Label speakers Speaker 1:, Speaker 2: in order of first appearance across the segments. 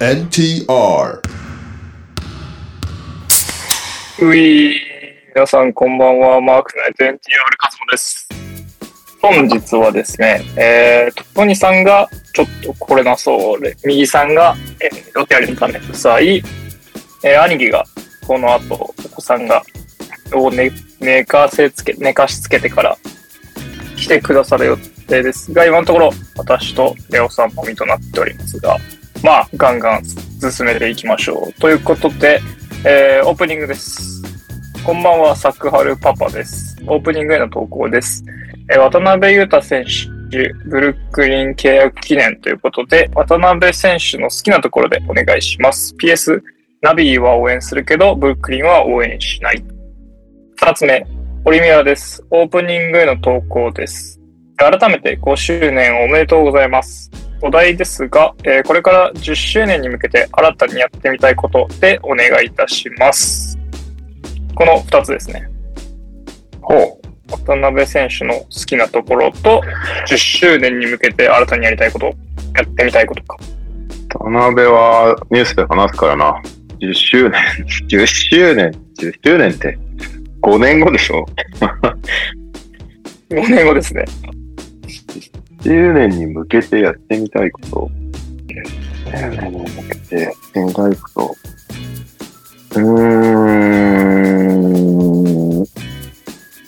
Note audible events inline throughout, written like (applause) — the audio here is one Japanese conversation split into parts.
Speaker 1: NTR
Speaker 2: うい皆さんこんばんは、マークナイト NTR カズモです。本日はですね、えー、トニさんがちょっとこれなそうで、右さんが、えーロテアリのため臭い、えー、兄貴がこの後、お子さんが、を寝寝かせつけ、寝かしつけてから来てくださる予定ですが、今のところ私とレオさんもみとなっておりますが、まあ、ガンガン進めていきましょう。ということで、えーオープニングです。こんばんは、サクハルパパです。オープニングへの投稿です。えー渡辺裕太選手、ブルックリン契約記念ということで、渡辺選手の好きなところでお願いします。PS、ナビーは応援するけど、ブルックリンは応援しない。二つ目、オリミラです。オープニングへの投稿です。改めて5周年おめでとうございます。お題ですが、えーこれから10周年に向けて新たにやってみたいことでお願いいたします。この2つですね。
Speaker 1: ほ
Speaker 2: 渡辺選手の好きなところと、10周年に向けて新たにやりたいこと、やってみたいことか。
Speaker 3: 田辺はニュースで話すからな。10周年、10周年、10周年って5年後でしょ
Speaker 2: 5年後ですね。
Speaker 3: ?10 年に向けてやってみたいこと。10年に向けてやってみたいこと。うーん。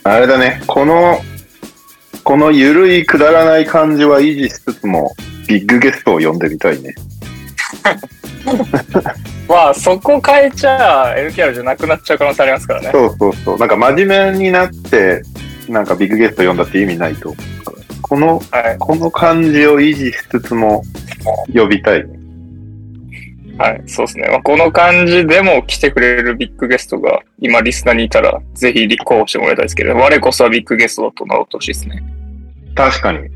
Speaker 3: あれだね、この、このゆるいくだらない感じは維持しつつも、ビッグゲストを呼んでみたいね。
Speaker 2: まあ、そこ変えちゃ、NTR じゃなくなっちゃう可能性ありますからね。
Speaker 3: そうそうそう。なんか真面目になって、なんかビッグゲスト呼んだって意味ないと思うから。この、
Speaker 2: はい。
Speaker 3: この感じを維持しつつも呼びたいね。
Speaker 2: はい、そうですね。まあ、この感じでも来てくれるビッグゲストが今リスナーにいたら、ぜひ立候補してもらいたいですけど、我こそはビッグゲストだと名乗ってほしいですね。
Speaker 3: 確かに。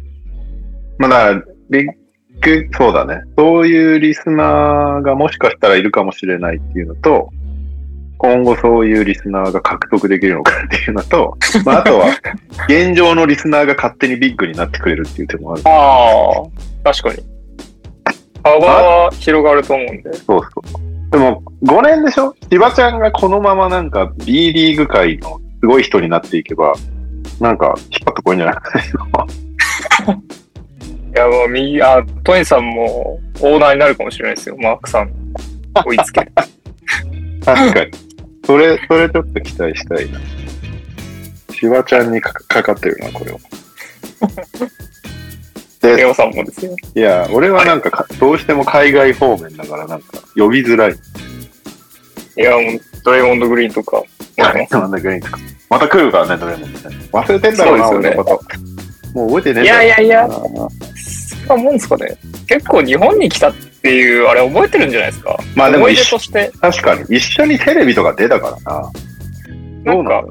Speaker 3: まあだから、ビッグ、そうだね。そういうリスナーがもしかしたらいるかもしれないっていうのと、今後そういうリスナーが獲得できるのかっていうのと、まあ、あとは、現状のリスナーが勝手にビッグになってくれるっていう手もある。
Speaker 2: ああ、確かに。幅は広がると思うんで。
Speaker 3: そうそう。でも、5年でしょ千葉ちゃんがこのままなんか B リーグ界のすごい人になっていけば、なんか引っ張ってこい
Speaker 2: (laughs)
Speaker 3: んじゃない
Speaker 2: いや、もう右、あ、トニーさんもオーナーになるかもしれないですよ、マークさん。追いつ
Speaker 3: (laughs)
Speaker 2: け。
Speaker 3: 確かに。それ、それちょっと期待したいな。千葉ちゃんにかかかってるな、これは。
Speaker 2: レ
Speaker 3: で、
Speaker 2: オさんもですよ。
Speaker 3: いや、俺はなんかかどうしても海外方面だからなんか呼びづらい。
Speaker 2: いや、もう、ドレイモンド・グリーンとか。
Speaker 3: なんだグリーンとかまた来るからね、ドレモンみたいな。忘れてんだろうな、
Speaker 2: そうですよね
Speaker 3: 俺のこと。もう覚えてねえ
Speaker 2: い
Speaker 3: んだろ
Speaker 2: や
Speaker 3: う
Speaker 2: いやいや、
Speaker 3: な
Speaker 2: そんなもんですかね。結構日本に来たっていう、あれ覚えてるんじゃないですか。
Speaker 3: まあでも
Speaker 2: 思い出として、
Speaker 3: 確かに。一緒にテレビとか出たからな。
Speaker 2: な
Speaker 3: どうんな
Speaker 2: か
Speaker 3: の、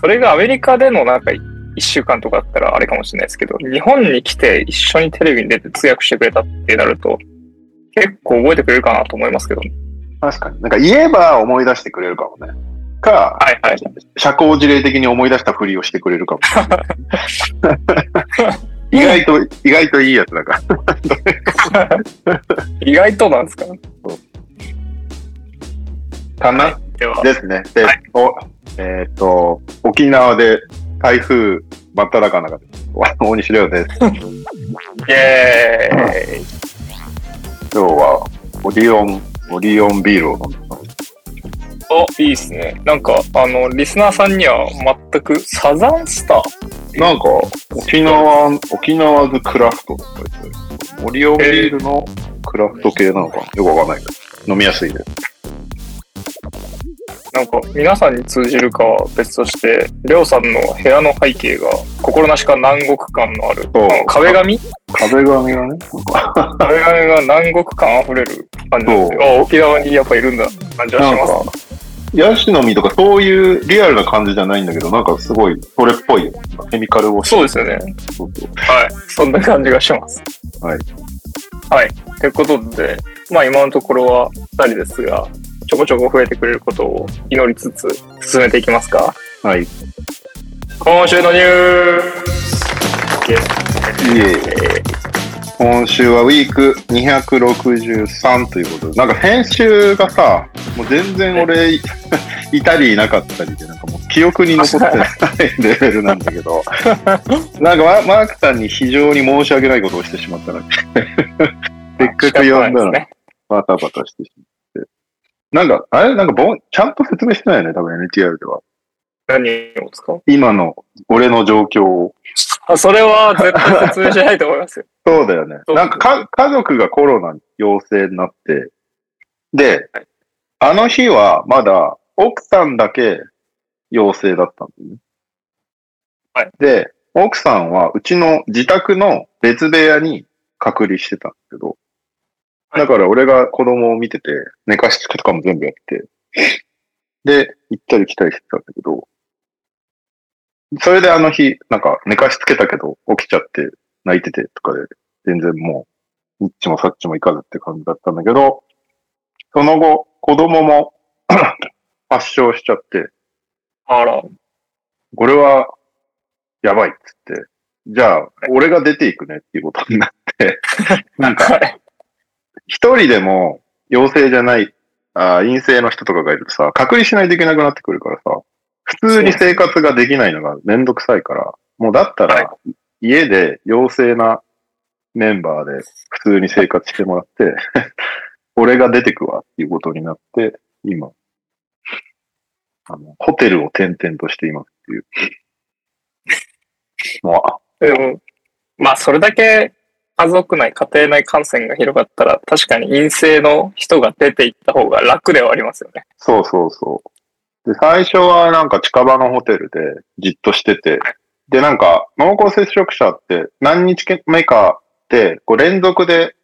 Speaker 2: それがアメリカでのなんか1週間とかだったらあれかもしれないですけど、日本に来て一緒にテレビに出て通訳してくれたってなると、結構覚えてくれるかなと思いますけどね。
Speaker 3: 確かに。なんか言えば思い出してくれるかもね。か、
Speaker 2: はいはい。
Speaker 3: 社交辞令的に思い出したふりをしてくれるかも。意外と、意外といいやつだから。
Speaker 2: 意外となんですか
Speaker 3: かな、
Speaker 2: では、
Speaker 3: ですね。で、
Speaker 2: はい
Speaker 3: おえーっ、と、沖縄で台風真っ只中中で、わ大西亮です。
Speaker 2: イエーイ。
Speaker 3: 今日はオリオン、オリオンビールを飲んでます。
Speaker 2: お、いいですね。なんか、あの、リスナーさんには全くサザンスター
Speaker 3: なんか、沖縄、沖縄ズクラフトとか言ってるオリオンビールのクラフト系なのかなよくわかんないけど。飲みやすいです。
Speaker 2: なんか皆さんに通じるかは別として、レオさんの部屋の背景が心なしか南国感のある、
Speaker 3: そう
Speaker 2: あの壁紙
Speaker 3: 壁紙がね、
Speaker 2: 壁紙が南国感あふれる感じなんですよ。あ沖縄にやっぱいるんだ感じは
Speaker 3: なん
Speaker 2: します。
Speaker 3: か、ヤシの実とかそういうリアルな感じじゃないんだけど、なんかすごい、それっぽいよ。ケミカルを
Speaker 2: そうですよね。
Speaker 3: そうそう
Speaker 2: はい。そんな感じがします。
Speaker 3: はい。
Speaker 2: はい。ということで、まあ今のところは2人ですが、ちょこちょこ増えてくれることを祈りつつ進めていきますか。
Speaker 3: はい。い
Speaker 2: 今週のニュース
Speaker 3: え、
Speaker 2: えー
Speaker 3: 今週はウィーク263ということで、なんか先週がさ、もう全然俺、 (laughs) いたりいなかったりで、なんかもう記憶に残ってないレベルなんだけど、なんかママークさんに非常に申し訳ないことをしてしまったので、せっかく呼んだ
Speaker 2: 仕方な
Speaker 3: の
Speaker 2: い
Speaker 3: に
Speaker 2: で
Speaker 3: バタバタしてしまって。なんか、あれなんかぼん、ちゃんと説明してないよね、多分 NTR では。
Speaker 2: すね。何をですか
Speaker 3: 今の俺の状況を。
Speaker 2: あ、それは絶対説明しないと思い
Speaker 3: (laughs)
Speaker 2: ますよ。
Speaker 3: そうだよね。
Speaker 2: そう
Speaker 3: なんかか、家族がコロナ陽性になって、で、あの日はまだ奥さんだけ陽性だったんだよね。
Speaker 2: はい。
Speaker 3: で、奥さんはうちの自宅の別部屋に隔離してたんだけど、
Speaker 2: はい
Speaker 3: だから俺が子供を見てて、寝かしつけとかも全部やって、で、行ったり来たりしてたんだけど、それであの日、なんか寝かしつけたけど起きちゃって泣いててとかで、全然もう、にっちもさっちもいかずって感じだったんだけど、その後、子供も (coughs) 発症しちゃって、
Speaker 2: あら、
Speaker 3: これは、やばいっつって、じゃあ、俺が出ていくねっていうことになって、なんか、
Speaker 2: はい
Speaker 3: 一人でも陽性じゃない、あー陰性の人とかがいるとさ、隔離しないといけなくなってくるからさ、普通に生活ができないのがめんどくさいから、もうだったら、家で陽性なメンバーで普通に生活してもらって、 (laughs) 俺が出てくわっていうことになって、今、あの、ホテルを転々としていますっていう。もう、
Speaker 2: でも、まあ、それだけ家族内、家庭内感染が広がったら、確かに陰性の人が出ていった方が楽ではありますよね。
Speaker 3: そうそうそう。で、最初はなんか近場のホテルでじっとしてて、で、なんか濃厚接触者って何日目かで、こう連続で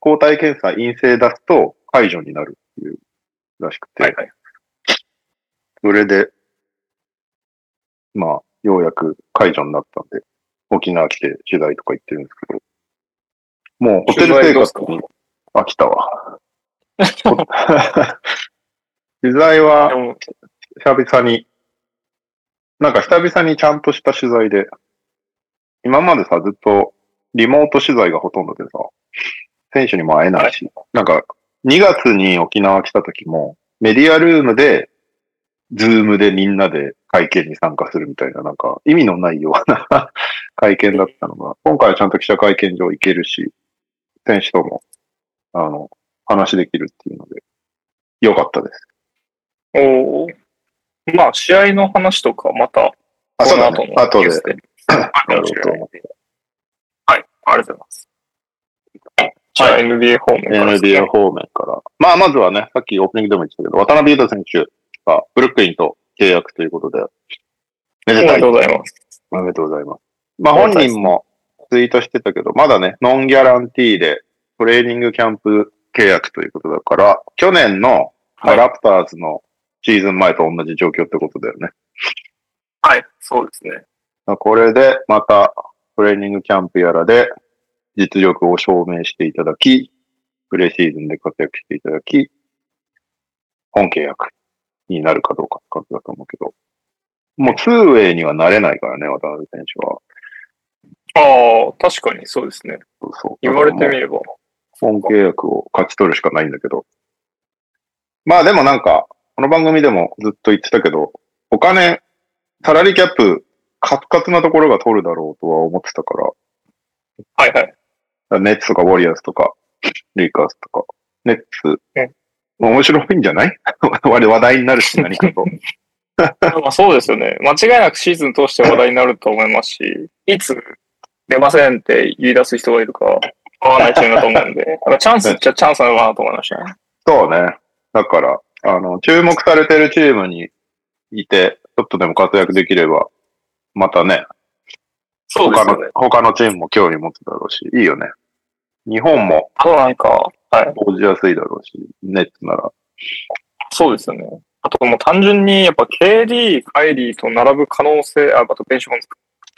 Speaker 3: 抗体検査陰性出すと解除になるっていうらしくて、
Speaker 2: はい。
Speaker 3: それで、まあ、ようやく解除になったんで、沖縄来て取材とか行ってるんですけど、もうホテル生活に飽きたわ。 (laughs) ほ取材は
Speaker 2: で、も、
Speaker 3: 久々に、なんか久々にちゃんとした取材で、今までさ、ずっとリモート取材がほとんどでさ、選手にも会えないし、なんか2月に沖縄来た時も、メディアルームで、ズームでみんなで会見に参加するみたいな、なんか意味のないような会見だったのが、今回はちゃんと記者会見場行けるし、選手とも、あの、話できるっていうので、良かったです。
Speaker 2: おーまあ、試合の話とか、また、
Speaker 3: あ、そうだ
Speaker 2: こ
Speaker 3: ね
Speaker 2: の。後
Speaker 3: 後
Speaker 2: のニュ
Speaker 3: で
Speaker 2: ースで。あ
Speaker 3: や
Speaker 2: るか
Speaker 3: ろう
Speaker 2: もしれ
Speaker 3: と
Speaker 2: ない
Speaker 3: 思って。
Speaker 2: はい、ありがとうございます。じゃあ、NBA 方面からですね
Speaker 3: NBA 方面から。まあ、まずはね、さっきオープニングでも言ってたけど、渡辺裕太選手がブルックリンと契約ということで、め
Speaker 2: お
Speaker 3: で
Speaker 2: め
Speaker 3: た
Speaker 2: で
Speaker 3: い。
Speaker 2: とうございます。
Speaker 3: おめでとうございます。まあ、本人もツイートしてたけど、まだね、ノンギャランティーでトレーニングキャンプ契約ということだから、去年のま
Speaker 2: は
Speaker 3: あ
Speaker 2: い
Speaker 3: ラプターズのシーズン前と同じ状況ってことだよね。
Speaker 2: はい、そうですね。
Speaker 3: まあこれでまたトレーニングキャンプやらで実力を証明していただき、プレシーズンで活躍していただき、本契約になるかどうかって感じだと思うけど、もうツーウェイにはなれないからね、渡辺選手は。
Speaker 2: ああ、確かにそうですね。
Speaker 3: そうそう
Speaker 2: 言われてみれば。
Speaker 3: 本契約を勝ち取るしかないんだけど。まあでもなんか、この番組でもずっと言ってたけど、お金、サラリーキャップ、カツカツなところが取るだろうとは思ってたから、
Speaker 2: はいはい。
Speaker 3: ネッツとかウォリアーズとか、レイカーズとか、ネッツ
Speaker 2: うん、
Speaker 3: 面白いんじゃない (laughs) 話題になるし、何かと。
Speaker 2: まあそうですよね。間違いなくシーズン通して話題になると思いますし、いつ出ませんって言い出す人がいるか、合わないチームだと思うんで、なんかチャンスっちゃチャンスなのかなと思いましたね。
Speaker 3: そうね。だから、あの、注目されてるチームにいて、ちょっとでも活躍できれば、またね、
Speaker 2: そ
Speaker 3: 他の、。他のチームも興味持つだろうし、いいよね。日本も
Speaker 2: あとなんか、はい。
Speaker 3: 応じやすいだろうし、ネッツなら。
Speaker 2: そうですよね。あともう単純に、やっぱ KD、カイリーと並ぶ可能性、あ、あとベンシモンズ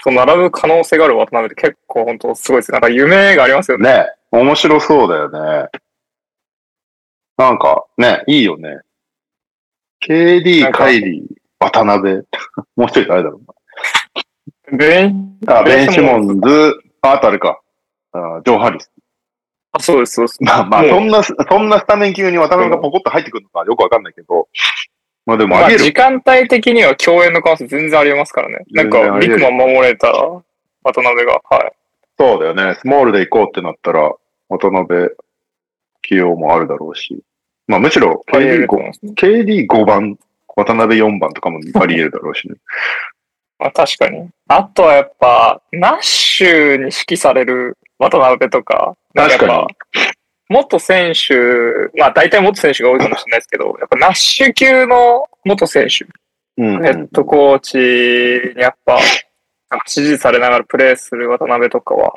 Speaker 2: と並ぶ可能性がある渡辺って結構本当すごいです。なんか夢がありますよね。
Speaker 3: ね、面白そうだよね。なんか、ね、いいよね。
Speaker 2: な
Speaker 3: KD、
Speaker 2: んか
Speaker 3: カイリー、渡辺。 (laughs) もう一人誰だろ
Speaker 2: ベン、
Speaker 3: う。あ、ベン・シ
Speaker 2: シモ
Speaker 3: モ
Speaker 2: ンズ
Speaker 3: ンズ、あ、あとあれか。あジョー・ハリス。
Speaker 2: あ、そうです、そうです。
Speaker 3: まあまあ、
Speaker 2: もう
Speaker 3: そんな、そんなスタメン級に渡辺がポコッと入ってくるのかよくわかんないけど、まあでも
Speaker 2: ま
Speaker 3: あ
Speaker 2: あ、
Speaker 3: り得
Speaker 2: 時
Speaker 3: る。
Speaker 2: 間帯的には共演の可能性全然ありますからね。なん
Speaker 3: 全然
Speaker 2: か、
Speaker 3: あり
Speaker 2: ビ
Speaker 3: 得
Speaker 2: ッグ
Speaker 3: る
Speaker 2: マン守れたら、渡辺が、はい。
Speaker 3: そうだよね。スモールで行こうってなったら、渡辺起用もあるだろうし。まあむしろ
Speaker 2: あり得ると
Speaker 3: KD5
Speaker 2: 思いますね
Speaker 3: KD5 番、渡辺4番とかもあり得るだろうしね。
Speaker 2: まあ、確かに。あとはやっぱ、ナッシュに指揮される渡辺とか、なんやっぱ
Speaker 3: 確か
Speaker 2: 元選手、まあ大体元選手が多いかもしれないですけど、やっぱナッシュ級の元選手、
Speaker 3: うん。
Speaker 2: ヘッドコーチにやっぱ、なんか支持されながらプレーする渡辺とかは、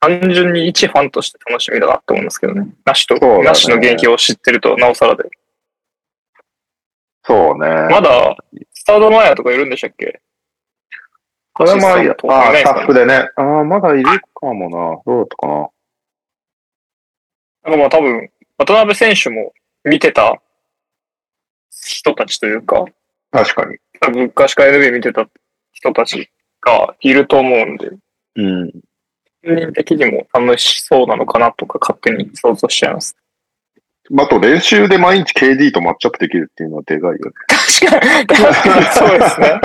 Speaker 2: 単純に一ファンとして楽しみだなと思うんですけどね。ナッシュ
Speaker 3: そうだ
Speaker 2: と、
Speaker 3: ね
Speaker 2: ナッシュの現役を知ってると、なおさらで。
Speaker 3: そうね。
Speaker 2: まだ、スタードマイヤーとかいるんでしたっけ
Speaker 3: これもあ
Speaker 2: シ
Speaker 3: り
Speaker 2: ステム
Speaker 3: あ
Speaker 2: とか
Speaker 3: ー
Speaker 2: ね
Speaker 3: スタッフでね。ああ、まだいるかもな。どうだったかな。
Speaker 2: なんかまあ多分、渡辺選手も見てた人たちというか、
Speaker 3: 確かに。
Speaker 2: 多分昔から NBA 見てた人たちがいると思うんで、
Speaker 3: うん。
Speaker 2: 個人的にも楽しそうなのかなとか勝手に想像しちゃいます。
Speaker 3: あと練習で毎日 KD とマッチアップできるっていうのはでかいよね。
Speaker 2: 確かに、確かにそうですね。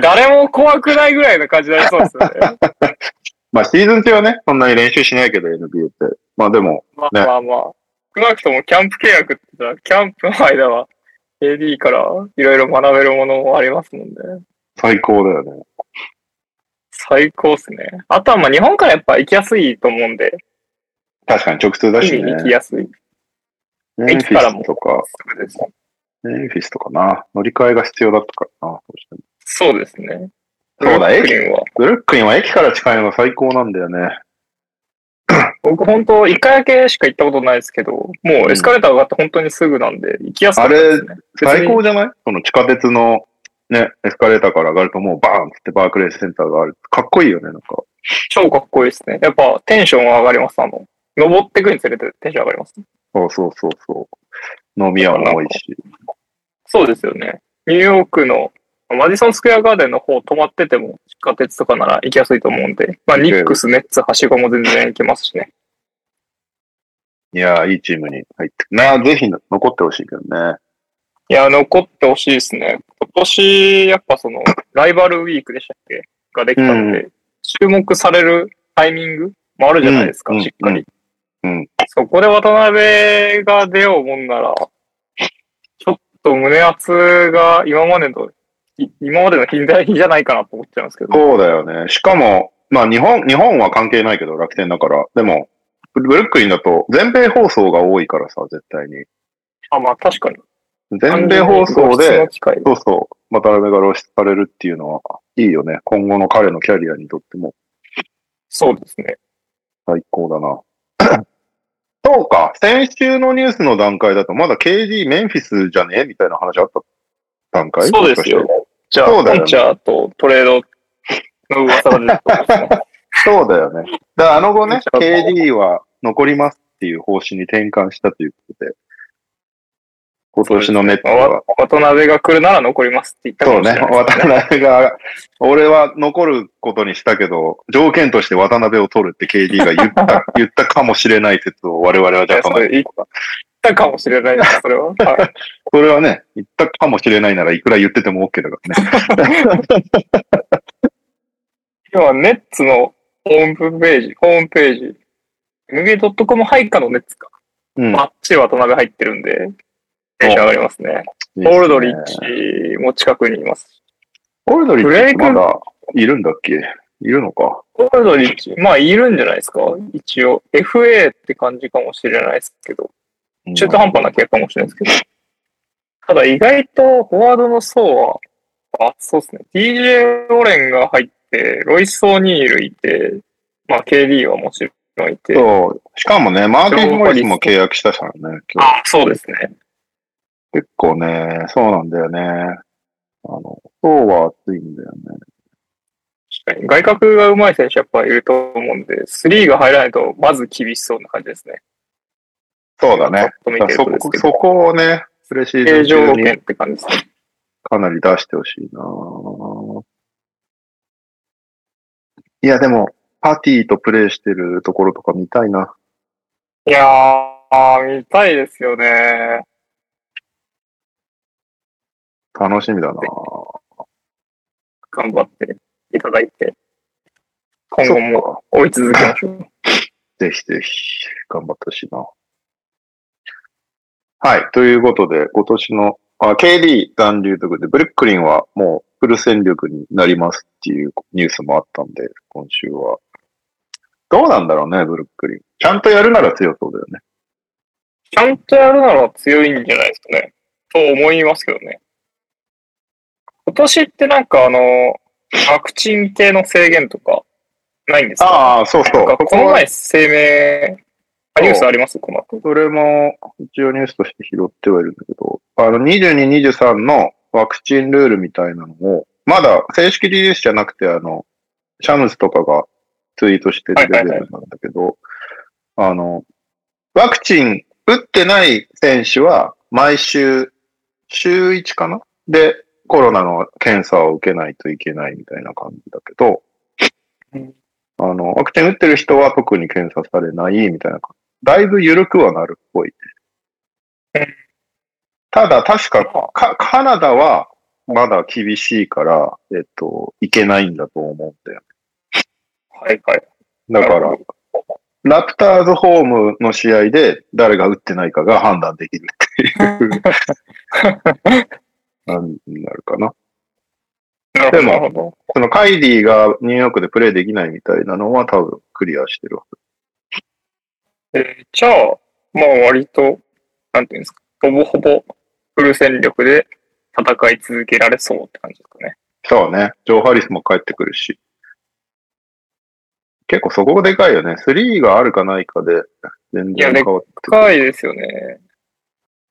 Speaker 2: 誰も怖くないぐらいの感じになりそうです (laughs) ね。
Speaker 3: まあシーズン中はね、そんなに練習しないけど NBA って。まあでも、
Speaker 2: まあ
Speaker 3: ね
Speaker 2: まあまあ。少なくともキャンプ契約って言ったら、キャンプの間は AD からいろいろ学べるものもありますもんね。
Speaker 3: 最高だよね。
Speaker 2: 最高っすね。あとはまあ日本からやっぱ行きやすいと思うんで、
Speaker 3: 確かに直通だし
Speaker 2: 海に
Speaker 3: ね
Speaker 2: 行。きやすい。
Speaker 3: メン
Speaker 2: 駅
Speaker 3: フ
Speaker 2: から
Speaker 3: ィ
Speaker 2: も
Speaker 3: スとか、
Speaker 2: そうです
Speaker 3: メンフィスとかな。乗り換えが必要だったからな。どうしても
Speaker 2: そうですね。
Speaker 3: そう
Speaker 2: ブロ
Speaker 3: だ
Speaker 2: ックリンは。
Speaker 3: ブルックリンは駅から近いのが最高なんだよね。
Speaker 2: 僕本当、一回だけしか行ったことないですけど、もうエスカレーター上がって本当にすぐなんで、行きやすかったですね。別に
Speaker 3: 最高じゃないその地下鉄のね、エスカレーターから上がるともうバーンってバークレーセンターがある。かっこいいよね、なんか。
Speaker 2: 超かっこいいですね。やっぱテンション上がります。あの、登ってくにつれてテンション上がります。
Speaker 3: そうそうそうそう。飲み屋も多いし。
Speaker 2: そうですよね。ニューヨークのマディソンスクエアガーデンの方泊まってても、地下鉄とかなら行きやすいと思うんで、まあ、ニックス、ネッツ、はしごも全然行けますしね。
Speaker 3: いやー、いいチームに入って。なあ、ぜひ残ってほしいけどね。
Speaker 2: いや、残ってほしいですね。今年、やっぱその、ライバルウィークでしたっけができたので、注目されるタイミングもあるじゃないですか、
Speaker 3: うん
Speaker 2: しっかり、
Speaker 3: うん
Speaker 2: そこで渡辺が出ようもんなら、ちょっと胸圧が今までの、い今までの左じゃないかなと思っちゃうんですけど、
Speaker 3: そうだよね。しかも、まあ日本、日本は関係ないけど楽天だから。でも、ブルックリンだと全米放送が多いからさ、絶対に。
Speaker 2: あ、まあ確かに。
Speaker 3: 全米放送
Speaker 2: 露出の
Speaker 3: で、
Speaker 2: 機会
Speaker 3: そうそう、渡辺が露出されるっていうのは、いいよね。今後の彼のキャリアにとっても
Speaker 2: そうですね。
Speaker 3: 最高だな。 (coughs) そうか、先週のニュースの段階だと、まだ KD メンフィスじゃねえみたいな話あった段階
Speaker 2: そうですよ。。じゃあ、
Speaker 3: そ
Speaker 2: ポ
Speaker 3: うだよね
Speaker 2: ンチャーとトレードの噂が出てくるんですね。
Speaker 3: そうだよね。だからあの後ね、
Speaker 2: めっちゃ
Speaker 3: KD は残りますっていう方針に転換したということで、今年のネットは、
Speaker 2: 渡辺が来るなら残りますって言ったか
Speaker 3: そう
Speaker 2: もしれ
Speaker 3: ね、
Speaker 2: ない
Speaker 3: 渡辺が、俺は残ることにしたけど、条件として渡辺を取るって KD が
Speaker 2: (laughs)
Speaker 3: 言った、言ったかもしれない説を我々はじゃあ唱えていこうか
Speaker 2: 言ったかもしれないです、そ
Speaker 3: (laughs)
Speaker 2: れは。はい
Speaker 3: それはね、言ったかもしれないならいくら言ってても OK だからね。
Speaker 2: 今、ネッツのホームページ、ホームページ、NBA.com 配下のネッツか。
Speaker 3: うん
Speaker 2: バッチリ渡辺入ってるんで、テンション上がりますね。オールドリッチも近くにいます。
Speaker 3: オールドリ
Speaker 2: ブ
Speaker 3: ッ
Speaker 2: レ
Speaker 3: チ
Speaker 2: イ
Speaker 3: って
Speaker 2: ク
Speaker 3: まだいるんだっけいるのか。
Speaker 2: オールドリッチ、まあ、いるんじゃないですか一応、FA って感じかもしれないですけど、中途半端な結果かもしれないですけど。ただ、意外とフォワードの層は、あ、そうですね。DJ オレンが入って、ロイス・オニールいて、まあ、KD はもちろんいて。
Speaker 3: そう。しかもね、マーケン・モリスも契約したからね、今日。
Speaker 2: あ、そうですね。
Speaker 3: 結構ね、そうなんだよね。あの、そうは熱いんだよね。
Speaker 2: 確かに外角が上手い選手やっぱいると思うんで、スリーが入らないとまず厳しそうな感じですね。
Speaker 3: そうだね。
Speaker 2: ちょっと見
Speaker 3: だか
Speaker 2: てる
Speaker 3: らそ
Speaker 2: とです
Speaker 3: こ
Speaker 2: け
Speaker 3: そ
Speaker 2: ど。
Speaker 3: こをね、プレシーズ
Speaker 2: 平
Speaker 3: ン
Speaker 2: 常
Speaker 3: 中
Speaker 2: 件
Speaker 3: に
Speaker 2: って感じですね。
Speaker 3: かなり出してほしいなぁいや、でも、パティとプレイしてるところとか見たいな。
Speaker 2: いやー、見たいですよね。
Speaker 3: 楽しみだな
Speaker 2: 頑張っていただいて、今後も追い続けましょう。
Speaker 3: ぜひぜひ、頑張ってほしいな。はい。ということで、今年の、あ KD 残留ということで、ブルックリンはもうフル戦力になりますっていうニュースもあったんで、今週は。どうなんだろうね、ブルックリン。ちゃんとやるなら強そうだよね。
Speaker 2: ちゃんとやるなら強いんじゃないですかね。と思いますけどね。今年ってなんかあの、ワクチン系の制限とか、ないんですか
Speaker 3: ああ、そうそう。
Speaker 2: なんかこの前声明、あニュースありますこの後。
Speaker 3: それも一応ニュースとして拾ってはいるんだけど、あの22、23のワクチンルールみたいなのを、まだ正式リリースじゃなくて、あの、シャムズとかがツイートしてるレベルなんだけど、あの、ワクチン打ってない選手は毎週、週1かなで、コロナの検査を受けないといけないみたいな感じだけど
Speaker 2: うん、
Speaker 3: あの、ワクチン打ってる人は特に検査されないみたいなだいぶ緩くはなるっぽいね。ただ、確かか、カナダはまだ厳しいから、えっと、いけないんだと思うんだよ。
Speaker 2: はいはい。
Speaker 3: だか
Speaker 2: な
Speaker 3: ら
Speaker 2: る、
Speaker 3: ラプターズホームの試合で誰が打ってないかが判断できるっていう
Speaker 2: (laughs)
Speaker 3: 感じになるかな。
Speaker 2: なるほど。
Speaker 3: でも
Speaker 2: なるほど
Speaker 3: そのカイリーがニューヨークでプレーできないみたいなのは多分クリアしてるわ
Speaker 2: えーじゃあ、まあ割と、なんていうんですか、ほぼほぼフル戦力で戦い続けられそうって感じですかね。
Speaker 3: そうね。ジョー・ハリスも帰ってくるし。結構そこがでかいよね。3があるかないかで全
Speaker 2: いや
Speaker 3: 然
Speaker 2: で
Speaker 3: 変わってくる。
Speaker 2: 深いですよね。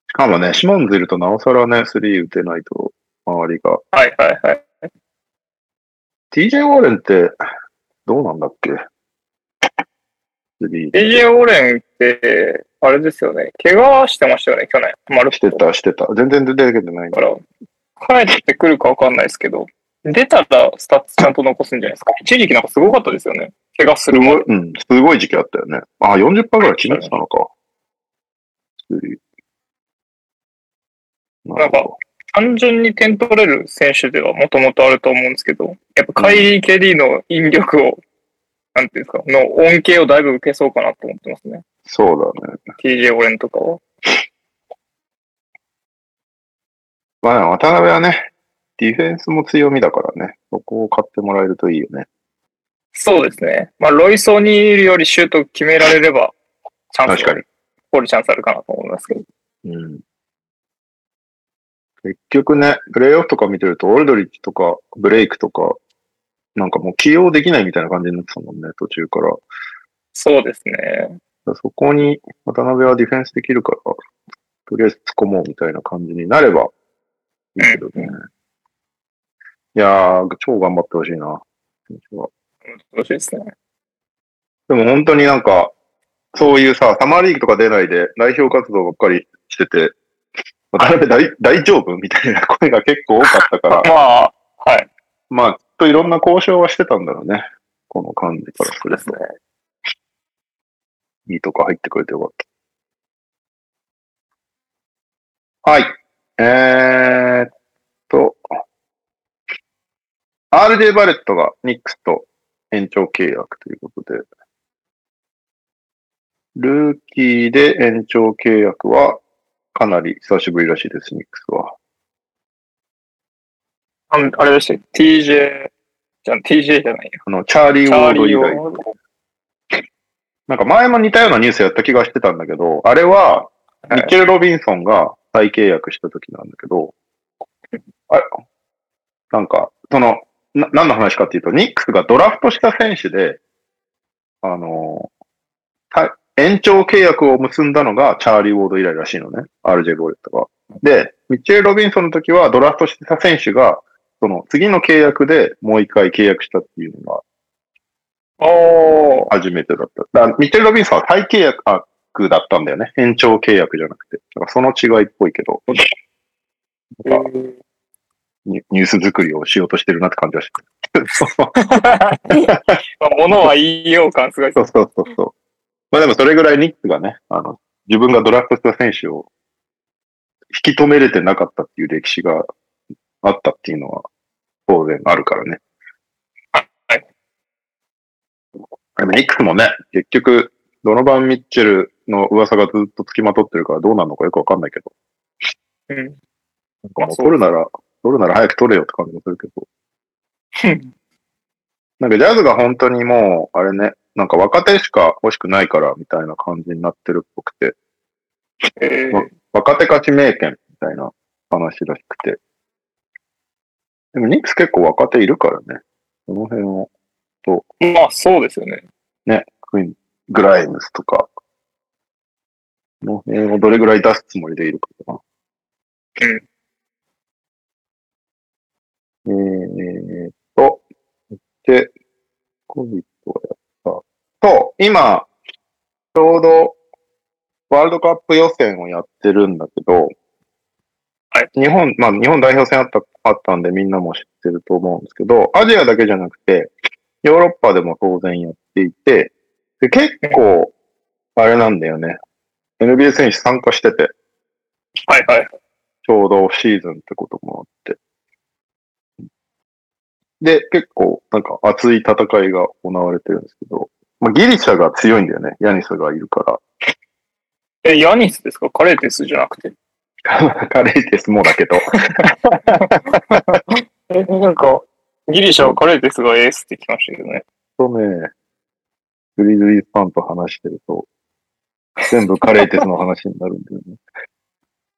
Speaker 3: しかもね、シモンズいるとなおさらね、3打てないと、周りが。
Speaker 2: はいはいはい。
Speaker 3: TJ ウォーレンって、どうなんだっけ ?3
Speaker 2: DJ オレンって、あれですよね。怪我してましたよね、去年。マル
Speaker 3: して
Speaker 2: だ
Speaker 3: た、してた。全然出てるけどない
Speaker 2: か。ら、帰ってくるかわかんないですけど、出たらスタッツちゃんと残すんじゃないですか。一時期なんかすごかったですよね。怪我す
Speaker 3: す
Speaker 2: る
Speaker 3: ご
Speaker 2: も
Speaker 3: い、うん、すごい時期あったよね。あ、40%ぐらい決めてたのか。3なるほど。
Speaker 2: 単純に点取れる選手ではもともとあると思うんですけど、やっぱカイリー・ケリーの引力を、なんていうんですか、の恩恵をだいぶ受けそうかなと思ってますね。
Speaker 3: そうだね。
Speaker 2: TJ オレンとかは。
Speaker 3: まあ、渡辺はね、ディフェンスも強みだからね、そこを買ってもらえるといいよね。
Speaker 2: そうですね。まあ、ロイソーにいるよりシュート決められれば、チャンス、
Speaker 3: 確かに。
Speaker 2: 掘るチャンスあるかなと思いますけど。
Speaker 3: うん。結局ね、プレイオフとか見てると、オルドリッチとか、ブレイクとか、なんかもう起用できないみたいな感じになってたもんね、途中から。だか
Speaker 2: そうですね。
Speaker 3: らそこに渡辺はディフェンスできるから、とりあえず突っ込もうみたいな感じになればいいけどね。いやー、超頑張ってほしいな。選手は
Speaker 2: 楽しいですね。
Speaker 3: でも本当になんか、そういうさ、サマーリーグとか出ないで、代表活動ばっかりしてて、渡辺大大丈夫みたいな声が結構多かったか
Speaker 2: ま
Speaker 3: ら、
Speaker 2: あ、はい。
Speaker 3: まあ、きっといろんな交渉はしてたんだろうね。この感じからすると。
Speaker 2: ね。
Speaker 3: いいとこ入ってくれてよかった。はい。えー、っと、RJ バレットがニックスと延長契約ということで、ルーキーで延長契約はかなり久しぶりらしいです、ニックスは。
Speaker 2: あのあれでしたっけ ?TJ、じゃあ TJ じゃないよ。
Speaker 3: あの、チャーリー・
Speaker 2: チ
Speaker 3: ウ
Speaker 2: ャ
Speaker 3: ォ
Speaker 2: ー
Speaker 3: ード
Speaker 2: リ
Speaker 3: 以
Speaker 2: ー
Speaker 3: 来。
Speaker 2: を。
Speaker 3: なんか前も似たようなニュースやった気がしてたんだけど、あれは、
Speaker 2: い
Speaker 3: ミッチェル・ロビンソンが再契約した時なんだけど、あれなんか、その、な、何の話かっていうと、ニックスがドラフトした選手で、あのーた延長契約を結んだのがチャーリー・ウォード以来らしいのね、RJ ボレットが。で、ミッチェル・ロビンソンの時はドラフトした選手が、その次の契約でもう一回契約したっていうのが
Speaker 2: おー。
Speaker 3: 初めてだった。だからミッチェル・ロビンソンは再契約だったんだよね。延長契約じゃなくて。だからその違いっぽいけど、なんかニニュース作りをしようとしてるなって感じはしてる。そう
Speaker 2: まあ、物は言いよう感すごいです
Speaker 3: そうそうそうそう。まあでもそれぐらいニックがね、あの、自分がドラフトした選手を引き止めれてなかったっていう歴史があったっていうのは当然あるからね。
Speaker 2: はい。
Speaker 3: でもニックスもね、結局、ドノバン・ミッチェルの噂がずっと付きまとってるからどうなるのかよくわかんないけど、
Speaker 2: うん。
Speaker 3: なんかもう取るなら、取るなら早く取れよって感じもするけど。なんかジャズが本当にもう、あれね、なんか若手しか欲しくないからみたいな感じになってるっぽくて、
Speaker 2: えー
Speaker 3: ま若手勝ち名犬みたいな話らしくて。でもニックス結構若手いるからね。その辺を、
Speaker 2: まあそうですよね。
Speaker 3: クイーングライムスとか、その辺をどれぐらい出すつもりでいるかとか。えーっと、で、コビットがやった。と、今、ちょうど、ワールドカップ予選をやってるんだけど、
Speaker 2: はい
Speaker 3: 日本、まあ、日本代表戦あった、あったんでみんなも知ってると思うんですけど、アジアだけじゃなくて、ヨーロッパでも当然やっていて、で結構、あれなんだよね。NBA 選手参加してて、
Speaker 2: はいはい。
Speaker 3: ちょうどオフシーズンってこともあって。で、結構、なんか熱い戦いが行われてるんですけど、まあ、ギリシャが強いんだよね。ヤニスがいるか
Speaker 2: え、ヤニスですかカレーテスじゃなくて。
Speaker 3: ら。 (laughs) カレーテスもだけど。
Speaker 2: え、なんか、ギリシャはカレーテスがエースってきましたけどね。
Speaker 3: とね、グリズリーズファンと話してると、全部カレーテスの話になるんだよね。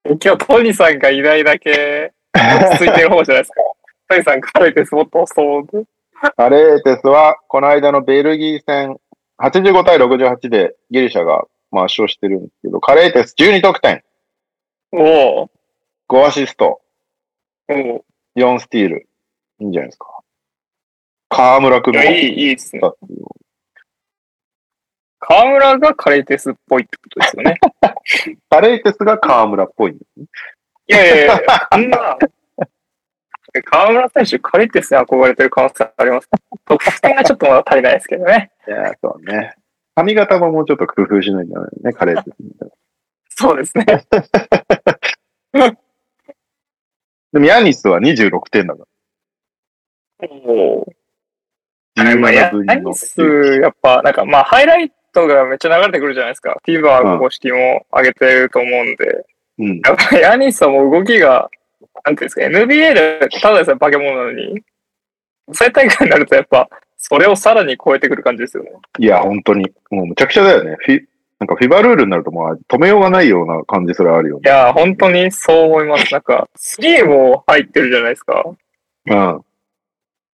Speaker 2: 今日トニーさんがいないだけ、落ち着いてる方じゃない (laughs) ですか。トニーさんカレーテスもっとそうで。
Speaker 3: カレーテスは、この間のベルギー戦、85対68でギリシャがまあ圧勝してるんですけど、カレーテス12得点、
Speaker 2: おう
Speaker 3: 5アシスト、
Speaker 2: おう
Speaker 3: 4スティール。いいんじゃないですか。河村くん
Speaker 2: い
Speaker 3: も
Speaker 2: や、いい、いいですね。
Speaker 3: だっていう
Speaker 2: 河村がカレーテスっぽいってことですよね。
Speaker 3: カレーテスが河村っぽいんですね。
Speaker 2: (laughs) いやいやいや、あんな、河村選手、カレーテスに憧れてる可能性あります。得点がちょっとまだ足りないですけどね。
Speaker 3: いやー、そうね。髪型ももうちょっと工夫しないんじゃないね、カレーテスみたいな。
Speaker 2: そうですね。
Speaker 3: でも、ヤニスは26点だか
Speaker 2: おう
Speaker 3: ら。
Speaker 2: まあ、ヤ
Speaker 3: 17分の
Speaker 2: ニス、やっぱ、なんか、まあ、ハイライトがめっちゃ流れてくるじゃないですか。
Speaker 3: う
Speaker 2: TVer
Speaker 3: ん
Speaker 2: 公式も上げてると思うんで。
Speaker 3: うん。
Speaker 2: やっぱ、ヤニスはもう動きが、なんていうんですか、NBA でただでさえ化け物なのに、最大会になるとやっぱ、それをさらに超えてくる感じですよね。
Speaker 3: いや、本当に。もうむちゃくちゃだよね。フィなんかフィバルールになるともう止めようがないような感じそれあるよ
Speaker 2: い
Speaker 3: ね。
Speaker 2: やー、本当にそう思います。なんか、スリーも入ってるじゃないですか。
Speaker 3: うん。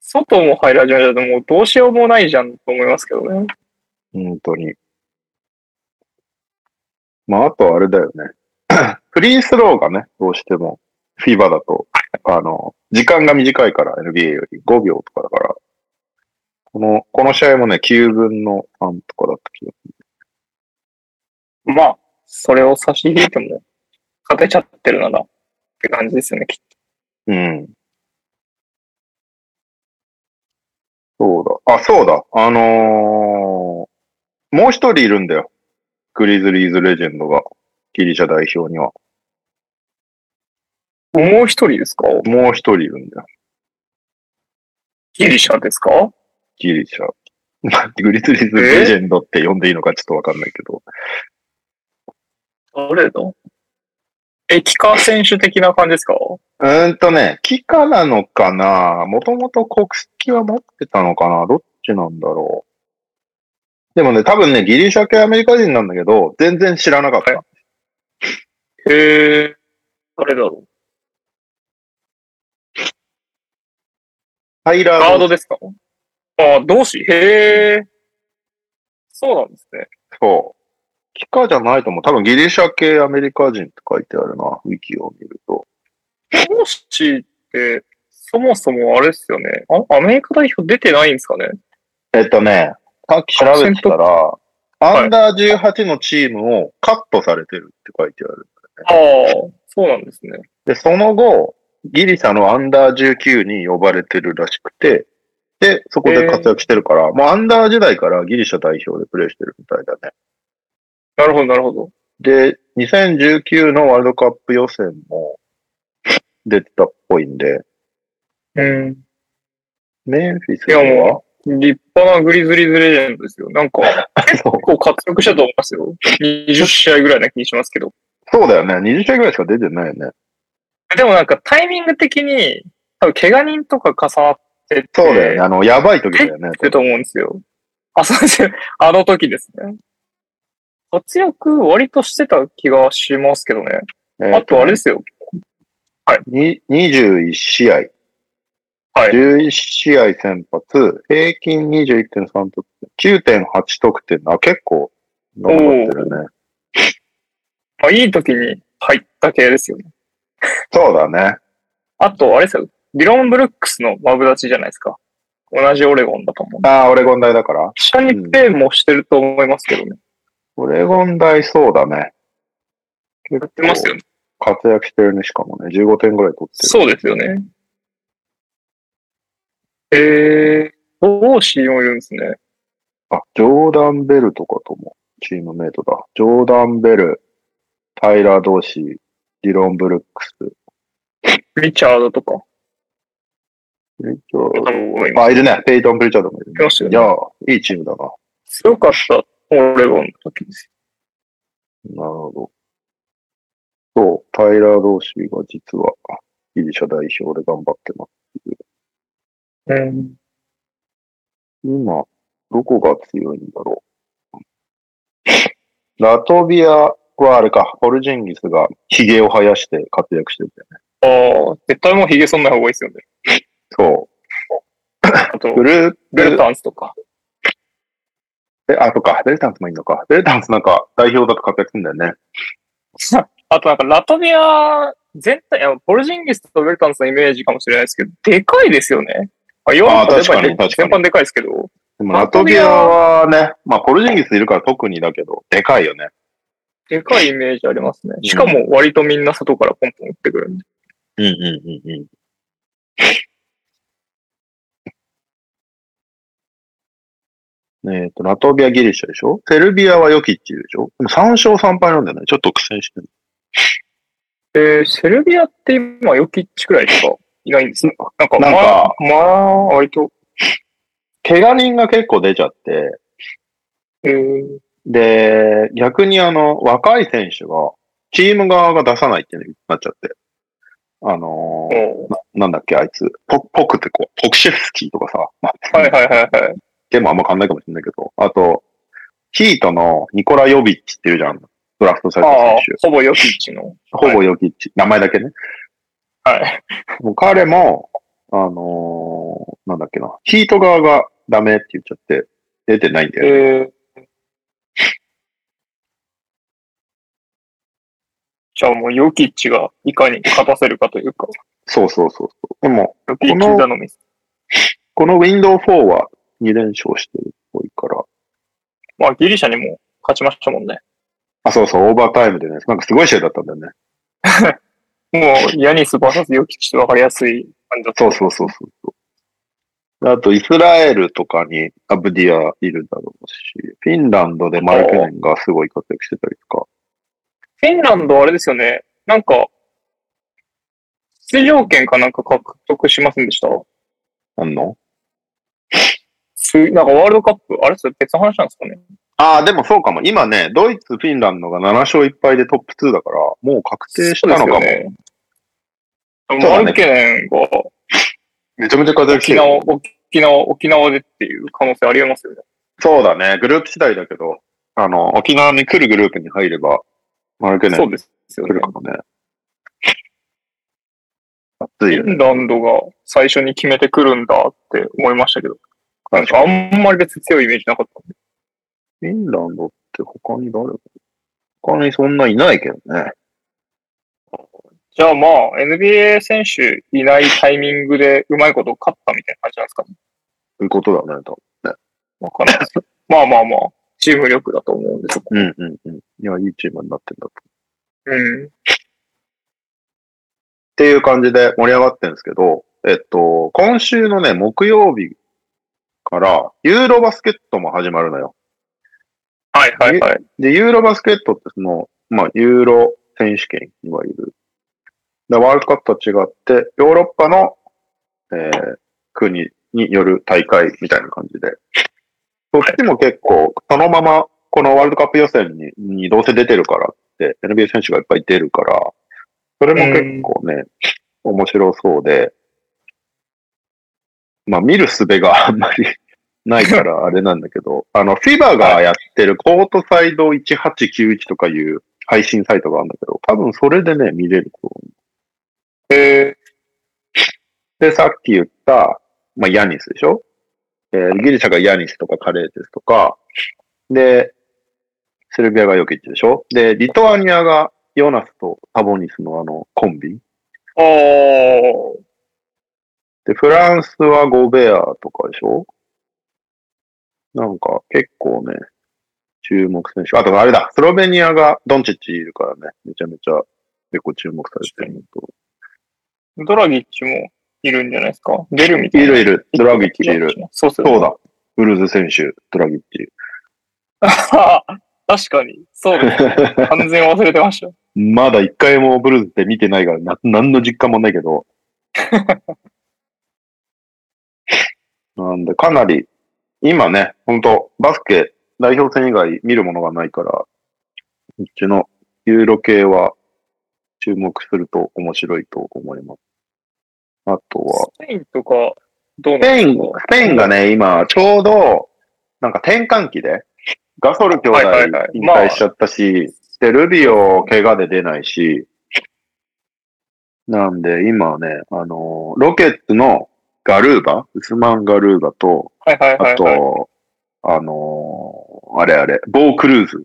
Speaker 2: 外も入られ始めたらもうどうしようもないじゃんと思いますけどね。
Speaker 3: 本当に。まあ、あとあれだよね。 (coughs) フリースローがね、どうしても、フィーバーだと、あの、時間が短いから、NBA より5秒とかだから、この、この試合もね、9分の3とかだった気が
Speaker 2: まあ、それを差し引いても、勝てちゃってるなら、って感じですよね、きっ
Speaker 3: うん。そうだ。あ、そうだ。あのーもう一人いるんだよ。グリズリーズレジェンドが、ギリシャ代表には。
Speaker 2: と。もう一人ですか
Speaker 3: もう一人いるんだよ。
Speaker 2: ギリシャですか
Speaker 3: ギリシャ。 (laughs) グリズリーズレジェンドって呼んでいいのかちょっとわかんないけど。
Speaker 2: 誰だえ、キカ選手的な感じですか
Speaker 3: うーんとね、木かなのかなもともと国籍は持ってたのかなどっちなんだろう。でもね、多分ね、ギリシャ系アメリカ人なんだけど、全然知らなかった。
Speaker 2: へえ、誰だろう
Speaker 3: タイラー・
Speaker 2: ガードですかあ、同士へえ。そうなんですね。
Speaker 3: そう。キカじゃないと思う。多分ギリシャ系アメリカ人って書いてあるな。ウィキを見ると。
Speaker 2: 同士って、そもそもあれですよね。あアメリカ代表出てないんですかね
Speaker 3: えっとね、さっき調べてたら、
Speaker 2: はい
Speaker 3: アンダー18のチームをカットされてるって書いてある。
Speaker 2: ああ、そうなんですね。
Speaker 3: で、その後、ギリシャのアンダー19に呼ばれてるらしくて、で、そこで活躍してるから、もうアンダー時代からギリシャ代表でプレーしてるみたいだね。
Speaker 2: なるほど、なるほど。
Speaker 3: で、2019のワールドカップ予選も出てたっぽいんで、
Speaker 2: うん。
Speaker 3: メンフィス
Speaker 2: いや
Speaker 3: は
Speaker 2: も立派なグリズリーズレジェンドですよ。
Speaker 3: (laughs)
Speaker 2: なんか、結構活躍したと思いますよ。20試合ぐらいな気にしますけど。
Speaker 3: そうだよね。20試合ぐらいしか出てないよね。
Speaker 2: でもなんかタイミング的に、多分怪我人とか重なってて、
Speaker 3: そうだよね。あの、やばい時だよね。
Speaker 2: ってと思うんですよ。あ、そうですよ。あの時ですね。活躍割としてた気がしますけどね。
Speaker 3: えー
Speaker 2: あとあれですよ。
Speaker 3: に21試合。
Speaker 2: はい
Speaker 3: 11試合先発、平均21.3得点、9.8得点。あ、結構残ってるね。
Speaker 2: まあ、いい時に入った系ですよね。
Speaker 3: そうだね。
Speaker 2: あと、あれですよ。ディロン・ブルックスのマブダチじゃないですか。同じオレゴンだと思う。
Speaker 3: ああ、オレゴン大だから。
Speaker 2: 一緒にペイもしてると思いますけどね。
Speaker 3: オレゴン大そうだね。結
Speaker 2: やってますよね。
Speaker 3: 活躍してるね、しかもね。15点ぐらい取ってる。
Speaker 2: そうですよね。えー、どうしよういるんですね。
Speaker 3: あ、ジョーダン・ベルとかとも、チームメイトだ。ジョーダン・ベル、タイラー・同士、ディロン・ブルックス、
Speaker 2: リチャードとか。
Speaker 3: えっと
Speaker 2: 多分今、
Speaker 3: あ、いるね。ペイトン・プリチャードもいる
Speaker 2: いますよ
Speaker 3: ね。い
Speaker 2: ね。
Speaker 3: やー、いいチームだな。
Speaker 2: 強かった、オレゴンの時ですよ
Speaker 3: なるほど。そう、タイラー・同士が実はギリシャ代表で頑張ってます。
Speaker 2: うん。
Speaker 3: 今、どこが強いんだろう。ラトビアはあれか、ホルジンギスがヒゲを生やして活躍してるんだよね。
Speaker 2: ああ、絶対もうヒゲ剃んない方がいいですよね。
Speaker 3: そ
Speaker 2: あと
Speaker 3: う。、ブルー、
Speaker 2: ベルタンスとか。
Speaker 3: え、あ、そっか、ベルタンスもいいのか。ベルタンスなんか代表だと活躍するんだよね。
Speaker 2: あとなんかラトビア全体、あのポルジンギスとベルタンスのイメージかもしれないですけど、でかいですよね。あ、ヨーロッパで
Speaker 3: あー
Speaker 2: かい
Speaker 3: 確かに確か
Speaker 2: 全
Speaker 3: に
Speaker 2: 般でかいですけど、
Speaker 3: でも
Speaker 2: ラ
Speaker 3: ラ
Speaker 2: ト
Speaker 3: ト
Speaker 2: ビ
Speaker 3: ビ
Speaker 2: ア
Speaker 3: アはね、まあ、ホルジンギスいるから特にだけど、でかいよね。
Speaker 2: でかいイメージありますね。しかも割とみんな外からポンポン打ってくるんで。
Speaker 3: うんうんうんうん。えっと、ラトビア、ギリシャでしょセルビアはヨキッチでしょでも ?3 勝3敗なんだよね。ちょっと苦戦してる。
Speaker 2: えー、セルビアって今ヨキッチくらいしかいないんですね。なんか、
Speaker 3: なんか
Speaker 2: まあ、まあ、割と、
Speaker 3: 怪我人が結構出ちゃって、
Speaker 2: えー、
Speaker 3: で、逆にあの、若い選手が、チーム側が出さないっていうのになっちゃって。あのー
Speaker 2: も
Speaker 3: なんだっけ、あいつ。ポポクってこう、ポクシェフスキーとかさ、ま
Speaker 2: う
Speaker 3: あ、
Speaker 2: はいはいはいはい。
Speaker 3: でもあんま変わんないかもしれないけど、あと、ヒートのニコラ・ヨビッチっていうじゃん。ドラフトされた
Speaker 2: ああ
Speaker 3: 選手。、
Speaker 2: ほぼヨキッチの。
Speaker 3: ほぼヨキッチ。名前だけね。
Speaker 2: はい。
Speaker 3: もう彼も、あのーなんだっけな。ヒート側がダメって言っちゃって、出てないんだよね。
Speaker 2: えーじゃあもう、ヨキッチがいかに勝たせるかというか、
Speaker 3: そうそうそうそう。でも、
Speaker 2: ヨキッチ頼み。
Speaker 3: このウィンドウ4は2連勝してるっぽいから。
Speaker 2: まあ、ギリシャにも勝ちましたもんね。
Speaker 3: あ、そうそう、オーバータイムでね。なんかすごい試合だったんだよね。
Speaker 2: もう、ヤニス VS ヨキッチって分かりやすい感じだった。
Speaker 3: そうそうそうそうそう。あと、イスラエルとかにアブディアいるだろうし、フィンランドでマルケネンがすごい活躍してたりとか。
Speaker 2: フィンランドあれですよね。なんか、出場権かなんか獲得しませんでした
Speaker 3: あんの
Speaker 2: すなんかワールドカップ、あれそれ別の話なんですかね
Speaker 3: ああ、でもそうかも。今ね、ドイツ、フィンランドが7勝1敗でトップ2だから、もう確定したのかも。
Speaker 2: そうですよね。
Speaker 3: うだね
Speaker 2: マルケネンが
Speaker 3: めちゃめちゃ活躍し
Speaker 2: 沖
Speaker 3: てる
Speaker 2: 縄、。沖縄、沖縄でっていう可能性ありえますよね。
Speaker 3: そうだね。グループ次第だけど、あの、沖縄に来るグループに入れば、マルケネン
Speaker 2: そう
Speaker 3: 来
Speaker 2: ですよね
Speaker 3: る。かもね。熱
Speaker 2: フ
Speaker 3: いよ
Speaker 2: ィ
Speaker 3: ね。
Speaker 2: ンランドが最初に決めてくるんだって思いましたけど、なん
Speaker 3: 確か
Speaker 2: かあんまり別に強いイメージなかったんで。
Speaker 3: に。フィンランドって他に誰他にそんないないけどね。
Speaker 2: じゃあまあ、NBA 選手いないタイミングでうまいこと勝ったみたいな感じなんですかね。
Speaker 3: ということだね、と。
Speaker 2: わかんないですまあまあまあ、チーム力だと思うんで、そこ。
Speaker 3: うんうんうん。いや、いいチームになってんだと。っ
Speaker 2: うん。
Speaker 3: ていう感じで盛り上がってるんですけど、えっと、今週のね、木曜日から、ユーロバスケットも始まるのよ。
Speaker 2: はいはいはい。
Speaker 3: で、ユーロバスケットってその、まあ、ユーロ選手権、いわゆる。でワールドカップと違って、ヨーロッパの、えー国による大会みたいな感じで。そっちも結構、そのまま、このワールドカップ予選ににどうせ出てるからって、NBA 選手がいっぱい出るから、それも結構ね、面白そうで、まあ見る術があ (laughs) んまりないからあれなんだけど、あの、フィバがやってるコートサイド1891とかいう配信サイトがあるんだけど、多分それでね、見れると思う。
Speaker 2: え
Speaker 3: で、さっき言った、まあ、ヤニスでしょえーギリシャがヤニスとかカレーテスとか、で、セルビアがヨキッチでしょで、リトアニアがヨナスとサボニスのあのコンビ。
Speaker 2: ー、おー、
Speaker 3: で、フランスはゴベアとかでしょなんか結構ね、注目選手。あとあれだ、スロベニアがドンチッチいるからね、めちゃめちゃ結構注目されてるのと。
Speaker 2: ドラギッチもいるんじゃないですか出るみたい
Speaker 3: い
Speaker 2: な。
Speaker 3: るいる、ドラギッチいる。。
Speaker 2: そうする
Speaker 3: そうだ、ウルズ選手、ドラギッチ。
Speaker 2: だ。 (laughs) 確かに。そうです。完全忘れてました。
Speaker 3: まだ一回もブルーズって見てないから、な、何の実感もないけど。なんで、かなり、今ね、本当バスケ、代表戦以外見るものがないから、うちのユーロ系は注目すると面白いと思います。あとは、
Speaker 2: スペインとか、どう
Speaker 3: ス
Speaker 2: な
Speaker 3: ペイ
Speaker 2: んで
Speaker 3: ン
Speaker 2: すか、
Speaker 3: スペインがね、今、ちょうど、なんか転換期で、ガソル兄弟
Speaker 2: はいはいはい
Speaker 3: 引
Speaker 2: まあ
Speaker 3: 退しちゃったし、で、ルビオ、怪我で出ないし、なんで、今ね、あのー、ロケッツのガルーバ、ウスマン・ガルーバと、
Speaker 2: はいはいは
Speaker 3: あ
Speaker 2: い、はい。
Speaker 3: と、あのー、あれあれ、ボー・クルーズ、。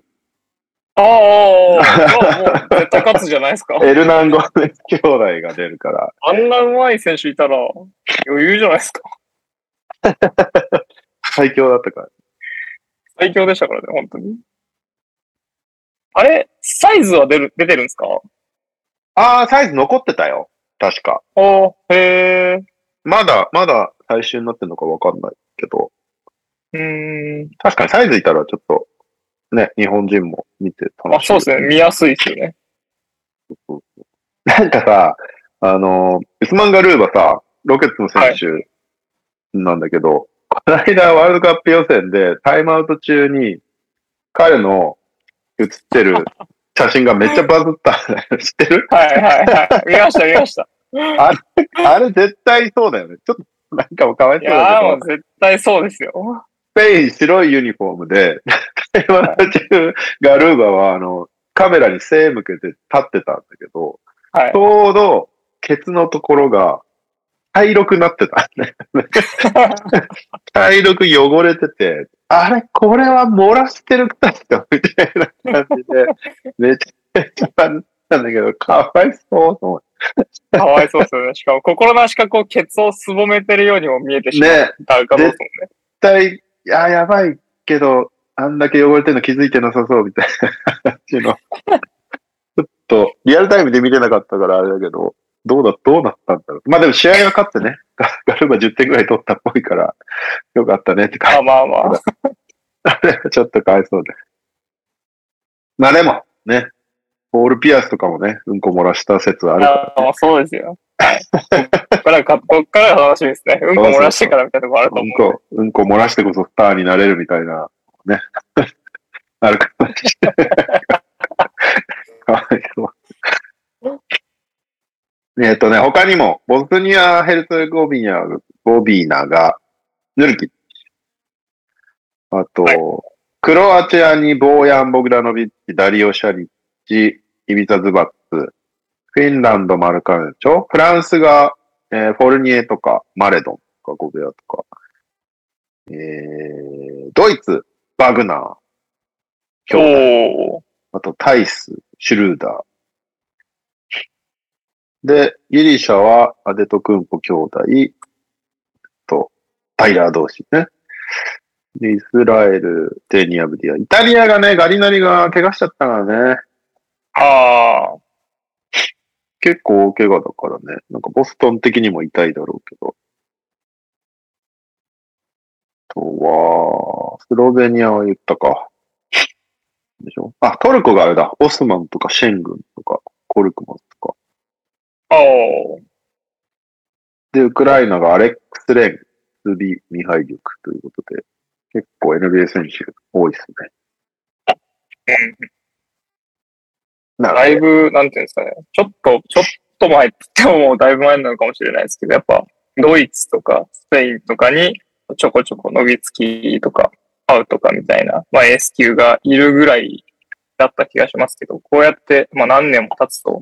Speaker 2: ああ、まあもう絶対勝つじゃないですか
Speaker 3: (laughs) エルナンゴネス兄弟が出るから、
Speaker 2: あんな上手い選手いたら余裕じゃないですか。
Speaker 3: 最強だったから。
Speaker 2: 最強でしたからね、本当に。あれ、サイズは出る、出てるんですか
Speaker 3: あー、サイズ残ってたよ。確か。
Speaker 2: ああ、へえ。
Speaker 3: まだ、まだ最終になってるのかわかんないけど、
Speaker 2: うーん。
Speaker 3: 確かにサイズいたらちょっと、ね、日本人も見て楽しい。
Speaker 2: あ、そうですね。見やすいですよね。
Speaker 3: なんかさ、あの、ウスマンガルーバさ、ロケッツの選手なんだけど、この間ワールドカップ予選でタイムアウト中に彼の写ってる写真がめっちゃバズった (laughs) んだよ。知ってる
Speaker 2: はいはいはい。見ました見ま
Speaker 3: (laughs)
Speaker 2: した。
Speaker 3: あれ絶対そうだよね。ちょっとなんかもうかわい
Speaker 2: い
Speaker 3: そうだ
Speaker 2: や
Speaker 3: け
Speaker 2: ー
Speaker 3: ど
Speaker 2: もう。絶対そうですよ。
Speaker 3: スペイン白いユニフォームで、 (laughs) 台湾中、ガルーバはあの、カメラに背向けて立ってたんだけど、
Speaker 2: はい
Speaker 3: (laughs) ちょうど、ケツのところが、茶色くなってた。茶色く汚れてて、あれこれは漏らしてるかよみたいな感じで、めちゃめちゃなんだけど、かわいそうと思っ
Speaker 2: かわいそうですよね。しかも心なしかこう、ケツをすぼめてるようにも見えて
Speaker 3: て。
Speaker 2: しま
Speaker 3: ね、
Speaker 2: ったかどうですもんね。
Speaker 3: 絶対、いや、やばいけど、あんだけ汚れてるの気づいてなさそうみたいな感じの。ちょっと、リアルタイムで見れなかったからあれだけど、どうだ、どうなったんだろう。まあでも試合は勝ってね、ガガルバ10点ぐらい取ったっぽいから、よかったねって感
Speaker 2: あまあまあ。
Speaker 3: じ。 (laughs) ちょっとかわいそうで。まあでも、ね、ポール・ピアスとかもね、うんこ漏らした説はあるから
Speaker 2: ああそうですよ。こっからか、こっからが楽しみですね。うんこ漏らしてからみたいなとこあると
Speaker 3: う
Speaker 2: 思
Speaker 3: ん
Speaker 2: う。
Speaker 3: こ、うんこ漏らしてこそスターになれるみたいな、ね。 (laughs) あるかもしれ (laughs) ない。かわいそう。えっとね、他にも、ボスニア・ヘルツェゴビニア、ゴビーナが、ヌルキッチ。あと、
Speaker 2: はい
Speaker 3: クロアチアにボーヤン・ボグダノビッチ、ダリオ・シャリッチ、イビザ・ズバッツ、フィンランド、マルカルチョ、フランスが、えーフォルニエとか、マレドンとか、ゴベアとか、えー、ドイツ、バグナー、
Speaker 2: お
Speaker 3: 兄弟
Speaker 2: おー
Speaker 3: あとタイス、シュルーダー。で、ギリシャはアデトクンポ兄弟とタイラー同士ね。で、イスラエル、デニアブディア。イタリアがね、ガリナリが怪我しちゃったからね。
Speaker 2: ああ、
Speaker 3: 結構大怪我だからね。なんかボストン的にも痛いだろうけど。あとは、スロベニアは言ったか。でしょあ、トルコがあれだ。オスマンとかシェン軍とか、コルクマンとか。
Speaker 2: ああ、
Speaker 3: で、ウクライナがアレックス・レン、スビ・ミハイリュクということで、結構 NBA 選手多いですね。
Speaker 2: うん。
Speaker 3: な
Speaker 2: だ
Speaker 3: る
Speaker 2: いぶ、なんていうんですかね。ちょっと、ちょっと前って言ってももうだいぶ前なのかもしれないですけど、やっぱ、ドイツとか、スペインとかに、ちょこちょこ、ノビツキとか、パウとかみたいな、まあ、エース級がいるぐらいだった気がしますけど、こうやって、まあ、何年も経つと、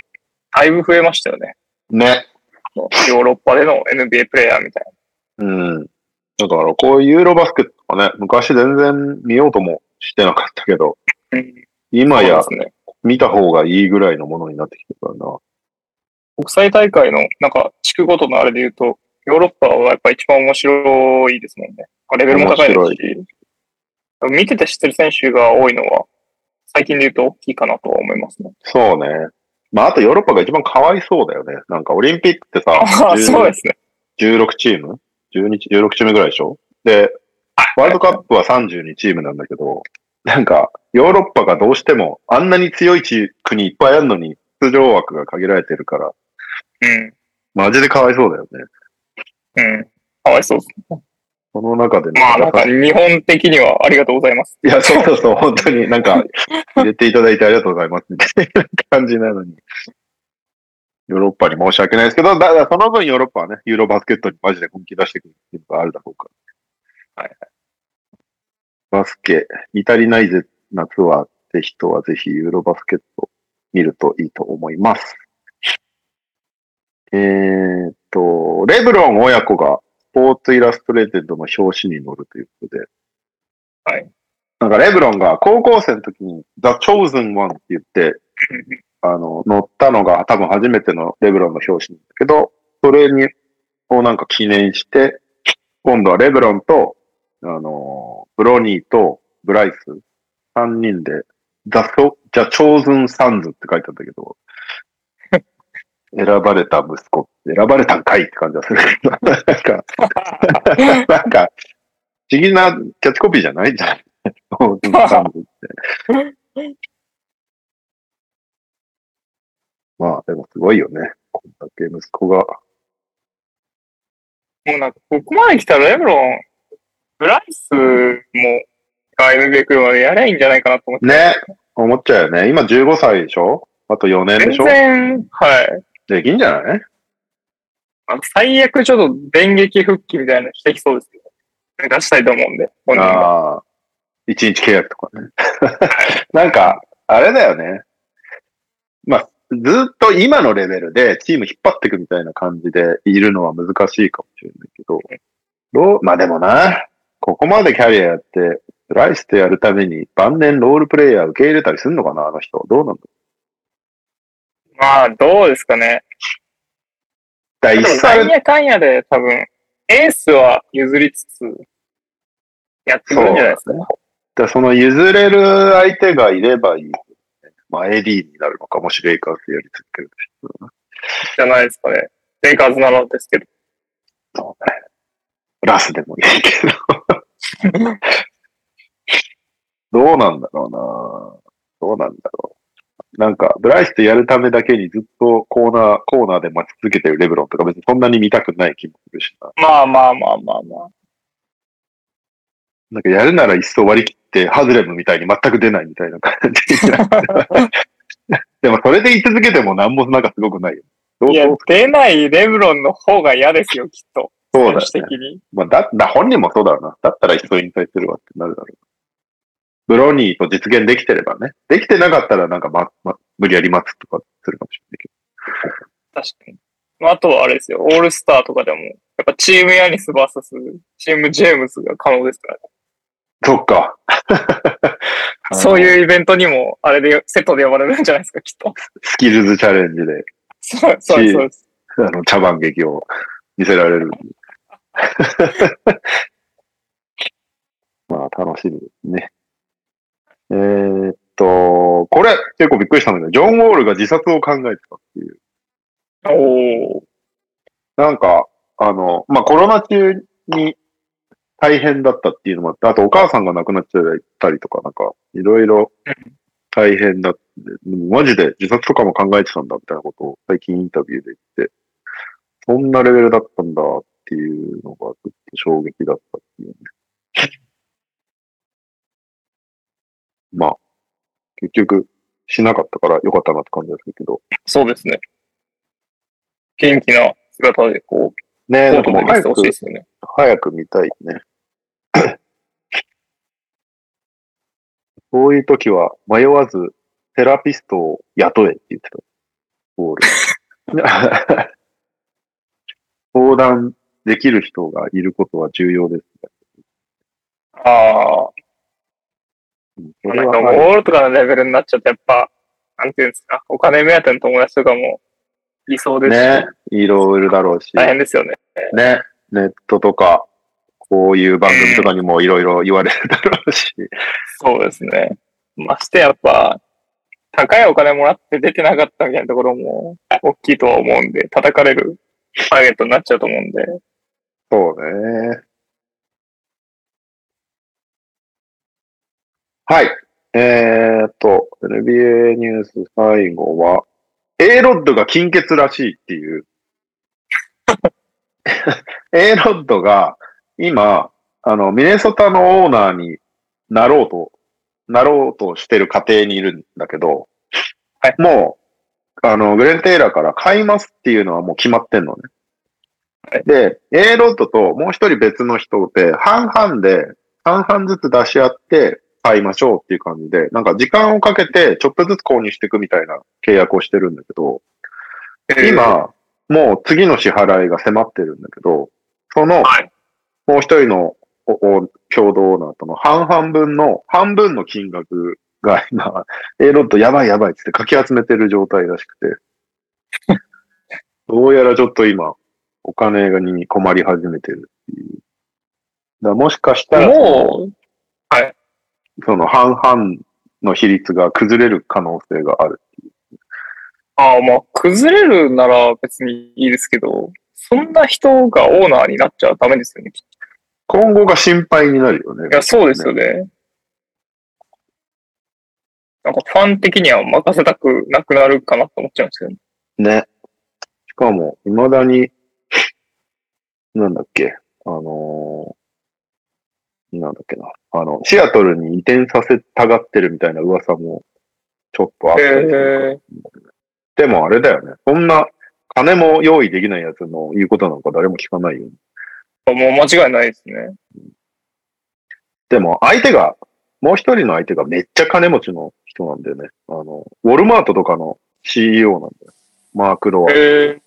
Speaker 2: だいぶ増えましたよね。
Speaker 3: ね。
Speaker 2: ヨーロッパでの NBA プレイヤーみたい
Speaker 3: うん。だから、こういうユーロバスケットとかね、昔全然見ようともしてなかったけど、
Speaker 2: な。うん
Speaker 3: 今や
Speaker 2: そうですね。
Speaker 3: 見た方がいいぐらいのものになってきてるからな。
Speaker 2: 国際大会の、なんか、地区ごとのあれで言うと、ヨーロッパはやっぱ一番面白いですもんね。レベルも高いですし、見てて知ってる選手が多いのは、最近で言うと大きいかなとは思いますね。
Speaker 3: そうね。まあ、あとヨーロッパが一番かわいそうだよね。なんかオリンピックってさ、
Speaker 2: (laughs) ああ、
Speaker 3: 10
Speaker 2: そうですね。
Speaker 3: 16チーム ?12 チ、16チームぐらいでしょで、ワールドカップは32チームなんだけど、なんか、ヨーロッパがどうしても、あんなに強い地国いっぱいあるのに、出場枠が限られてるから、
Speaker 2: うん。
Speaker 3: マジでかわいそうだよね。
Speaker 2: うん。かわいそうです。
Speaker 3: その中でね、
Speaker 2: まあ、な
Speaker 3: なん
Speaker 2: ん
Speaker 3: か
Speaker 2: か日本的にはありがとうござい (laughs) ます。
Speaker 3: いや、そうそうそう、本当になんか、入れていただいてありがとうございます、みたいな感じなのに。ヨーロッパに申し訳ないですけど、だからその分ヨーロッパはね、ユーロバスケットにマジで本気出してくるっていうのがあるだろうから。
Speaker 2: はい
Speaker 3: バスケ、見足りないぜ夏はって人はぜひユーロバスケット見るといいと思います。えーっと、レブロン親子がスポーツイラストレーテッドの表紙に載るということで。
Speaker 2: はい。
Speaker 3: なんかレブロンが高校生の時に The Chosen One って言って、あの、乗ったのが多分初めてのレブロンの表紙なんだけど、それに、をなんか記念して、今度はレブロンと、あの、ブロニーとブライス、3人で、The, So- The Chosen Sons って書いてあったけど、選ばれた息子、選ばれたんかいって感じがするけど、 (laughs) なんか、なんか、不思議なキャッチコピーじゃないじゃん。The Chosen Sons って。 (laughs) まあ、でもすごいよね。こんだけ息子が。
Speaker 2: もうなんか、ここまで来たらレブロン、ブライスも、が NBA 来るまでやりゃいいんじゃないかなと思って。
Speaker 3: ね。思っちゃうよね。今15歳でしょあと4年で
Speaker 2: 全
Speaker 3: しょ
Speaker 2: 然、はい。
Speaker 3: できんじゃない
Speaker 2: あの最悪ちょっと電撃復帰みたいなのしてきそうですけど、出したいと思うんで、本人が。
Speaker 3: ああ。1日契約とかね。 (laughs) なんか、あれだよね。まあ、ずっと今のレベルでチーム引っ張っていくみたいな感じでいるのは難しいかもしれないけど、ローまあでもな、ここまでキャリアやって、ライスとやるために晩年ロールプレイヤー受け入れたりするのかな、あの人。どうなんだ
Speaker 2: まあ、どうですかね。
Speaker 3: ろう
Speaker 2: で
Speaker 3: 一
Speaker 2: も、
Speaker 3: 切
Speaker 2: なんやかんやで多分、エースは譲りつつ、やってくるんじゃないですか。
Speaker 3: だからその譲れる相手がいればいい、ね。まあ、エリーになるのかもしれいかってやり続けるとしても
Speaker 2: じゃないですかね。レイカーズなのですけど。
Speaker 3: そうね。ラスでもいいけど。どうなんだろうなどうなんだろう。なんか、ブライスとやるためだけにずっとコーナー、コーナーで待ち続けてるレブロンとか別にそんなに見たくない気もするしな。
Speaker 2: まあまあまあまあまあ。
Speaker 3: なんかやるなら一層割り切って、ハズレムみたいに全く出ないみたいな感じになって。でもそれで言い続けても何もなんかすごくないよ。どう
Speaker 2: いや
Speaker 3: どう、
Speaker 2: 出ないレブロンの方が嫌ですよ、きっと。
Speaker 3: そうだ
Speaker 2: 選
Speaker 3: よ
Speaker 2: 手
Speaker 3: ね。
Speaker 2: 的に。
Speaker 3: まあ、だ、だ、本人もそうだろうな。だったら一層引退するわってなるだろう。ブロニーと実現できてればね。できてなかったらなんか、ま、ま、無理やり待つとかするかもしれないけ
Speaker 2: 確かに。まあ、あとはあれですよ、オールスターとかでも、やっぱチームヤニス VS チームジェームズが可能ですから。。
Speaker 3: ど。そっか
Speaker 2: (laughs) そう
Speaker 3: う。
Speaker 2: いうイベントにも、あれで、セットで呼ばれるんじゃないですか、きっと。
Speaker 3: スキルズチャレンジで、
Speaker 2: (laughs) そう、そうです、そうです。
Speaker 3: あの、茶番劇を見せられる。 (laughs) まあ、楽しみですね。えーっと、これ、結構びっくりしたんだけど、ジョン・ウォールが自殺を考えてたっていう。
Speaker 2: おお。
Speaker 3: なんか、あの、まあ、コロナ中に大変だったっていうのもあって、あとお母さんが亡くなっちゃったりとか、なんか、いろいろ大変だって、マジで自殺とかも考えてたんだみたいなことを最近インタビューで言って、そんなレベルだったんだっていうのがずっと衝撃だったっていうね。まあ、結局、しなかったから良かったなって感じですけど。
Speaker 2: そうですね。元気な姿で、こう、
Speaker 3: ね
Speaker 2: コ
Speaker 3: え、な
Speaker 2: ー
Speaker 3: んか
Speaker 2: トで
Speaker 3: も
Speaker 2: 見せてほ
Speaker 3: う早く
Speaker 2: しいですよね。
Speaker 3: 早く見たいね。 (coughs) そういう時は迷わずセラピストを雇えって言ってた。ボール。 (laughs) 相談できる人がいることは重要です。
Speaker 2: あ
Speaker 3: う
Speaker 2: あ、
Speaker 3: んそれ
Speaker 2: なん
Speaker 3: は
Speaker 2: かもうゴールとかのレベルになっちゃって、やっぱ、なんていうんですか、お金目当ての友達とかも理想ですし、
Speaker 3: ね、いろいろだろうし、
Speaker 2: 大変ですよね。
Speaker 3: ね、ネットとか、こういう番組とかにもいろいろ言われるだろうし、
Speaker 2: そうですね。ましてやっぱ、高いお金もらって出てなかったみたいなところも大きいとは思うんで、叩かれるターゲットになっちゃうと思うんで、
Speaker 3: そうね。はい。えー、っと、NBA ニュース最後は、A ロッドが金欠らしいっていう。A ロッドが今、あの、ミネソタのオーナーになろうと、なろうとしてる過程にいるんだけど、
Speaker 2: はい
Speaker 3: もう、あの、グレン・テイラーから買いますっていうのはもう決まってんのね。で、A ロッドともう一人別の人で、半々で、半々ずつ出し合って買いましょうっていう感じで、なんか時間をかけてちょっとずつ購入していくみたいな契約をしてるんだけど、今、もう次の支払いが迫ってるんだけど、その
Speaker 2: はい、
Speaker 3: もう一人のおお共同オーナーとの半々分の、半分の金額が今、A (laughs) ロッドやばいやばいっつってかき集めてる状態らしくて、どうやらちょっと今、お金に困り始めてるっていう。だからもしかしたら、
Speaker 2: もう、
Speaker 3: その半々の比率が崩れる可能性がある。
Speaker 2: ああ、まあ、崩れるなら別にいいですけど、そんな人がオーナーになっちゃダメですよね。い
Speaker 3: 今後が心配になるよね。
Speaker 2: や、そうですよね。なんかファン的には任せたくなくなるかなと思っちゃうんですけど、ね、
Speaker 3: ね。しかも、未だに、なんだっけ、あのーなんだっけな、あの、シアトルに移転させたがってるみたいな噂も、ちょっとあったりするから
Speaker 2: え
Speaker 3: でもあれだよね。そんな、金も用意できないやつの言うことなんか誰も聞かないよね。
Speaker 2: ー、もう間違いないですね。
Speaker 3: でも、相手が、もう一人の相手がめっちゃ金持ちの人なんだよね。あの、ウォルマートとかの CEO なんだよ。マーク・ロア。
Speaker 2: えー、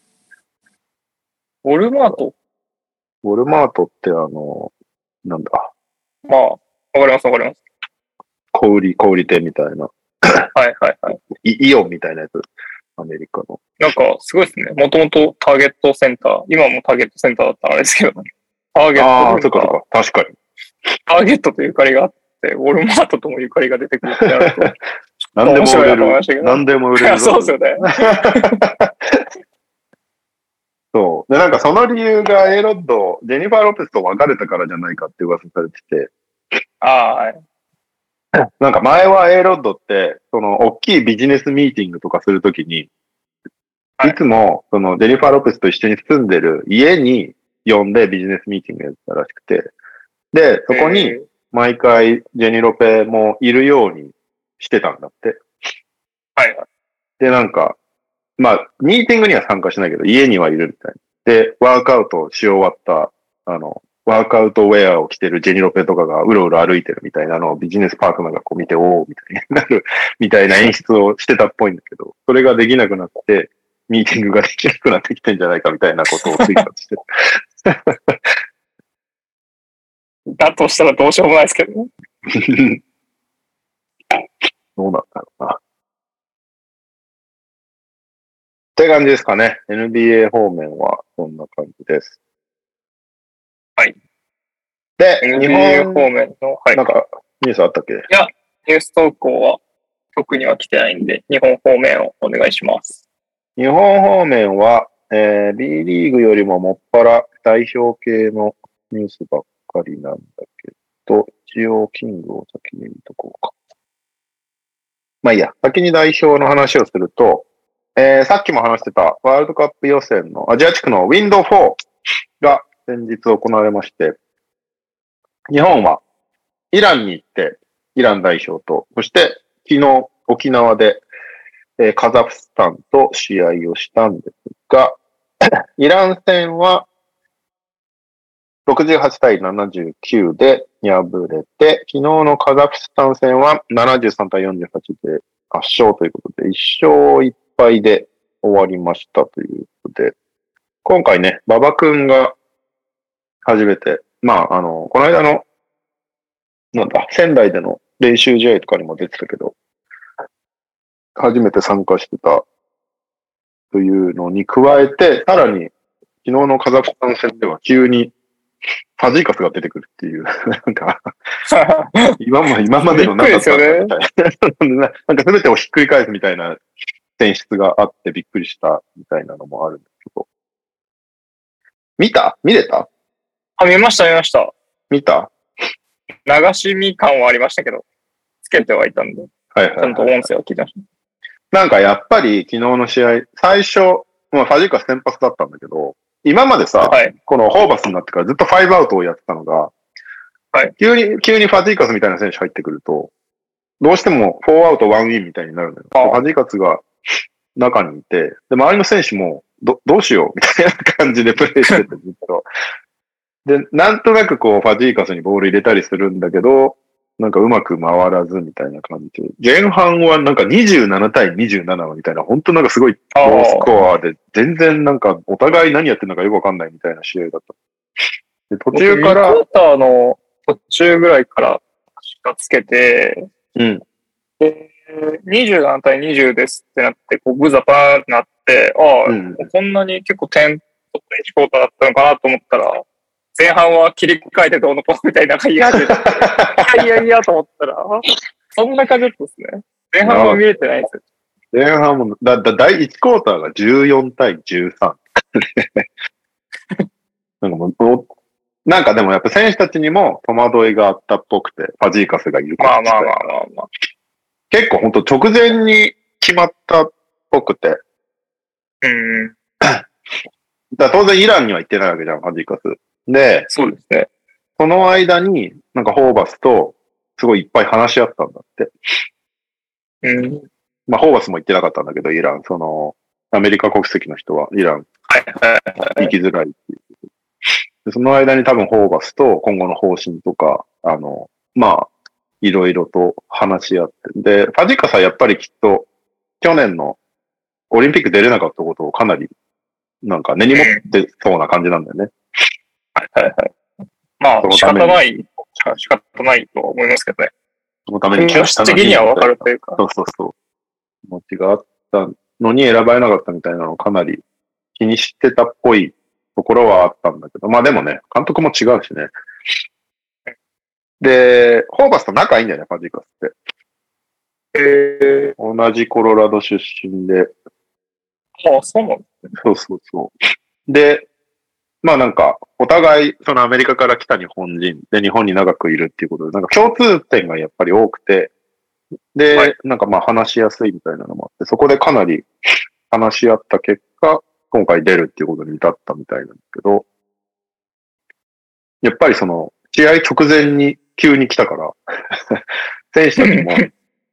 Speaker 2: ウォルマート
Speaker 3: ウォルマートってあの、なんだ、
Speaker 2: まあ、わかりますわかります。
Speaker 3: 小売り、小売店みたいな、
Speaker 2: はいはいはい。
Speaker 3: イイオンみたいなやつ、アメリカの。
Speaker 2: なんか、すごいですね。もともとターゲットセンター、今もターゲットセンターだったんですけど、ターゲ
Speaker 3: ああ
Speaker 2: ッ
Speaker 3: ー、そ
Speaker 2: ト
Speaker 3: っ
Speaker 2: とい
Speaker 3: かそ
Speaker 2: うか、
Speaker 3: っか、確かに。
Speaker 2: ターゲットというゆかりがあって、ウォルマートともゆかりが出てくるってな
Speaker 3: (laughs)
Speaker 2: ると
Speaker 3: 何で
Speaker 2: 面
Speaker 3: も売れ
Speaker 2: 白いなと思いましたけ
Speaker 3: る。
Speaker 2: ど
Speaker 3: 何でも売
Speaker 2: い
Speaker 3: れ
Speaker 2: や (laughs)
Speaker 3: る。
Speaker 2: そうですよね。
Speaker 3: そう。で、なんかその理由が A ロッド、ジェニファー・ロペスと別れたからじゃないかって噂されてて、
Speaker 2: ああ、はい。
Speaker 3: なんか前は A ロッドって、その、大きいビジネスミーティングとかするときに、
Speaker 2: はい
Speaker 3: いつも、その、ジェニファー・ロペスと一緒に住んでる家に呼んでビジネスミーティングやってたらしくて、で、そこに、
Speaker 2: え
Speaker 3: 毎回ジェニロペもいるようにしてたんだって。
Speaker 2: ーはいはい。
Speaker 3: で、なんか、まあ、ミーティングには参加しないけど、家にはいるみたいな。で、ワークアウトし終わった、あの、ワークアウトウェアを着てるジェニロペとかがうろうろ歩いてるみたいなのをビジネスパートナーがこう見て、おーみたいにな (laughs) る、みたいな演出をしてたっぽいんだけど、それができなくなって、ミーティングができなくなってきてんじゃないかみたいなことを推察してる。
Speaker 2: だとしたらどうしようもないですけどね。
Speaker 3: (laughs) どうなんだろうな。って感じですかね。NBA 方面はそんな感じです。
Speaker 2: はい。
Speaker 3: で、日
Speaker 2: NBA
Speaker 3: 本、
Speaker 2: 方面の、はい
Speaker 3: な。んかニュースあったっけ
Speaker 2: ニュース投稿は特には来てないんで、日本方面をお願いします。 (laughs)
Speaker 3: 日本方面は、えー、B リーグよりももっぱら代表系のニュースばっかりなんだけど、一応キングを先に見とこうか。まあいいや、先に代表の話をすると、えー、さっきも話してたワールドカップ予選のアジア地区のウィンドウ4が先日行われまして、日本はイランに行って、イラン代表と、そして昨日沖縄で、えーカザフスタンと試合をしたんですが、 (coughs) イラン戦は68対79で敗れて、昨日のカザフスタン戦は73対48で圧勝ということで、1勝1敗で終わりましたということで、今回ね、馬場くんが初めて、まあ、あの、この間の、なんだ、仙台での練習試合とかにも出てたけど、初めて参加してたというのに加えて、さらに、昨日のカザフスタン戦では急にファジーカスが出てくるっていう、 (laughs) なんか、今も今までのなかったみたいな。 (laughs) なんか全てをひっくり返すみたいな選出があってびっくりしたみたいなのもあるんですけど。見た見れた
Speaker 2: あ、見ました、見ました。
Speaker 3: 見た
Speaker 2: 流し見感はありましたけど、つけてはいたんで、
Speaker 3: はいはい、
Speaker 2: ちゃんと音声を聞いてまし
Speaker 3: なんかやっぱり昨日の試合、最初、まあ、ファジーカス先発だったんだけど、今までさ、
Speaker 2: た。はい。
Speaker 3: このホーバスになってからずっとファイブアウトをやってたのが、
Speaker 2: はい
Speaker 3: 急に、急にファジーカスみたいな選手入ってくると、どうしてもフォーアウトワンインみたいになるのよ。
Speaker 2: ああ
Speaker 3: ファジーカスが中にいて、で、周りの選手もど、どうしようみたいな感じでプレイしてて、ずっ (laughs) と。で、なんとなくこう、ファジーカスにボール入れたりするんだけど、なんかうまく回らずみたいな感じで。前半はなんか27対27みたいな、本当なんかすごい
Speaker 2: あ
Speaker 3: ロース
Speaker 2: あ、
Speaker 3: コアで、全然なんか、お互い何やってるのかよくわかんないみたいな試合だった。で途中か
Speaker 2: 僕
Speaker 3: ら
Speaker 2: リ、クーターの途中ぐらいから、確かつけて、
Speaker 3: うん、
Speaker 2: で、27対20ですってなって、こう、グザパーになって、ああ、
Speaker 3: うん、
Speaker 2: こんなに結構点取って1クォーターだったのかなと思ったら、前半は切り替えてどうのこうのみたいな
Speaker 3: (laughs)
Speaker 2: 言い始めて、いやいやいやと思ったら、あそんな感じだったですね。前半は見れてないですよ。
Speaker 3: 前半も、だ、だ、第1クォーターが14対13。なんかもうお、なんかでもやっぱ選手たちにも戸惑いがあったっぽくて、ファジーカスがいる
Speaker 2: まあまあまあまあまあ。
Speaker 3: 結構本当直前に決まったっぽくて、
Speaker 2: うん、
Speaker 3: だから当然イランには行ってないわけじゃん、ファジーカス。で、
Speaker 2: そうですね。
Speaker 3: その間に、なんかホーバスと、すごいいっぱい話し合ったんだって。
Speaker 2: うん、
Speaker 3: まあ、ホーバスも言ってなかったんだけど、イラン、その、アメリカ国籍の人はイラン
Speaker 2: はいはい
Speaker 3: 行きづらいっていう。でその間に多分ホーバスと今後の方針とか、あの、まあ、いろいろと話し合って。で、ファジーカさんやっぱりきっと、去年のオリンピック出れなかったことをかなり、なんか根に持ってそうな感じなんだよね。
Speaker 2: はいはい。ま
Speaker 3: そ
Speaker 2: あ、
Speaker 3: の
Speaker 2: 仕
Speaker 3: た
Speaker 2: 方
Speaker 3: めに
Speaker 2: ない、仕方ないとは思いますけどね。
Speaker 3: そのために
Speaker 2: 気持ち的にはわかるというか。
Speaker 3: そうそうそう。気持ちがあったのに選ばれなかったみたいなのをかなり気にしてたっぽいところはあったんだけど、まあでもね、監督も違うしね。で、ホーバスと仲いいんだよね、ファジーカスって。
Speaker 2: え
Speaker 3: 同じコロラド出身で、
Speaker 2: ー、ああ、そうなの
Speaker 3: そうそうそう。で、まあなんか、お互い、そのアメリカから来た日本人で日本に長くいるっていうことで、なんか共通点がやっぱり多くて、で、
Speaker 2: はい
Speaker 3: なんかまあ話しやすいみたいなのもあって、そこでかなり話し合った結果、今回出るっていうことに至ったみたいなんだけど、やっぱりその、試合直前に急に来た
Speaker 2: (laughs)
Speaker 3: から、選手たちも、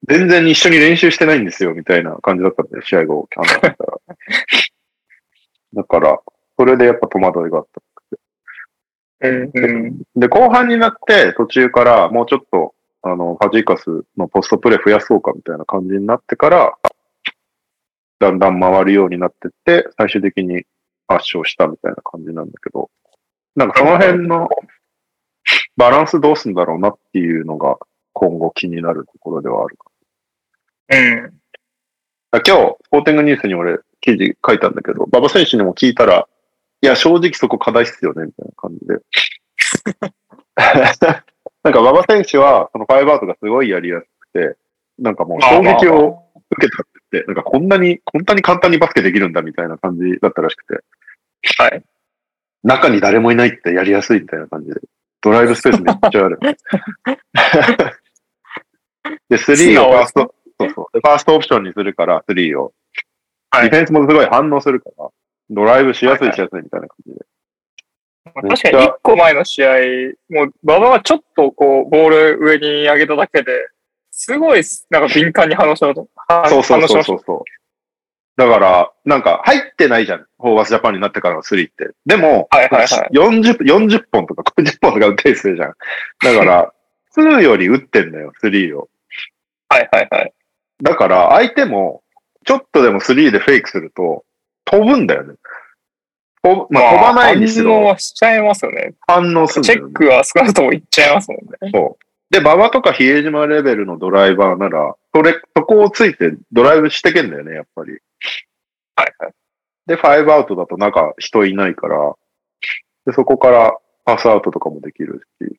Speaker 3: 全然一緒に練習してないんですよ、みたいな感じだったんで、試合後、キャンプだったら。だから、それでやっぱ戸惑いがあった。
Speaker 2: うん、うん。
Speaker 3: で、後半になって、途中からもうちょっと、あの、ファジーカスのポストプレー増やそうかみたいな感じになってから、だんだん回るようになってって、最終的に圧勝したみたいな感じなんだけど、なんかその辺のバランスどうすんだろうなっていうのが今後気になるところではある。
Speaker 2: うん。
Speaker 3: 今日、スポーティングニュースに俺、記事書いたんだけど、馬場選手にも聞いたら、いや、正直そこ課題っすよね、みたいな感じで。 (laughs) なんか馬場選手は、そのファイブアウトがすごいやりやすくて、なんかもう衝撃を受けたって言って、なんかこんなに、こんなに簡単にバスケできるんだみたいな感じだったらしくて、
Speaker 2: はい。
Speaker 3: 中に誰もいないってやりやすいみたいな感じで、
Speaker 2: (laughs)
Speaker 3: ドライブスペースめっちゃある。で、スリーをファースト、そうそう。でファーストオプションにするから、3を。
Speaker 2: はい
Speaker 3: ディフェンスもすごい反応するから、ドライブしやすいしやすいみたいな感じで。
Speaker 2: まあ確かに1個前の試合、もう馬場はちょっとこう、ボール上に上げただけで、すごいなんか敏感に反応しました。
Speaker 3: そうそう
Speaker 2: 反応し
Speaker 3: そ
Speaker 2: ま
Speaker 3: う
Speaker 2: した
Speaker 3: そうそう。だから、なんか入ってないじゃん。ホーバスジャパンになってからの3って。でも、
Speaker 2: はいはいはい
Speaker 3: 40、40本とか50本とか打ってる人じゃん。だ
Speaker 2: (laughs)
Speaker 3: から、2より打ってんだよ、3を。
Speaker 2: はいはいはい。
Speaker 3: だから、相手も、ちょっとでも3でフェイクすると、飛ぶんだよね。飛ぶまあ、飛ばないにし
Speaker 2: 反応
Speaker 3: ろ、
Speaker 2: はしちゃいますよね。
Speaker 3: 反応するんだ
Speaker 2: チ
Speaker 3: よ
Speaker 2: ェッ
Speaker 3: ね
Speaker 2: クは少なくともいっちゃいますもんね。
Speaker 3: そう。で、馬場とか比江島レベルのドライバーなら、それ、そこをついてドライブしてけんだよね、やっぱり。
Speaker 2: はい
Speaker 3: はい。で、ファイブアウトだと中人いないから、で、そこからパスアウトとかもできるし、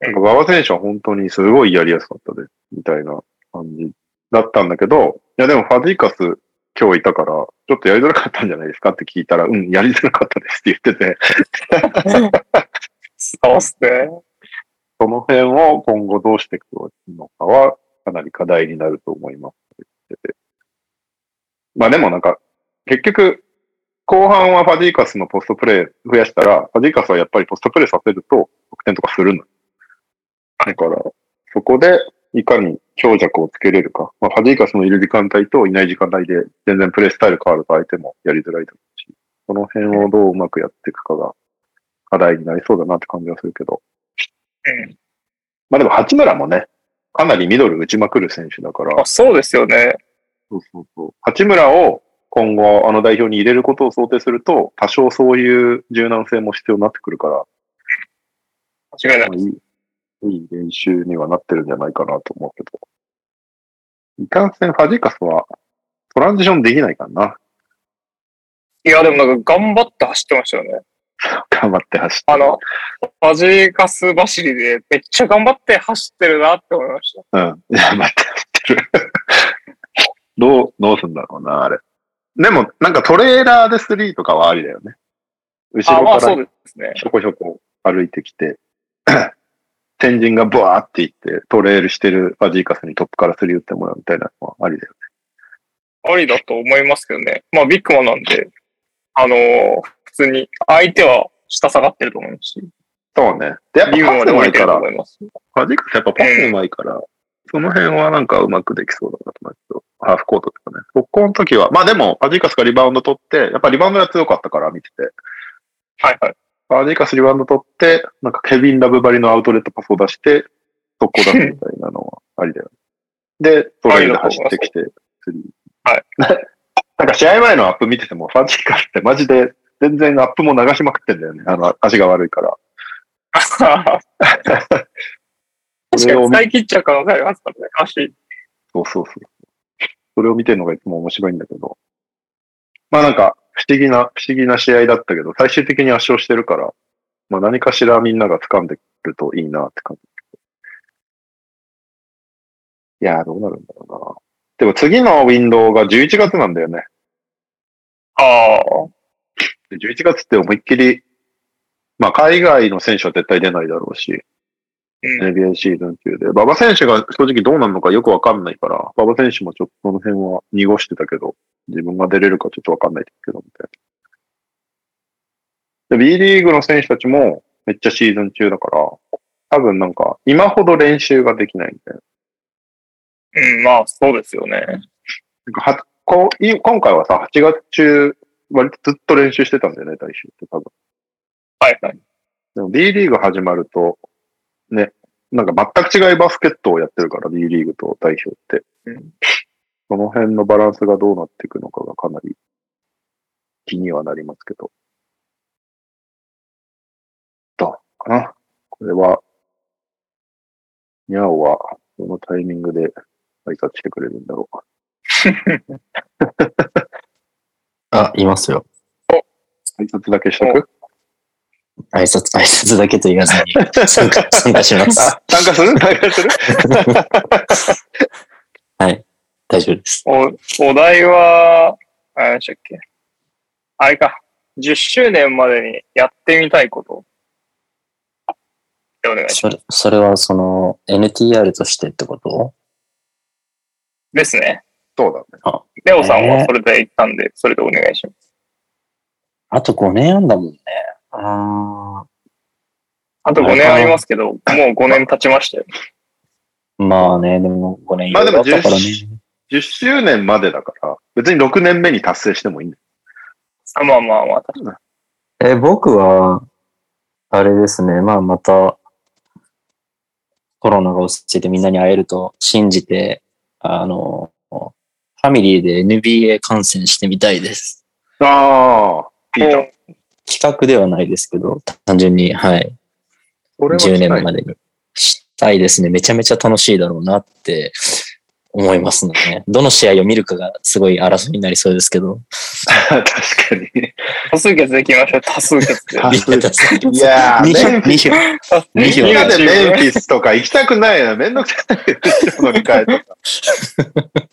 Speaker 3: なんか馬場選手は本当にすごいやりやすかったです、みたいな感じだったんだけど、いやでもファジーカス今日いたから、ちょっとやりづらかったんじゃないですかって聞いたら、うん、やりづらかったですって言ってて、
Speaker 2: そうっすね。
Speaker 3: その辺を今後どうしていくのかは、かなり課題になると思います。まあでもなんか、結局、後半はファジーカスのポストプレー増やしたら、ファジーカスはやっぱりポストプレーさせると得点とかするの。だから、そこでいかに強弱をつけれるか。まあ、ファジーカスのいる時間帯といない時間帯で全然プレースタイル変わると相手もやりづらいだろうし、その辺をどううまくやっていくかが課題になりそうだなって感じはするけど。
Speaker 2: うん
Speaker 3: まあでも八村もね、かなりミドル打ちまくる選手だから
Speaker 2: あ、そうですよね。
Speaker 3: そうそうそう八村を今後あの代表に入れることを想定すると、多少そういう柔軟性も必要になってくるから、
Speaker 2: 間違いな
Speaker 3: ま
Speaker 2: い。
Speaker 3: あいいいい練習にはなってるんじゃないかなと思うけど。いかんせんファジーカスはトランジションできないからな。
Speaker 2: いや、でもなんか頑張って走ってましたよね。
Speaker 3: 頑張って走って。
Speaker 2: あの、ファジーカス走りでめっちゃ頑張って走ってるなって思いました。
Speaker 3: うん。いや、待って、知ってる。 (laughs) どう、どうすんだろうな、あれ。でも、なんかトレーラーで3とかはありだよね。後
Speaker 2: あ、ま
Speaker 3: ろ
Speaker 2: あ
Speaker 3: か
Speaker 2: そ
Speaker 3: ら
Speaker 2: うですね。
Speaker 3: ひょこひょこ歩いてきて、 (clears throat) 天神がブワーって行って、トレールしてるファジーカスにトップから3打ってもらうみたいなのはありだよね。
Speaker 2: ありだと思いますけどね。まあビッグマンなんで、あのー普通に相手は下下がってると思うし、
Speaker 3: そうね。で、やっぱ
Speaker 2: リ
Speaker 3: パ
Speaker 2: ーグま
Speaker 3: スう
Speaker 2: で降
Speaker 3: ま
Speaker 2: り
Speaker 3: い
Speaker 2: て
Speaker 3: か
Speaker 2: ると
Speaker 3: ら、フ
Speaker 2: 思います。
Speaker 3: ァジーカスやっぱパスうまいから、その辺はなんかうまくできそうだなと思うけど、ハーフコートとかね。速攻の時は、まあでも、ファジーカスがリバウンド取って、やっぱリバウンドが強かったから見てて、
Speaker 2: はいはい。
Speaker 3: ファジーカスリバウンド取って、なんかケビン・ラブバリのアウトレットパスを出して、速攻出すみたいなのはありだよ
Speaker 2: (laughs)
Speaker 3: ね。で、トレイルで走ってきて、スリー。
Speaker 2: はい。
Speaker 3: (laughs) なんか試合前のアップ見てても、ファジーカスってマジで全然アップも流しまくってんだよね。あの、足が悪
Speaker 2: (laughs)
Speaker 3: いから。
Speaker 2: 確かに使い切っちゃう可能性ありますからね、足。
Speaker 3: そうそうそう。それを見てるのがいつも面白いんだけど。まあなんか、不思議な、不思議な試合だったけど、最終的に圧勝してるから、まあ何かしらみんなが掴んでるといいなって感じ。いやー、どうなるんだろうな。でも次のウィンドウが11月なんだよね。
Speaker 2: あ
Speaker 3: で11月って思いっきり、まあ海外の選手は絶対出ないだろうし、
Speaker 2: うん
Speaker 3: NBA シーズン中で。馬場選手が正直どうなるのかよくわかんないから、馬場選手もちょっとその辺は濁してたけど、自分が出れるかちょっとわかんないですけど、みたいな。で B リーグの選手たちもめっちゃシーズン中だから、多分なんか今ほど練習ができないみたいな。
Speaker 2: あ、うん、まあそうですよね。
Speaker 3: なんかはこうい今回はさ、8月中、割とずっと練習してたんだよね、大衆って多分。
Speaker 2: はいはい。
Speaker 3: でも B リーグ始まると、ね、なんか全く違いバスケットをやってるから、B リーグと代表って。
Speaker 2: うん
Speaker 3: その辺のバランスがどうなっていくのかがかなり気にはなりますけど。どうかなこれは、にゃおは、どのタイミングで挨拶してくれるんだろうか。
Speaker 1: あ、いますよ。
Speaker 3: 挨拶だけしとく
Speaker 1: 挨拶、挨拶だけと言わず (laughs) に参加、参加します。
Speaker 3: あ参加する参加する (laughs)
Speaker 1: 大丈夫です。
Speaker 2: お、お題は、あれでしたっけあれか。10周年までにやってみたいこと。でお願いし
Speaker 1: それ、それはその NTR としてってこと
Speaker 2: ですね。
Speaker 3: そうだね。
Speaker 2: レオさんはそれで行ったんで、それでお願いしま
Speaker 1: あと5年あんだもんね。あ
Speaker 2: す。あと5
Speaker 1: あ
Speaker 2: 年
Speaker 1: ー
Speaker 2: ありますけど、もう5年経ちましたよ。
Speaker 1: あ。まあね、でも5年
Speaker 3: まあでも
Speaker 1: いろいろったからね。
Speaker 3: 10周年までだから、別に6年目に達成してもいいんだよ。
Speaker 2: あまあまあまあ、確か
Speaker 1: え、僕は、あれですね、まあまた、コロナが落ち着いてみんなに会えると信じて、あの、ファミリーで NBA 観戦してみたいです。
Speaker 3: ああ、いいじゃん。
Speaker 2: に。
Speaker 1: 企画ではないですけど、単純に、はい、
Speaker 3: それは
Speaker 1: 10年
Speaker 3: したい
Speaker 1: までにしたいですね。めちゃめちゃ楽しいだろうなって思いますね。どの試合を見るかがすごい争いになりそうですけど。
Speaker 3: (laughs) 確かに。
Speaker 2: 多数決できましょう、多数決で。
Speaker 3: 多数い
Speaker 1: い
Speaker 3: やー、
Speaker 1: 2票、
Speaker 3: メン
Speaker 1: 2票。二票
Speaker 3: みんなでメンフィスとか行きたくないな。めんどくさい。後ろの控えとか。
Speaker 2: 多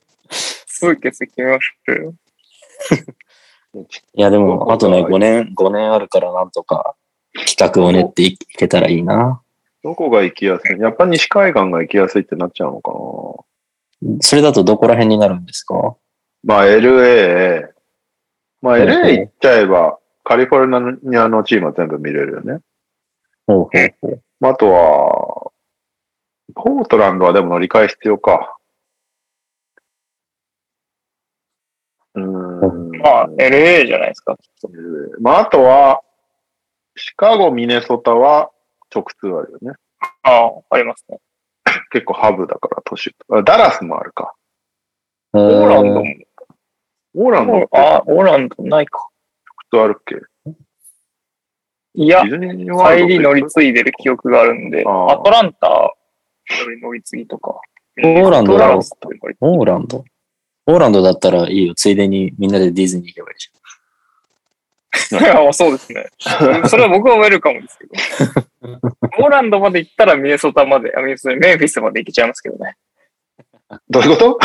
Speaker 2: 数決で決めましょうよ。
Speaker 1: いや、で
Speaker 3: どこ
Speaker 1: も、
Speaker 3: が
Speaker 1: あとね、5年、5年あるからなんとか、企画を練っていいけたらいいな。
Speaker 3: どこが行きやすいやっぱ西海岸が行きやすいってなっちゃうのか
Speaker 1: それだとどこら辺になるんですか
Speaker 3: な。まあ LA。まあ
Speaker 1: ほうほう
Speaker 3: LA 行っちゃえば、カリフォルニアのチームは全部見れるよね。
Speaker 1: ほうほうほう。
Speaker 3: まああとは、ポートランドはでも乗り換え必要か。うーん。
Speaker 2: まあ、LA じゃないですか。
Speaker 3: まあ、あとは、シカゴ、ミネソタは直通あるよね。
Speaker 2: ああ、ありますね。
Speaker 3: 結構ハブだから、都市。あダラスもあるか。
Speaker 1: オ
Speaker 2: オーランドも。
Speaker 3: オーランドって
Speaker 2: あ、オーランドないか。
Speaker 3: 直通あるっけ
Speaker 2: いや
Speaker 3: ディ、ズニーワ
Speaker 2: 帰
Speaker 3: ールド
Speaker 2: り乗り継いでる記憶があるんで、
Speaker 3: あー
Speaker 2: アトランタより乗り継ぎとか。
Speaker 1: ーランドだ
Speaker 2: ア
Speaker 1: ろ
Speaker 2: トランタより乗り継ぎ
Speaker 1: オーランド。オーランドだったらいいよ。ついでにみんなでディズニー行けばいいじ
Speaker 2: いや、そうです
Speaker 1: (laughs)
Speaker 2: ね。それは僕はウェルカムですけど。オーランドまで行ったらミネソタまで、あミネソタメンフィスまで行けちゃいますけどね。
Speaker 3: どういうこと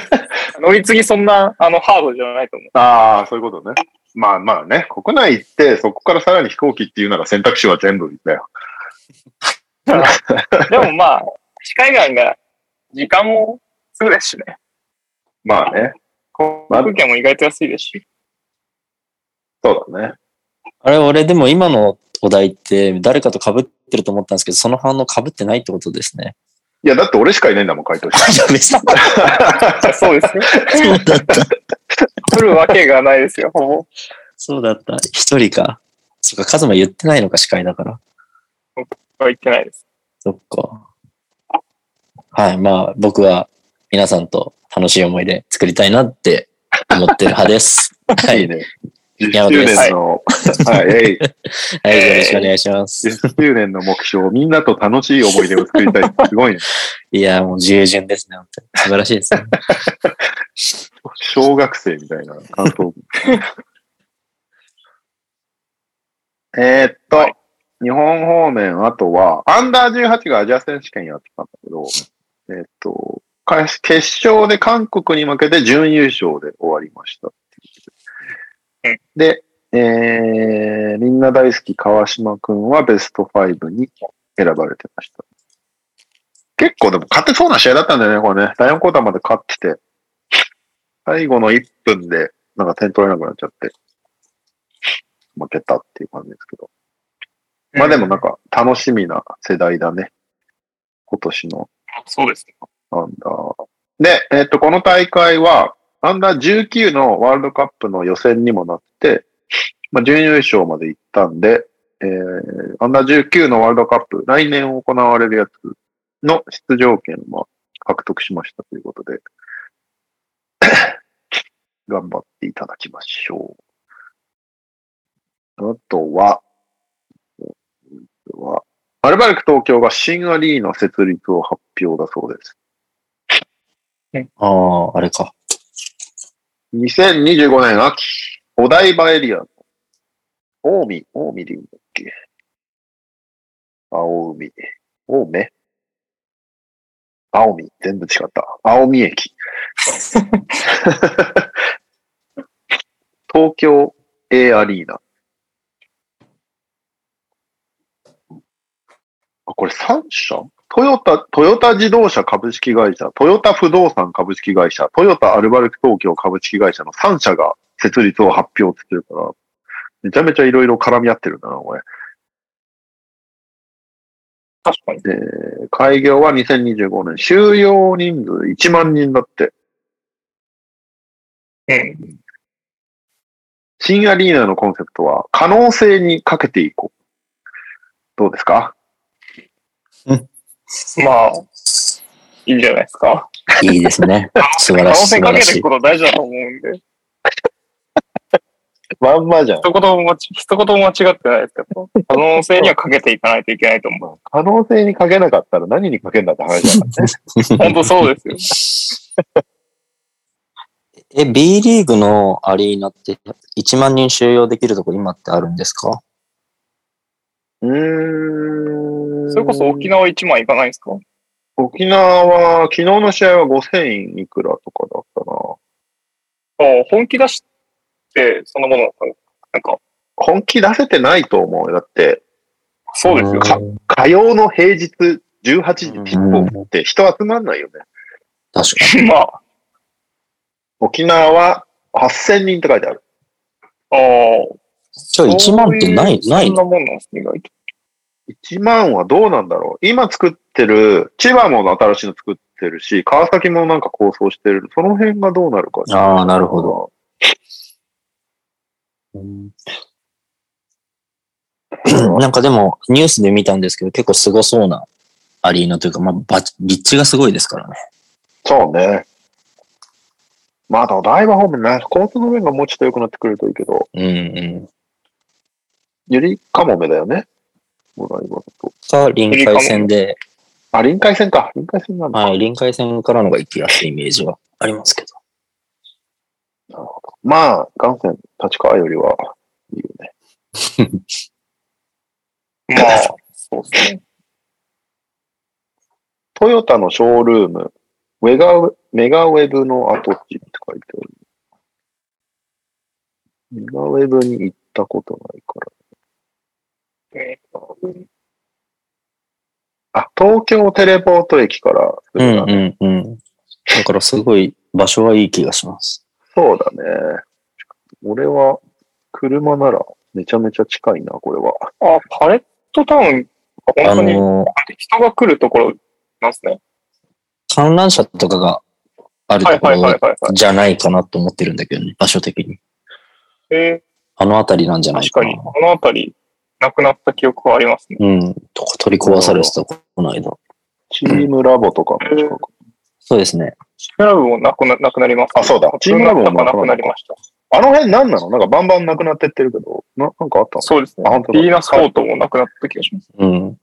Speaker 3: (laughs)
Speaker 2: 乗り継ぎそんな、あの、ハードじゃないと思う。
Speaker 3: ああ、そういうことね。まあまあね、国内行って、そこからさらに飛行機っていうなら選択肢は全部だよ。
Speaker 2: でもまあ、西海岸が時間もすぐですしね。
Speaker 3: まあね、
Speaker 2: 航空券も意外と安いですし。
Speaker 3: そうだね。
Speaker 1: ゃん。あれ、俺でも今のお題って誰かと被ってると思ったんですけど、その反応被ってないってことですね。
Speaker 3: いや、だって俺しかいないんだもん、回答者。
Speaker 1: いや、別
Speaker 2: じ
Speaker 1: に
Speaker 2: ゃあそうですよ。
Speaker 1: そうだった。
Speaker 2: 来るわけがないですよ、ほぼ。
Speaker 1: そうだった。一人か。そっか、カズマ言ってないのか、司会だから。
Speaker 2: は行ってないです。
Speaker 1: そっか。はい、まあ僕は皆さんと楽しい思い出作りたいなって思ってる派です。 (laughs) はい
Speaker 3: い
Speaker 1: い。
Speaker 3: ね。
Speaker 1: 山
Speaker 3: 10周
Speaker 1: 田です
Speaker 3: 年の、はい、えい
Speaker 1: はい、よろしくお願いします。
Speaker 3: 10周年の目標、みんなと楽しい思い出を作りたいってすごいね。
Speaker 1: いや、もう従順ですね、本当に。素晴らしいですね。
Speaker 3: 小学生みたいな感想。 (laughs) えーっと、日本方面、あとは、アンダー18がアジア選手権やってたんだけど、えーっと、か決勝で韓国に負けて準優勝で終わりましたっていう。で、えー、みんな大好き川島くんはベスト5に選ばれてました。結構でも勝てそうな試合だったんだよね、これね。第4クォーターまで勝ってて。最後の1分で、なんか点取れなくなっちゃって、負けたっていう感じですけど。まあでもなんか楽しみな世代だね。今年の
Speaker 2: そうですね。
Speaker 3: アンダー。で、えっと、この大会は、アンダー19のワールドカップの予選にもなって、まあ、準優勝まで行ったんで、えー、アンダー19のワールドカップ、来年行われるやつの出場権も獲得しましたということで、 (coughs) 頑張っていただきましょう。あとは、あとはアルバルク東京が新アリーナ設立を発表だそうです。
Speaker 1: (laughs) ああ、あれか。
Speaker 3: 2025年秋、お台場エリアの、近江、近江でいいんだっけ青海、青梅青海、全部違った。青海駅。東京 A アリーナ。あ、これ3社トヨタ、トヨタ自動車株式会社、トヨタ不動産株式会社、トヨタアルバルク東京株式会社の3社が設立を発表って言ってるから、めちゃめちゃいろいろ絡み合ってるんだな、これ。
Speaker 2: 確かに。
Speaker 3: で、開業は2025年、収容人数1万人だって、
Speaker 2: うん。
Speaker 3: 新アリーナのコンセプトは、可能性にかけていこう。どうですか
Speaker 2: まあ、いいじゃないですか。
Speaker 1: いいですね。素晴
Speaker 2: 可
Speaker 1: ら
Speaker 2: 能
Speaker 1: しい。素
Speaker 2: 性
Speaker 1: 晴
Speaker 2: からけて
Speaker 1: し
Speaker 2: い
Speaker 1: い
Speaker 2: く。こと大事だと思うんで、
Speaker 3: まんまじゃん。
Speaker 2: 一言も間違、一言も間違ってないですけ
Speaker 1: (laughs)
Speaker 2: ど、可能性にはかけていかないといけないと思う。
Speaker 3: 可能性にかけなかったら何にかけんだって話だからね。
Speaker 1: (laughs)
Speaker 2: 本当そうですよ。
Speaker 1: え、B リーグのアリーナって1万人収容できるとこ今ってあるんですか
Speaker 3: (laughs) うーん。
Speaker 2: それこそ沖縄1万いかないんですか
Speaker 3: 沖縄は、昨日の試合は5000いくらとかだったな。
Speaker 2: もう本気出して、そのもの、なんか、
Speaker 3: 本気出せてないと思うよ。だって、
Speaker 2: そうですよ。
Speaker 3: か
Speaker 1: ん
Speaker 3: 火曜の平日18時キックオフって人集まんないよね。
Speaker 1: 確かに。
Speaker 2: まあ、
Speaker 3: 沖縄は8000人って書いてある。
Speaker 2: あー
Speaker 1: じゃあ1万ってない、
Speaker 2: そうう
Speaker 1: ない
Speaker 2: そん
Speaker 1: の
Speaker 2: なもんなんですね、意外と。
Speaker 3: 1万はどうなんだろう。今作ってる、千葉も新しいの作ってるし、川崎もなんか構想してる。その辺がどうなるか。
Speaker 1: ああ、なるほど。うん (clears throat) なんかでも、ニュースで見たんですけど、結構すごそうなアリーナというか、まあ、バ立地がすごいですからね。
Speaker 3: そうね。まあ、でもだいぶ方面ね、交通の面がもうちょっと良くなってくるといいけど、
Speaker 1: うんうん。
Speaker 3: ゆりかもめだよね。もうだいぶだと。
Speaker 1: か、臨海線で、
Speaker 3: あ、臨海線か。臨海線なんだ。
Speaker 1: はい、臨海線からのが行きやすいイメージはありますけど。
Speaker 3: まあ、元線、立川よりは、いいよね。
Speaker 2: まあ、そうですね。
Speaker 3: トヨタのショールーム、ウェガウメガウェブの跡地って書いてある。メガウェブに行ったことないから。
Speaker 2: えー
Speaker 3: あ、東京テレポート駅から、
Speaker 1: うんうんうん。だからすごい場所はいい気がします。
Speaker 3: そうだね。俺は、車なら、めちゃめちゃ近いな、これは。
Speaker 2: あ、パレットタウン、
Speaker 1: あ
Speaker 2: 本当に
Speaker 1: の、
Speaker 2: 人が来るところなんですね。
Speaker 1: 観覧車とかがある
Speaker 2: は
Speaker 1: と
Speaker 2: い
Speaker 1: こ
Speaker 2: はいはい
Speaker 1: ろ
Speaker 2: はい、はい。
Speaker 1: じゃないかなと思ってるんだけどね、場所的に。
Speaker 2: え
Speaker 1: あの辺りなんじ
Speaker 2: ー
Speaker 1: ゃない
Speaker 2: 確
Speaker 1: か
Speaker 2: か
Speaker 1: な
Speaker 2: に、。あの辺り、なくなった記憶はありますね。
Speaker 1: うん。とか取り壊されてた、この間。
Speaker 3: チームラボとかも近く。
Speaker 1: そうですね。
Speaker 2: チームラブもなくななくなりました、
Speaker 3: あそうだ
Speaker 2: チームラブもなくなりました。
Speaker 3: あの辺何なのなんかバンバンなくなってってるけど、ななんかあったの
Speaker 2: そうですね
Speaker 3: あ本。当だ
Speaker 2: ビーナスコートもなくなった気がします。
Speaker 1: うん。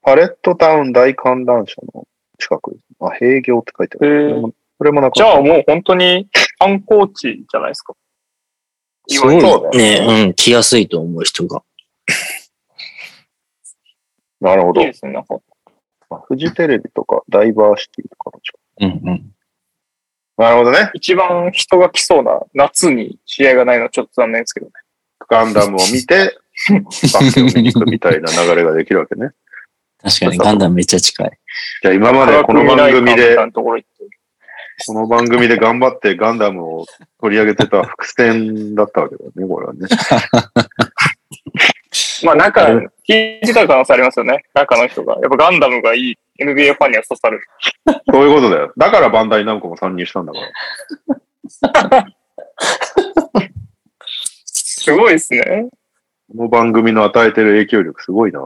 Speaker 3: パレットタウン大観覧車の近く。あ、閉業って書いてあ
Speaker 2: え
Speaker 3: る。これ
Speaker 2: ー
Speaker 3: もこれもなんか
Speaker 2: じゃあもう本当に観光地じゃないですか。
Speaker 1: すごい
Speaker 3: そうだよね
Speaker 1: ね、うん、来やすいと思う人が。
Speaker 3: なるほ
Speaker 2: い
Speaker 3: ど
Speaker 2: いで。すね。なんか、
Speaker 3: まあフジテレビとかダイバーシティとかの近
Speaker 1: うんうん。
Speaker 3: く。なるほどね。
Speaker 2: 一番人が来そうな夏に試合がないのはちょっと残念ですけどね。
Speaker 3: ガンダムを見 (laughs) て、バスケを見に行くみたいな流れができるわけね。
Speaker 1: 確かに、ガンダムめっちゃ近い。
Speaker 3: じゃあ今までこの
Speaker 2: 科
Speaker 3: 番組
Speaker 2: 学未来館み
Speaker 3: で
Speaker 2: たい、なところ行って
Speaker 3: この番組で頑張ってガンダムを取り上げてた伏線だったわけだよね、これはね。
Speaker 2: まあなんか
Speaker 1: あれ、
Speaker 2: 聞いてた可能性ありますよね。中の人が。やっぱガンダムがいい NBA ファンには刺さる。
Speaker 3: そういうことだよ。だからバンダイナムコも参入したんだから。
Speaker 2: すごいですね。
Speaker 3: この番組の与えてる影響力すごいな。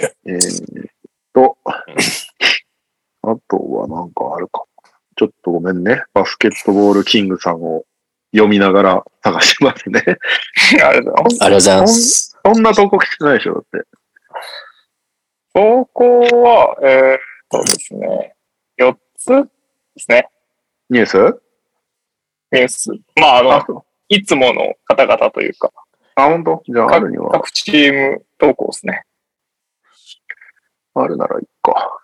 Speaker 3: えーっと、あとはなんかあるか。ちょっとごめんね。バスケットボールキングさんを読みながら探しますね。 (laughs)
Speaker 2: あれだ。
Speaker 1: ありがとうございます。
Speaker 3: そんな投稿来てないでしょ、だって。
Speaker 2: 投稿は、えー、そうですね。4つですね。
Speaker 3: ニュース
Speaker 2: ニュース。まあ、あの、
Speaker 3: あ、そう
Speaker 2: いつもの方々というか、
Speaker 3: あ、ほんとじゃああるには、
Speaker 2: 各チーム投稿ですね。
Speaker 3: あるならいいか。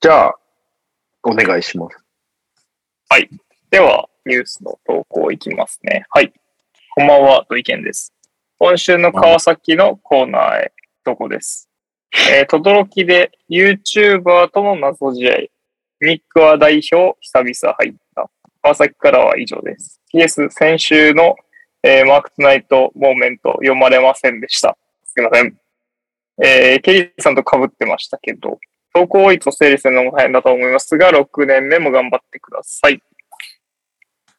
Speaker 3: じゃあ、お願いします。
Speaker 2: では、ニュースの投稿いきますね。はい。こんばんは、と意見です。今週の川崎のコーナーへ、どこです。えー、とどろきで YouTuber との謎試合。ミックは代表、久々入った。川崎からは以上です。PS、先週の、えーマークトナイトモーメント読まれませんでした。すいません。えー、ケリーさんと被ってましたけど、投稿多いと整理するのも大変だと思いますが、6年目も頑張ってください。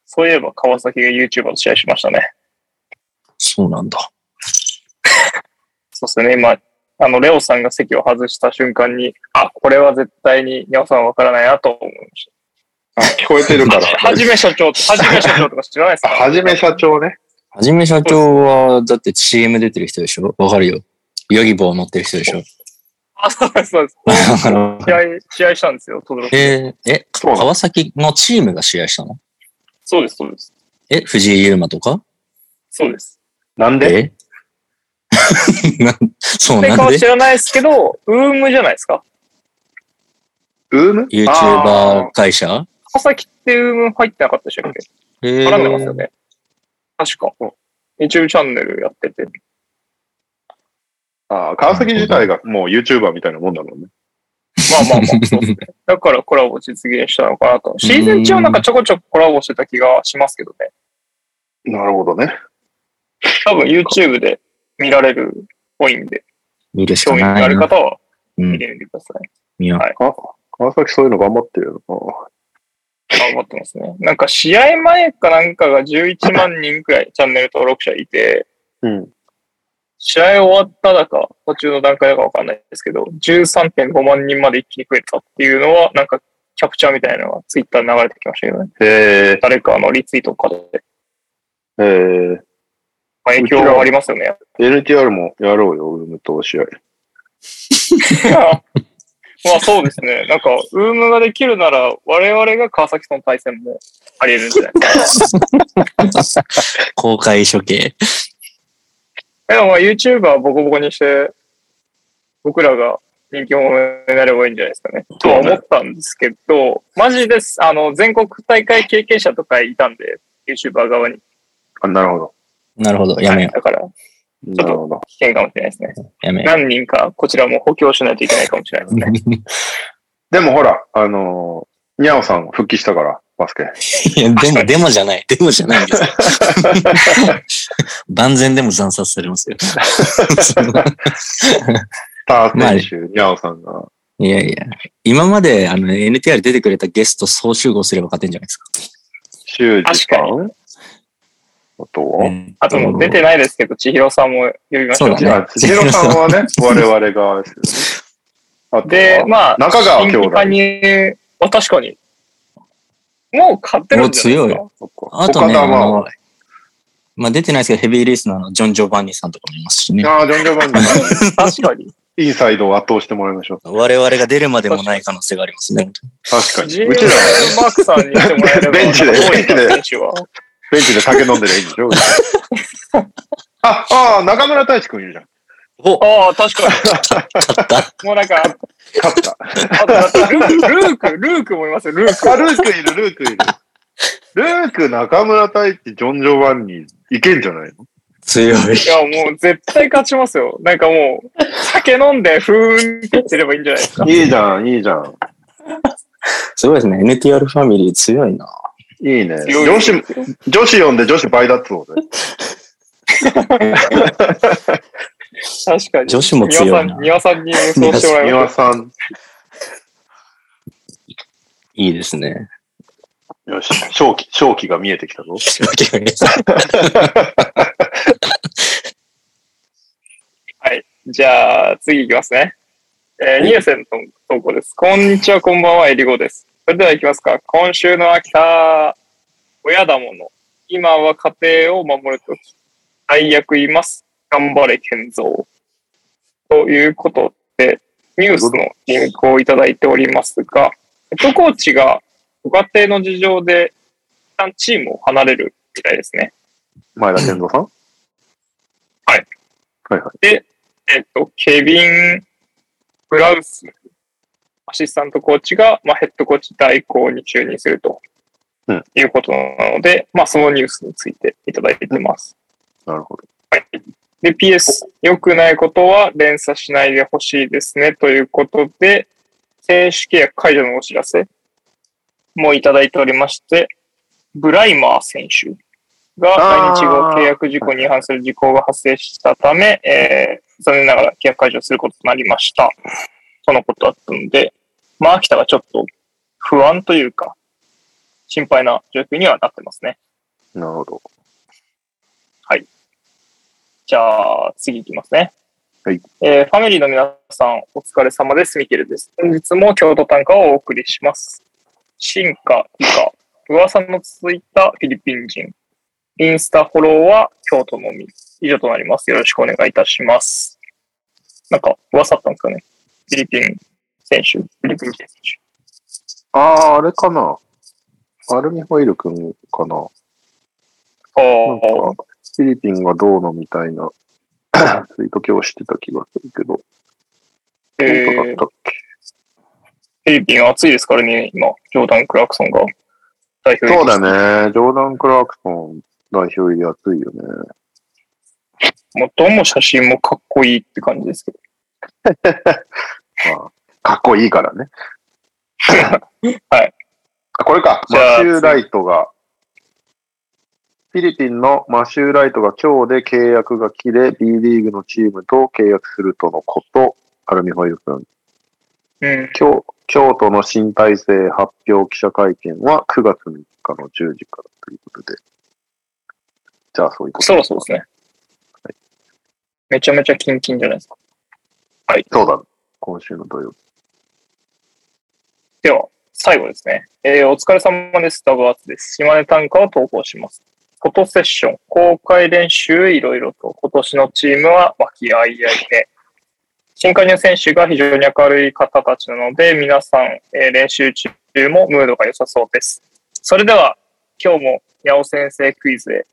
Speaker 2: そういえば川崎が YouTuber と試合しましたね。
Speaker 1: そうなんだ。
Speaker 2: そうですね、今、あの、レオさんが席を外した瞬間に、あ、これは絶対に、にゃおさんわからないなと思いまし
Speaker 3: あ聞こえてるか (laughs)
Speaker 2: た。
Speaker 3: ら。
Speaker 2: はじめ社長、は
Speaker 1: (laughs)
Speaker 2: じめ社長とか知らないです
Speaker 3: あ
Speaker 2: か
Speaker 3: はじめ社長ね。
Speaker 1: はじめ社長は、だって CM 出てる人でしょわかるよ。ヨギボー乗ってる人でしょ
Speaker 2: あ、そうです、そうです。
Speaker 1: だから
Speaker 2: 試合、試合したんですよ、トドロ
Speaker 1: えーえ、
Speaker 3: そうなの
Speaker 1: 川崎のチームが試合したの
Speaker 2: そうです、そうです。
Speaker 1: え、藤井優馬とか
Speaker 2: そうです。
Speaker 3: なんで
Speaker 1: え (laughs) なんそう、
Speaker 2: メーカー
Speaker 1: なん
Speaker 2: は
Speaker 1: で
Speaker 2: 知らないですけど、ウームじゃないですか
Speaker 3: ウーム
Speaker 1: ?YouTuber 会社
Speaker 2: 川崎ってウーム入ってなかったでしたっけ
Speaker 1: え
Speaker 2: 絡んでますよね。確か。YouTube チャンネルやってて。
Speaker 3: ああ、川崎自体がもう YouTuber みたいなもんだもんね。
Speaker 2: まあまあまあ、そうですね。だからコラボ実現したのかなと。シーズン中はなんかちょこちょこコラボしてた気がしますけどね。
Speaker 3: なるほどね。
Speaker 2: 多分 YouTube で見られるっぽいんで、
Speaker 1: 見るし
Speaker 2: 興
Speaker 1: か
Speaker 2: 味が
Speaker 1: な
Speaker 2: あ
Speaker 1: い
Speaker 2: る
Speaker 1: な。
Speaker 2: 方は
Speaker 1: う
Speaker 2: 見
Speaker 1: ん、
Speaker 2: てみてください。
Speaker 1: 見よう
Speaker 2: はい
Speaker 3: あ、川崎そういうの頑張ってるよ
Speaker 2: 頑張ってますね。なんか試合前かなんかが11万人くらいチャンネル登録者いて、
Speaker 3: な。うん。
Speaker 2: 試合終わっただか、途中の段階だかわかんないですけど、13.5万人まで一気に増えたっていうのは、なんかキャプチャーみたいなのがツイッターに流れてきましたけどね。
Speaker 3: へえ、
Speaker 2: 誰かのリツイートとかで、
Speaker 3: へえ、
Speaker 2: まあ、影響がありますよね。
Speaker 3: NTR もやろうよ、ウームと試合。
Speaker 2: (laughs) まあそうですね。なんか、ウームができるなら、我々が川崎との対戦もあり得るんじゃないですか。 (laughs)
Speaker 1: 公開処刑。
Speaker 2: でもまあ YouTuber ボコボコにして、僕らが人気者になればいいんじゃないですかね。とは思ったんですけど、マジです。あの、全国大会経験者とかいたんで、YouTuber 側に。
Speaker 3: あ、なるほど。
Speaker 1: なるほど。やめよ
Speaker 2: だから、
Speaker 3: なるほど。
Speaker 2: 危険かもしれないですね。
Speaker 1: う。やめよ
Speaker 2: 何人か、こちらも補強しないといけないかもしれないですね。
Speaker 1: う。
Speaker 3: でもほら、あのー、にゃおさん復帰したから、バスケ。
Speaker 1: いや、でも、でもじゃない。でもじゃないんですよ。 (laughs) 万全でも惨殺さ
Speaker 2: (laughs)
Speaker 1: れますよ。
Speaker 3: スター選手、にゃおさんが。
Speaker 1: いやいや。今まで、あの、NTR 出てくれたゲスト総集合すれば勝てんじゃないですか。
Speaker 3: 修二さ
Speaker 2: 確
Speaker 3: んあとは、
Speaker 2: あともう出てないですけど、千尋さんも呼びましょ
Speaker 1: そう
Speaker 2: う
Speaker 1: だ。
Speaker 3: じゃあ、千尋さんはね、我々がですよね、あとは
Speaker 2: で、まあ、
Speaker 3: 中川
Speaker 2: 新
Speaker 3: 兄
Speaker 2: 規
Speaker 3: 弟
Speaker 2: 加。入は確かに、もう勝ってるんじゃない
Speaker 1: も
Speaker 2: で
Speaker 1: う強い
Speaker 2: すか
Speaker 1: よ。あと
Speaker 3: 岡
Speaker 1: ね、
Speaker 3: 田
Speaker 1: あ
Speaker 3: は
Speaker 1: の、まあ、出てないですけど、ヘビーリスナーのジョン・ジョバンニさんとかもいますしね。
Speaker 3: ああ、ジョン・ジョバンニ
Speaker 1: (laughs)
Speaker 3: さん
Speaker 2: 確かに。
Speaker 3: インサイドを圧倒してもらいましょう。
Speaker 1: 我々が出るまでもない可能性がありますね。
Speaker 3: 確かに。
Speaker 2: GM
Speaker 3: うちら、
Speaker 2: マークさんにしてもらえれば、
Speaker 3: (laughs) ベンチで
Speaker 2: 多い
Speaker 3: ベンチで
Speaker 2: 選手は。
Speaker 3: ベンチで酒飲んでりゃいいんでし
Speaker 1: (laughs)
Speaker 3: ょうちらあ、ああ、中村太一くんいるじゃん。
Speaker 1: お
Speaker 2: ああ、確か
Speaker 1: 勝った。
Speaker 2: に。もうなんか、
Speaker 3: 勝った。
Speaker 2: あとだってルーク、ルーク、ルークもいますよ、ルーク。
Speaker 3: あ、ルークいる、ルークいる。ルーク、中村太一、ジョン・ジョバンニ、いけんじゃないの
Speaker 1: 強い。
Speaker 2: いや、もう絶対勝ちますよ。なんかもう、酒飲んで、ふーんって言ってればいいんじゃないですか。
Speaker 3: いいじゃん、いいじゃん。
Speaker 1: すごいですね。NTR ファミリー強いな。
Speaker 3: いいね。
Speaker 2: 強い
Speaker 3: 女子、女子呼んで女子倍脱をね。
Speaker 2: 確かに。
Speaker 1: 女子も強いな
Speaker 2: 丹羽さん、丹羽さんに予想してもらい
Speaker 3: 三
Speaker 2: ま
Speaker 3: 輪さん。
Speaker 1: いいです (laughs) ね。
Speaker 3: よし、勝機、勝機が見えてきたぞ。
Speaker 2: す。じゃあ、次いきますね。えー、ニエセンの投稿です。こんにちは、こんばんは、えりごです。それでは行きますか。今週の秋田、親だもの。今は家庭を守るとき、最悪います。頑張れ、健三。ということで、ニュースのリンクをいただいておりますが、ヘッドコーチがご家庭の事情で、一旦チームを離れるみたいですね。
Speaker 3: 前田健三さん
Speaker 2: はい。
Speaker 3: はいは
Speaker 2: えっと、ケビン・ブラウス、アシスタントコーチが、まあ、ヘッドコーチ代行に就任すると、
Speaker 3: うん
Speaker 2: いうことなので、まあ、そのニュースについていただいてます。
Speaker 3: なるほど。
Speaker 2: で、PS、良くないことは連鎖しないでほしいですね、ということで、選手契約解除のお知らせもいただいておりまして、ブライマー選手が
Speaker 3: あー
Speaker 2: 来日後契約事項に違反する事項が発生したため、えー残念ながら契約解除することとなりました。とのことだったので、まあ、秋田がちょっと不安というか、心配な状況にはなってますね。
Speaker 3: なるほど。
Speaker 2: じゃあ、次いきますね。
Speaker 3: はい。
Speaker 2: えーファミリーの皆さん、お疲れ様です。ミケルです。本日も京都短歌をお送りします。進化、以下、噂の続いたフィリピン人。インスタフォローは京都のみ。以上となります。よろしくお願いいたします。なんか、噂あったんですかねフィリピン選手、フィリピン人選手。
Speaker 3: ああ、あれかな。アルミホイルくんかな。なんか
Speaker 2: ああ、、
Speaker 3: フィリピンがどうのみたいな (coughs) ツイート今日してた気がするけど、
Speaker 2: え
Speaker 3: 本当だっ
Speaker 2: ー、
Speaker 3: たっけ
Speaker 2: フィリピンは暑いですからね、今、ジョーダン・クラクソンが代表入り
Speaker 3: そう
Speaker 2: して
Speaker 3: だね。ジョーダン・クラークソン代表入り熱いよね。
Speaker 2: もうどの写真もかっこいいって感じですけど。
Speaker 3: まあ、かっこいいからね。
Speaker 2: (coughs) はい
Speaker 3: あ。これか。
Speaker 2: じ
Speaker 3: マ
Speaker 2: ゃあ
Speaker 3: シュー・ライトが、フィリピンのマシュー・ライトが今日で契約が切れ、B リーグのチームと契約するとのこと、アルミホイル君。
Speaker 2: うん。
Speaker 3: 京京都の新体制発表記者会見は9月3日の10時からということで。じゃあ、そういうこと。
Speaker 2: そろそろですね。めちゃめちゃキンキンじゃないですか。
Speaker 3: そうだ。今週の土曜日。
Speaker 2: では、最後ですね。えーお疲れ様です。ダブアツです。島根短歌を投稿します。フォトセッション、公開練習、いろいろと。今年のチームは和気あいあいで。新加入選手が非常に明るい方たちなので、皆さん、えー練習中もムードが良さそうです。それでは、今日も、八尾先生クイズへ。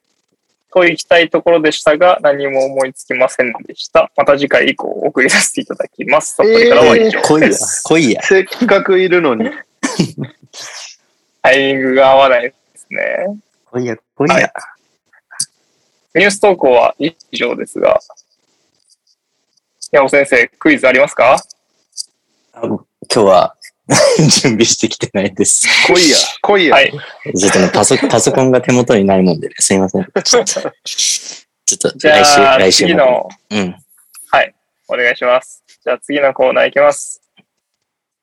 Speaker 2: と行きたいところでしたが、何も思いつきませんでした。また次回以降、お送りさせていただきます。サプリからは以上です。
Speaker 1: 濃いや、濃いや。
Speaker 3: せっかくいるのに。
Speaker 2: タイミングが合わないですね。
Speaker 1: 濃いや、濃いや。
Speaker 2: ニュース投稿は以上ですが。山本先生、クイズありますか
Speaker 1: あ今日は (laughs) 準備してきてないです。
Speaker 3: 来 (laughs) いや。来いや。
Speaker 2: はい。
Speaker 1: ちょっとねパソ、パソコンが手元にないもんでね、すいません。ちょっと、ちょっと
Speaker 2: じゃ
Speaker 1: 来週、
Speaker 2: あ、
Speaker 1: 来週
Speaker 2: 次
Speaker 1: ま
Speaker 2: の、
Speaker 1: で。うん。
Speaker 2: お願いします。じゃあ、次のコーナーいきます。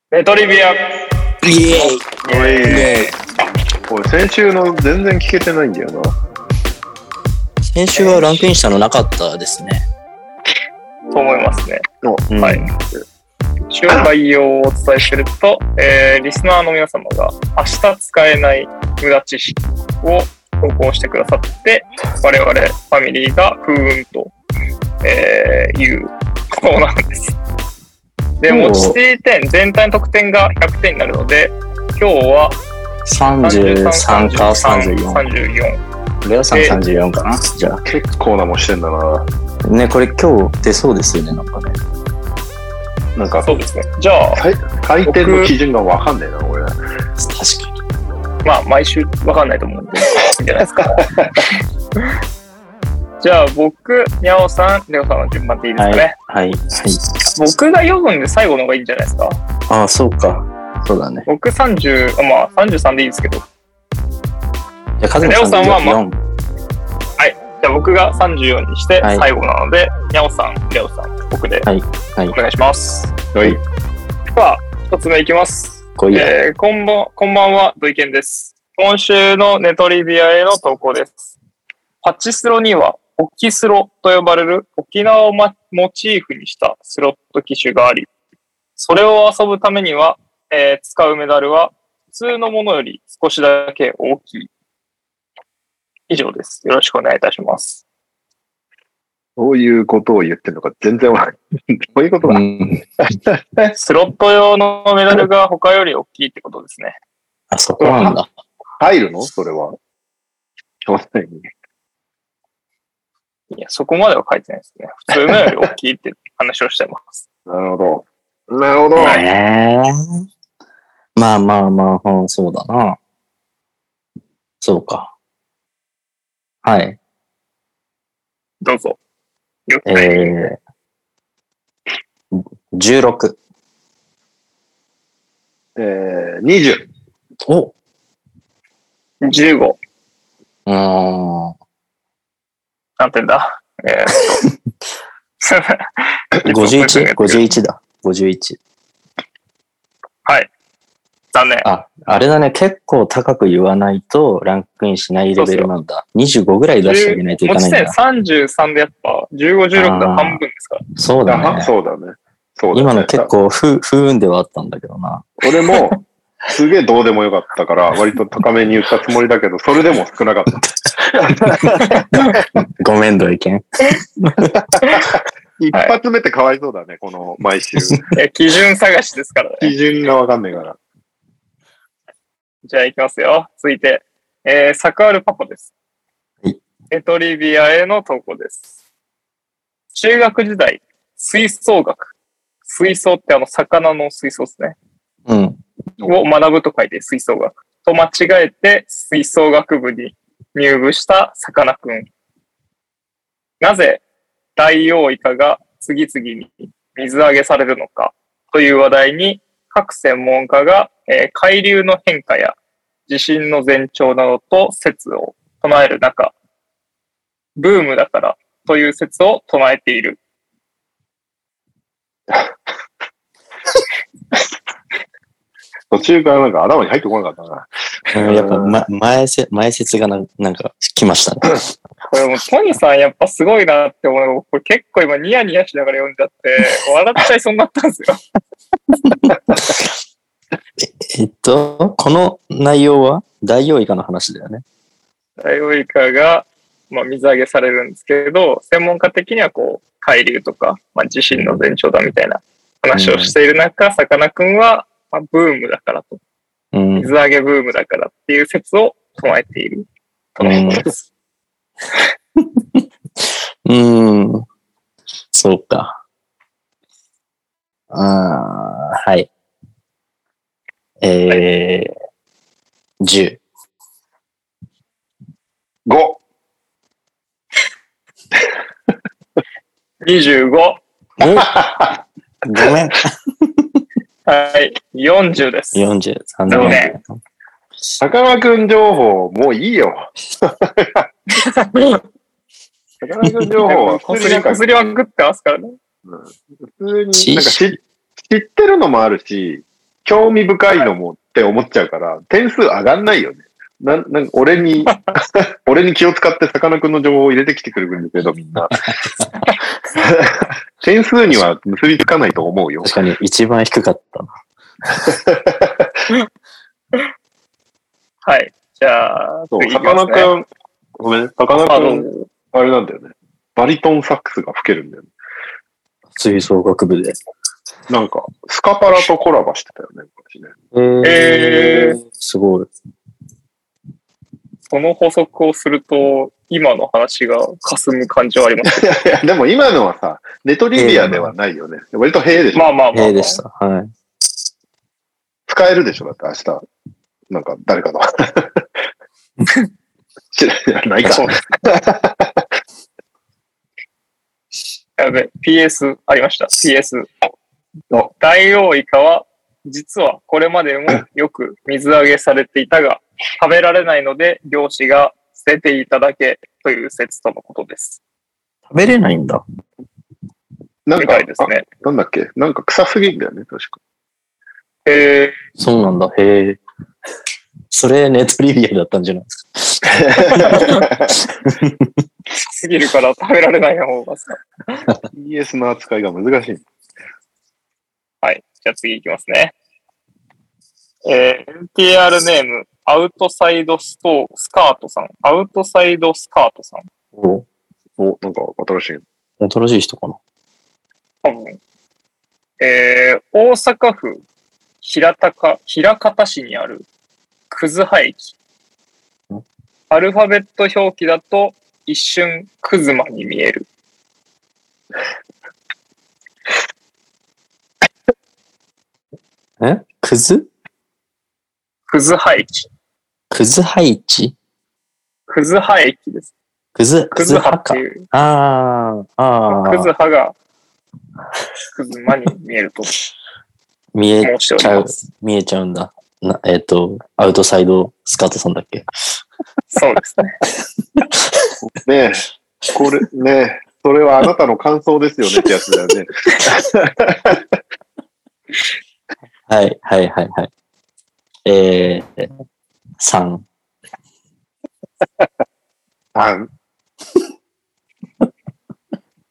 Speaker 2: レトリビア。
Speaker 1: イエーイ
Speaker 3: おい俺先週の全然聞けてないんだよな。
Speaker 1: 先週はランクインしたのなかったですね。
Speaker 2: と思いますね。
Speaker 1: うん
Speaker 2: はい。一応概要をお伝えすると、えーリスナーの皆様が明日使えない無駄知識を投稿してくださって、我々ファミリーがふーんと、えーいうコーナーです。で、
Speaker 1: おー
Speaker 2: 持ち点、全体の得点が100点になるので、今日は
Speaker 1: 33か
Speaker 2: 34。
Speaker 1: 34。
Speaker 2: 34
Speaker 1: レオさん34かなじゃ
Speaker 3: 結構なもんしてんだな。
Speaker 1: あ。ね、これ今日出そうですよね、なんかね。
Speaker 3: なんか、
Speaker 2: そうですね。じゃあ、
Speaker 3: 採採点の基準がわかんねえな、俺。
Speaker 1: 確かに。
Speaker 2: まあ、毎週わかんないと思うんで、いいんじゃないです
Speaker 1: (laughs)
Speaker 2: か。じゃあ、僕、にゃおさん、レオさんの順番でいいですかね。
Speaker 1: はい、はい。
Speaker 2: 僕が読むんで最後の方がいいんじゃないですか。
Speaker 1: ああ、そうか。そうだね。
Speaker 2: 僕30、あまあ33でいいですけど。じ
Speaker 1: じゃあ、カズマ
Speaker 2: レオさんはま
Speaker 1: さん34。
Speaker 2: ゃあ僕が34にして
Speaker 1: はい
Speaker 2: 最後なので、にゃおさん、レオさん、僕で、
Speaker 1: はいはい
Speaker 2: お願いします。
Speaker 3: はい。
Speaker 2: では、一つ目いきます。
Speaker 1: こういいや。
Speaker 2: えーこんばん、こんばんは、土井健です。今週のネトリビアへの投稿です。パチスロには、オキスロと呼ばれる沖縄を、ま、モチーフにしたスロット機種があり、それを遊ぶためには、えー使うメダルは普通のものより少しだけ大きい。以上です。よろしくお願いいたします。
Speaker 3: どういうことを言ってるのか全然わかんない。 (laughs) どういうことだ、
Speaker 1: うん
Speaker 2: スロット用のメダルが他より大きいってことですね。
Speaker 1: あ、そこなんだ。
Speaker 3: 入るのそれは。要するに。
Speaker 2: いや、そこまでは書いてないですね。普通のより大きいって話をしてます。
Speaker 3: なるほど。なるほど。
Speaker 1: えーまあまあまあ、うんそうだな。そうか。はい。
Speaker 2: どうぞ。よく、
Speaker 1: えー、16。
Speaker 3: えー、20。
Speaker 1: おう
Speaker 2: 15。 (laughs)
Speaker 1: ーん。
Speaker 2: 何点だえーっ
Speaker 1: (laughs)
Speaker 2: と。
Speaker 1: 51?51 51だ。51。
Speaker 2: 残念。
Speaker 1: あ、あれだね。結構高く言わないとランクインしないレベルなんだ。25ぐらい出してあげないとい
Speaker 2: 持
Speaker 1: かな
Speaker 2: ち
Speaker 1: いんだ
Speaker 2: 点。33でやっぱ、15、16で半分ですから。
Speaker 1: そうだ
Speaker 3: あ
Speaker 1: ね。
Speaker 3: そうだね。そうだね。
Speaker 1: 今の結構不不運ではあったんだけどな。
Speaker 3: 俺も、すげえどうでもよかったから、割と高めに言ったつもりだけど、それでも少なかった。
Speaker 1: ごめん、ドイケン。
Speaker 3: 一発目ってかわいそうだね、この毎
Speaker 1: (laughs)
Speaker 3: 週。
Speaker 2: いや基準探しですからね。
Speaker 3: 基準がわかんないから。
Speaker 2: じゃあ行きますよ。続いて、えー、サクアルパパです
Speaker 1: はい。
Speaker 2: エトリビアへの投稿です。中学時代、吹奏楽。吹奏ってあの、魚の水槽ですね。
Speaker 1: うん。
Speaker 2: を学ぶと書いて吹奏楽。と間違えて吹奏楽部に入部したさかなクン。なぜ大王イカが次々に水揚げされるのかという話題に各専門家が、えー海流の変化や地震の前兆などと説を唱える中、ブームだからという説を唱えている。
Speaker 3: 途中からなんか頭に入ってこなかったな。
Speaker 1: やっぱ、ま、前せ、前説がななんか来ましたね。
Speaker 2: これもうトニーさんやっぱすごいなって思うのが。これ結構今ニヤニヤしながら読んじゃって、笑っちゃいそうになったん
Speaker 3: (laughs)
Speaker 2: ですよ。
Speaker 1: えっと、この内容は大王以下の話だよね。
Speaker 2: ダイオウイカが、まあ、水揚げされるんですけど、専門家的にはこう、海流とか、まあ、地震の前兆だみたいな話をしている中、さかなクンは、まあ、ブームだからと、
Speaker 1: うん。
Speaker 2: 水揚げブームだからっていう説を唱えているとのことです。
Speaker 1: うん。そうか。あーはい。えー、10。
Speaker 3: 5!
Speaker 2: 25、
Speaker 1: (laughs) ごめん。
Speaker 2: はい、40です。
Speaker 1: 40、
Speaker 2: 残
Speaker 1: 30
Speaker 2: 念。
Speaker 3: さかなクン情報、もういいよ。さかなクン情報
Speaker 2: (laughs)
Speaker 3: は
Speaker 2: こ
Speaker 3: 普
Speaker 2: す
Speaker 3: 通にな
Speaker 2: り、こ
Speaker 3: んか、普
Speaker 2: すりまくってますからね。
Speaker 3: 通になんか知知ってるのもあるし、興味深いのもって思っちゃうから、点数上がんないよね。なんなんか俺 (laughs) に、俺に気を使ってさかなクンの情報を入れてきてくれるんだけど、み (laughs) んな。点数には結びつかないと思うよ。
Speaker 1: 確かに一番低かったな。
Speaker 2: はい。じゃあ、
Speaker 3: そう、
Speaker 2: 次い
Speaker 3: さ
Speaker 2: きますね
Speaker 3: かなクン、ごめん、さかな
Speaker 2: あ
Speaker 3: クン、
Speaker 2: の、
Speaker 3: あれなんだよね。バリトンサックスが吹けるんだよね。
Speaker 1: 吹奏楽部で。
Speaker 3: なんか、スカパラとコラボしてたよね、昔ね。
Speaker 1: えー
Speaker 2: え
Speaker 1: すごい。
Speaker 2: その補足をすると、今の話が霞む感じはあります
Speaker 3: (laughs) いやいや、でも今のはさ、ネトリビアではないよね。割と平でしょ。
Speaker 2: まあまあまあ、まあ。
Speaker 1: えーでした。はい。
Speaker 3: 使えるでしょだって明日、なんか誰かの。知らないか。
Speaker 2: やべ、PS ありました。PS
Speaker 3: あ。
Speaker 2: 大王イカは、実はこれまでもよく水揚げされていたが、食べられないので漁師が捨てていただけという説とのことです。
Speaker 1: 食べれないんだ。
Speaker 3: なん
Speaker 2: み
Speaker 3: か、
Speaker 2: たいですね。
Speaker 3: あなんだっけなんか臭すぎんだよね、確か。
Speaker 2: え
Speaker 1: そうなんだ。へえ。それ、ネトリビアだったんじゃないですか。
Speaker 2: ー、すぎるから食べられない方がさ。
Speaker 3: ES の扱いが難しい。
Speaker 2: はい。じゃあ次行きますね。えー、NTR ネーム、アウトサイドストー、スカートさん。アウトサイドスカートさん。
Speaker 1: お
Speaker 3: お、なんか新しい。
Speaker 1: 新しい人かな。
Speaker 2: 多分。えー、大阪府平高、平方市にある、くずは駅
Speaker 1: ん。
Speaker 2: アルファベット表記だと、一瞬、くずまに見える。
Speaker 1: えくず
Speaker 2: くずは駅。
Speaker 1: くず配置
Speaker 2: くずは駅です。
Speaker 1: クズ、
Speaker 2: クズ派って
Speaker 1: か。
Speaker 2: いう。
Speaker 1: ああ、あ
Speaker 2: クズ
Speaker 1: あ、
Speaker 2: 派が、クズ間に見えると申
Speaker 1: 見え
Speaker 2: してお
Speaker 1: (laughs) ち
Speaker 2: り
Speaker 1: ゃう
Speaker 2: ま、す。
Speaker 1: 見えちゃうんだ。なえっ、と、アウトサイドスカートさんだっけ
Speaker 2: そうですね。
Speaker 3: ねえ、これ、ねえ、それはあなたの感想ですよねってやつだよね。
Speaker 1: はい、はい、はい、はい。えー、3。
Speaker 3: あ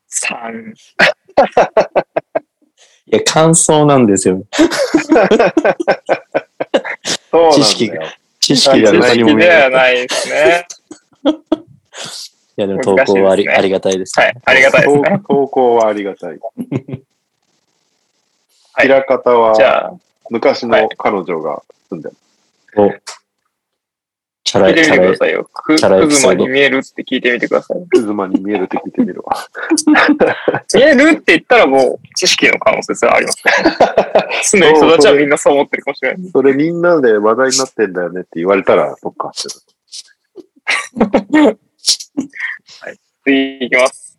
Speaker 2: 三
Speaker 1: いや、感想なんですよ。
Speaker 3: そうなんだよ。
Speaker 1: 知識が知
Speaker 2: あ
Speaker 1: 識
Speaker 2: 知
Speaker 1: がどこにも
Speaker 2: 識
Speaker 1: 見
Speaker 2: で
Speaker 1: えない。
Speaker 2: はないですね。
Speaker 1: いや、でも投稿はあ
Speaker 2: 難しい
Speaker 1: り,、
Speaker 2: ですね
Speaker 1: ありがたいです、
Speaker 2: はい。ありがたいですね。
Speaker 3: 投投稿はありがたい。
Speaker 2: はい
Speaker 3: 平方
Speaker 2: じ
Speaker 3: は
Speaker 2: ゃあ、
Speaker 3: 昔
Speaker 2: はい
Speaker 3: の彼女が住んでる。
Speaker 1: チャ
Speaker 2: 聞
Speaker 1: ラ
Speaker 2: い
Speaker 1: い、
Speaker 2: て
Speaker 1: チ
Speaker 2: みてく
Speaker 1: ャラ
Speaker 2: だ
Speaker 1: い。
Speaker 2: さいよ。ク
Speaker 1: チャラエ
Speaker 2: ク
Speaker 1: ピ
Speaker 2: ズ
Speaker 1: ソ
Speaker 2: マ
Speaker 1: ード
Speaker 2: に見えるって聞いてみてください。
Speaker 3: クズマに見えるって聞いてみるわ。
Speaker 2: 見えるって言ったらもう知識の可能性すらありますね。
Speaker 1: (laughs)
Speaker 2: 住んでる人たちはみんなそう思ってるかもしれない。
Speaker 3: それみんなで話題になってんだよねって言われたら、そっか。
Speaker 2: 次いきます。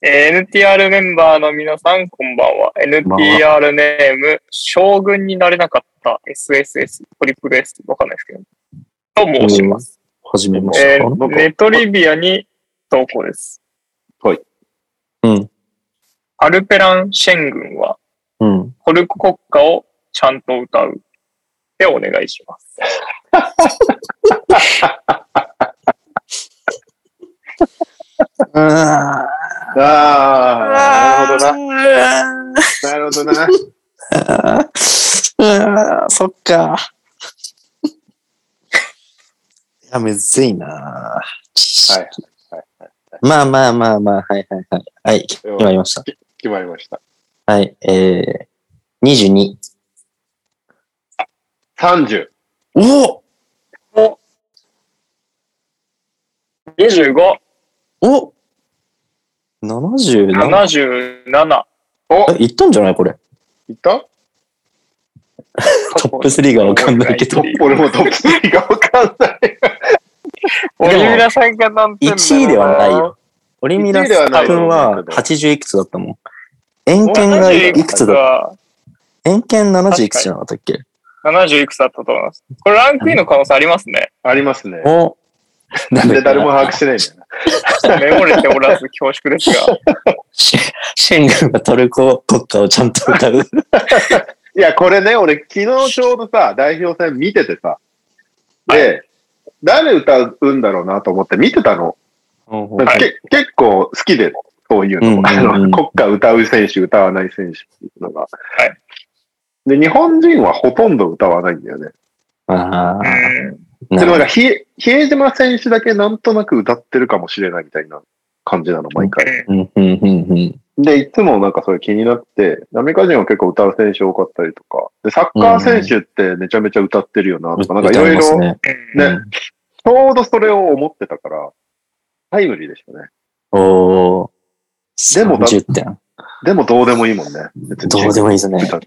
Speaker 2: えー NTR メンバーの皆さん、こんばんは。NTR ネーム、将軍になれなかった SSS、トリプル S、わかんないですけど。と申します。
Speaker 1: はじめまし
Speaker 2: え
Speaker 1: たか
Speaker 2: ーネトリビアに投稿です。
Speaker 3: はい。
Speaker 1: うん。
Speaker 2: アルペラン・シェン軍は、
Speaker 1: うん。
Speaker 2: トルコ国歌をちゃんと歌う。で、お願いします。
Speaker 1: あ
Speaker 3: ああ、なるほどな。なるほ (laughs) どな。
Speaker 1: あー、そっか。いや、むずいな
Speaker 3: は。
Speaker 1: はいまあまあまあまあ、はいはいはい。はい、決まりました。
Speaker 3: 決まりました。
Speaker 1: はい、えー、22。
Speaker 3: 30。
Speaker 1: お
Speaker 2: お !25、
Speaker 1: お !77?
Speaker 2: 77、
Speaker 1: えいったんじゃないこれ。
Speaker 3: いった
Speaker 1: トップ3がわかんないけど。
Speaker 3: 俺もトップ3がわかんない。
Speaker 2: 森村さんが何点だろう
Speaker 1: 1位ではないよ。。オリミラス君
Speaker 3: 1
Speaker 1: は
Speaker 3: 位ではない
Speaker 1: 80いくつだったもん。円券がいくつだ
Speaker 2: だ
Speaker 1: 円券70いくつじゃなかったっけ
Speaker 2: ?70 いくつだったと思います。これランクインの可能性ありますね。
Speaker 3: ありますね。
Speaker 1: おな
Speaker 3: なんん
Speaker 1: だ
Speaker 3: で
Speaker 1: っけ
Speaker 3: 誰も把握してないんだよ
Speaker 2: メ
Speaker 3: な。
Speaker 2: モれておらず恐縮ですが。
Speaker 1: シェシェン君がトルコ国歌をちゃんと歌 (laughs) う。
Speaker 3: いや、これね、俺昨日ちょうどさ、代表戦見ててさ、で、誰歌うんだろうなと思って見てたの。
Speaker 1: うん
Speaker 2: はい
Speaker 3: け結構好きで、そういうの。
Speaker 1: うんうんうん
Speaker 3: あの国歌歌う選手、歌わない選手っていうのが。
Speaker 2: い
Speaker 3: で、日本人はほとんど歌わないんだよね。
Speaker 1: あ
Speaker 2: う
Speaker 1: あ、
Speaker 2: ん
Speaker 1: な
Speaker 3: で
Speaker 1: る
Speaker 3: も
Speaker 1: ほ
Speaker 3: なんか
Speaker 1: ど
Speaker 3: 比江、比江島選手だけなんとなく歌ってるかもしれないみたいな感じなの、毎回。
Speaker 1: うんうんうんうん
Speaker 3: で、いつもなんかそれ気になって、アメリカ人は結構歌う選手多かったりとか、で、サッカー選手ってめちゃめちゃ歌ってるよなとか、なんかいろい
Speaker 1: 歌ます
Speaker 3: ろ、
Speaker 1: ね
Speaker 2: うん
Speaker 3: ね、ちょうどそれを思ってたから、タイムリーでしたね。
Speaker 1: おお。
Speaker 3: でもだ
Speaker 1: 30点。
Speaker 3: でもどうでもいいもんね。別に
Speaker 1: どうでもいいですね。
Speaker 3: 歌って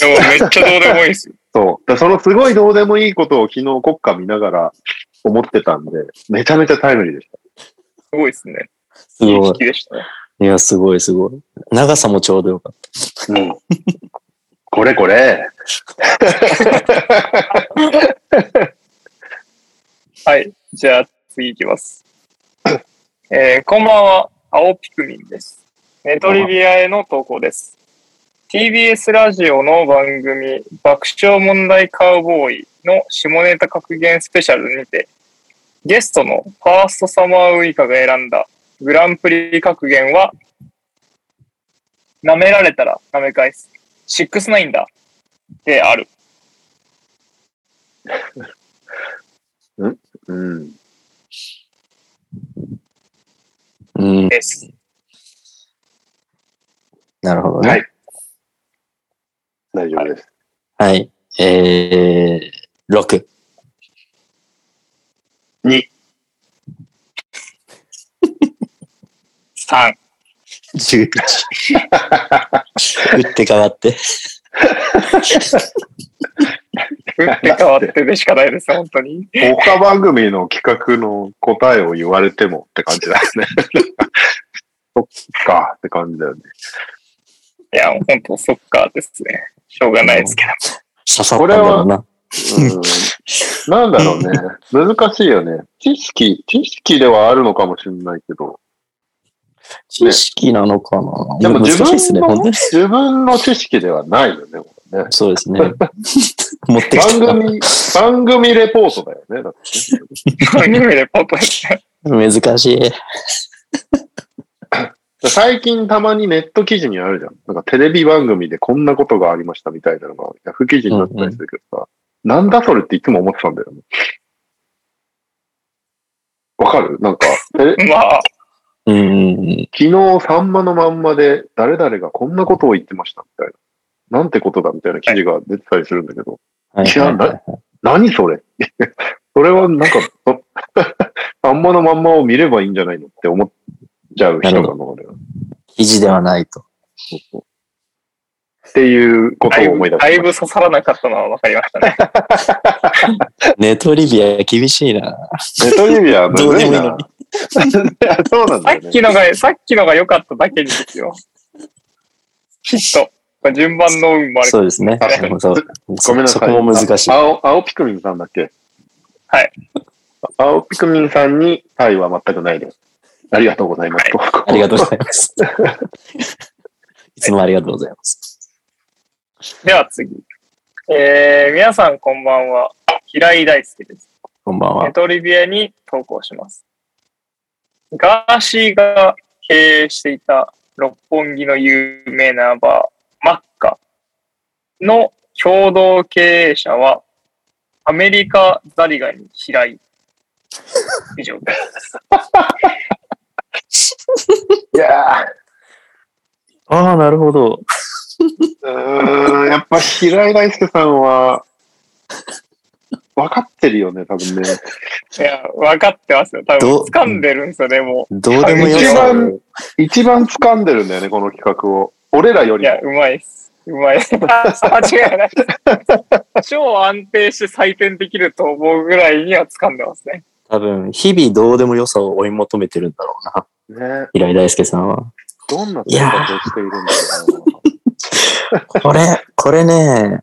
Speaker 2: でもめっちゃどうでもいいです
Speaker 1: (laughs)
Speaker 2: よ。
Speaker 3: そう。だからそのすごいどうでもいいことを昨日国歌見ながら思ってたんで、めちゃめちゃタイムリーでし。
Speaker 2: すごいですね。
Speaker 1: す
Speaker 2: いい
Speaker 1: ご
Speaker 2: 引
Speaker 1: い。
Speaker 2: きでしたね。
Speaker 1: いや、すごいすごい。長さもちょうどよかった
Speaker 3: うん。これこれ。
Speaker 2: はい。じゃあ、次いきます。えーこんばんは。青ピクミンです。ネトリビアへの投稿です。TBS ラジオの番組、爆笑問題カウボーイの下ネタ格言スペシャルにて、ゲストのファーストサマーウイカが選んだグランプリ格言は、舐められたら舐め返す。シックスナインだ。である。
Speaker 3: (laughs) うん。
Speaker 1: た。うん。
Speaker 2: です。
Speaker 1: なるほどね。
Speaker 3: 大丈夫です。
Speaker 1: はい。えー、6。
Speaker 3: 2。 (laughs)
Speaker 2: 3。
Speaker 1: 11。打って変わって。
Speaker 2: 打って変わってでしかないです、本当に。
Speaker 3: 他番組の企画の答えを言われてもって感じだよ (laughs) ね。そっかって感じだよね。
Speaker 2: いや、本当そっかですね。しょうがないですけど。
Speaker 1: 刺さったんだろう
Speaker 3: (laughs) う
Speaker 1: な。
Speaker 3: ん、なんだろうね。難しいよね。知識、知識ではあるのかもしれないけど。
Speaker 1: 知識なのかな
Speaker 3: でも自
Speaker 1: 難しいです
Speaker 3: 分
Speaker 1: ね、
Speaker 3: の
Speaker 1: 本当
Speaker 3: ね、
Speaker 1: に。
Speaker 3: 自分の知識ではないよね。これね
Speaker 1: そうで
Speaker 3: (laughs)
Speaker 1: すね。持ってきた
Speaker 3: 番組、番組レポートだよね。だってね
Speaker 1: (laughs)
Speaker 2: 番組でパパやって
Speaker 1: 難しい。
Speaker 3: 最近たまにネット記事にあるじゃん。なんかテレビ番組でこんなことがありましたみたいなのが、ヤフー記事になったりするけどさ、なんだそれっていつも思ってたんだよね。わかるなんか、テレ
Speaker 2: まあ、
Speaker 1: うんうんうん。
Speaker 3: (laughs) 昨日、さんまのまんまで、誰々がこんなことを言ってましたみたいな。なんてことだみたいな記事が出てたりするんだけど、
Speaker 1: はい
Speaker 3: 知ら
Speaker 1: はい
Speaker 3: んな
Speaker 1: はい
Speaker 3: 何それ (laughs) それはなんか、 (laughs) そさんまのまんまを見ればいいんじゃないのって思っちゃう人な
Speaker 1: な
Speaker 3: の、俺は。
Speaker 1: い記事ではないと。
Speaker 3: っていうこと
Speaker 2: だい
Speaker 3: を思
Speaker 2: ぶ
Speaker 3: い出し
Speaker 2: だ
Speaker 3: ま
Speaker 2: い
Speaker 3: した
Speaker 2: ぶ刺さらなかったのは分かりましたね。
Speaker 1: ネトリビア厳しいな。
Speaker 3: ネトリビアむずいな。
Speaker 1: どうでもいいの
Speaker 3: (laughs) そうなん
Speaker 2: さ
Speaker 3: だよ
Speaker 2: っ
Speaker 3: ね。
Speaker 2: きのが、さっきのが良かっただけにですよ。きっと。順番の運もある。
Speaker 1: そうですね。そう
Speaker 3: ごめんな
Speaker 1: そ
Speaker 3: さ
Speaker 1: こ
Speaker 3: い。
Speaker 1: も難しい。
Speaker 3: 青青ピクミンさんだっけ
Speaker 2: はい。
Speaker 3: 青ピクミンさんにタイは全くないです。ありがとうございます。
Speaker 1: ありがとうござい
Speaker 3: (laughs)
Speaker 1: ます。いつもありがとうございます。
Speaker 2: では次。えー、皆さんこんばんは。平井大輔です。
Speaker 1: こんばん
Speaker 2: ネ
Speaker 1: は。
Speaker 2: トリビアに投稿します。ガーシーが経営していた六本木の有名なバー、マッカの共同経営者は、アメリカザリガニ平井。以
Speaker 1: (laughs)
Speaker 2: 上です。
Speaker 3: いや
Speaker 1: ああ、なるほど。
Speaker 3: ー、やっぱ平井大輔さんは、分かってるよね、多分ね。
Speaker 2: いや、分かってますよ。多分
Speaker 1: どう
Speaker 2: 掴んでるんですよね、も
Speaker 1: どうでもよ
Speaker 3: 一
Speaker 1: さを
Speaker 3: 番、一番掴んでるんだよね、この企画を。俺らよ
Speaker 2: う。い
Speaker 3: り
Speaker 2: や、
Speaker 3: も。
Speaker 2: うまいっす。うまいっす。間違いないで
Speaker 1: (laughs)
Speaker 2: す。超安定して採点できると思うぐらいには掴んでますね。
Speaker 1: 多分、日々どうでもよさを追い求めてるんだろうな。
Speaker 3: ね、
Speaker 1: 平井大輔さんは。
Speaker 3: どんな選択をしているんだろうな。
Speaker 1: これ、これね、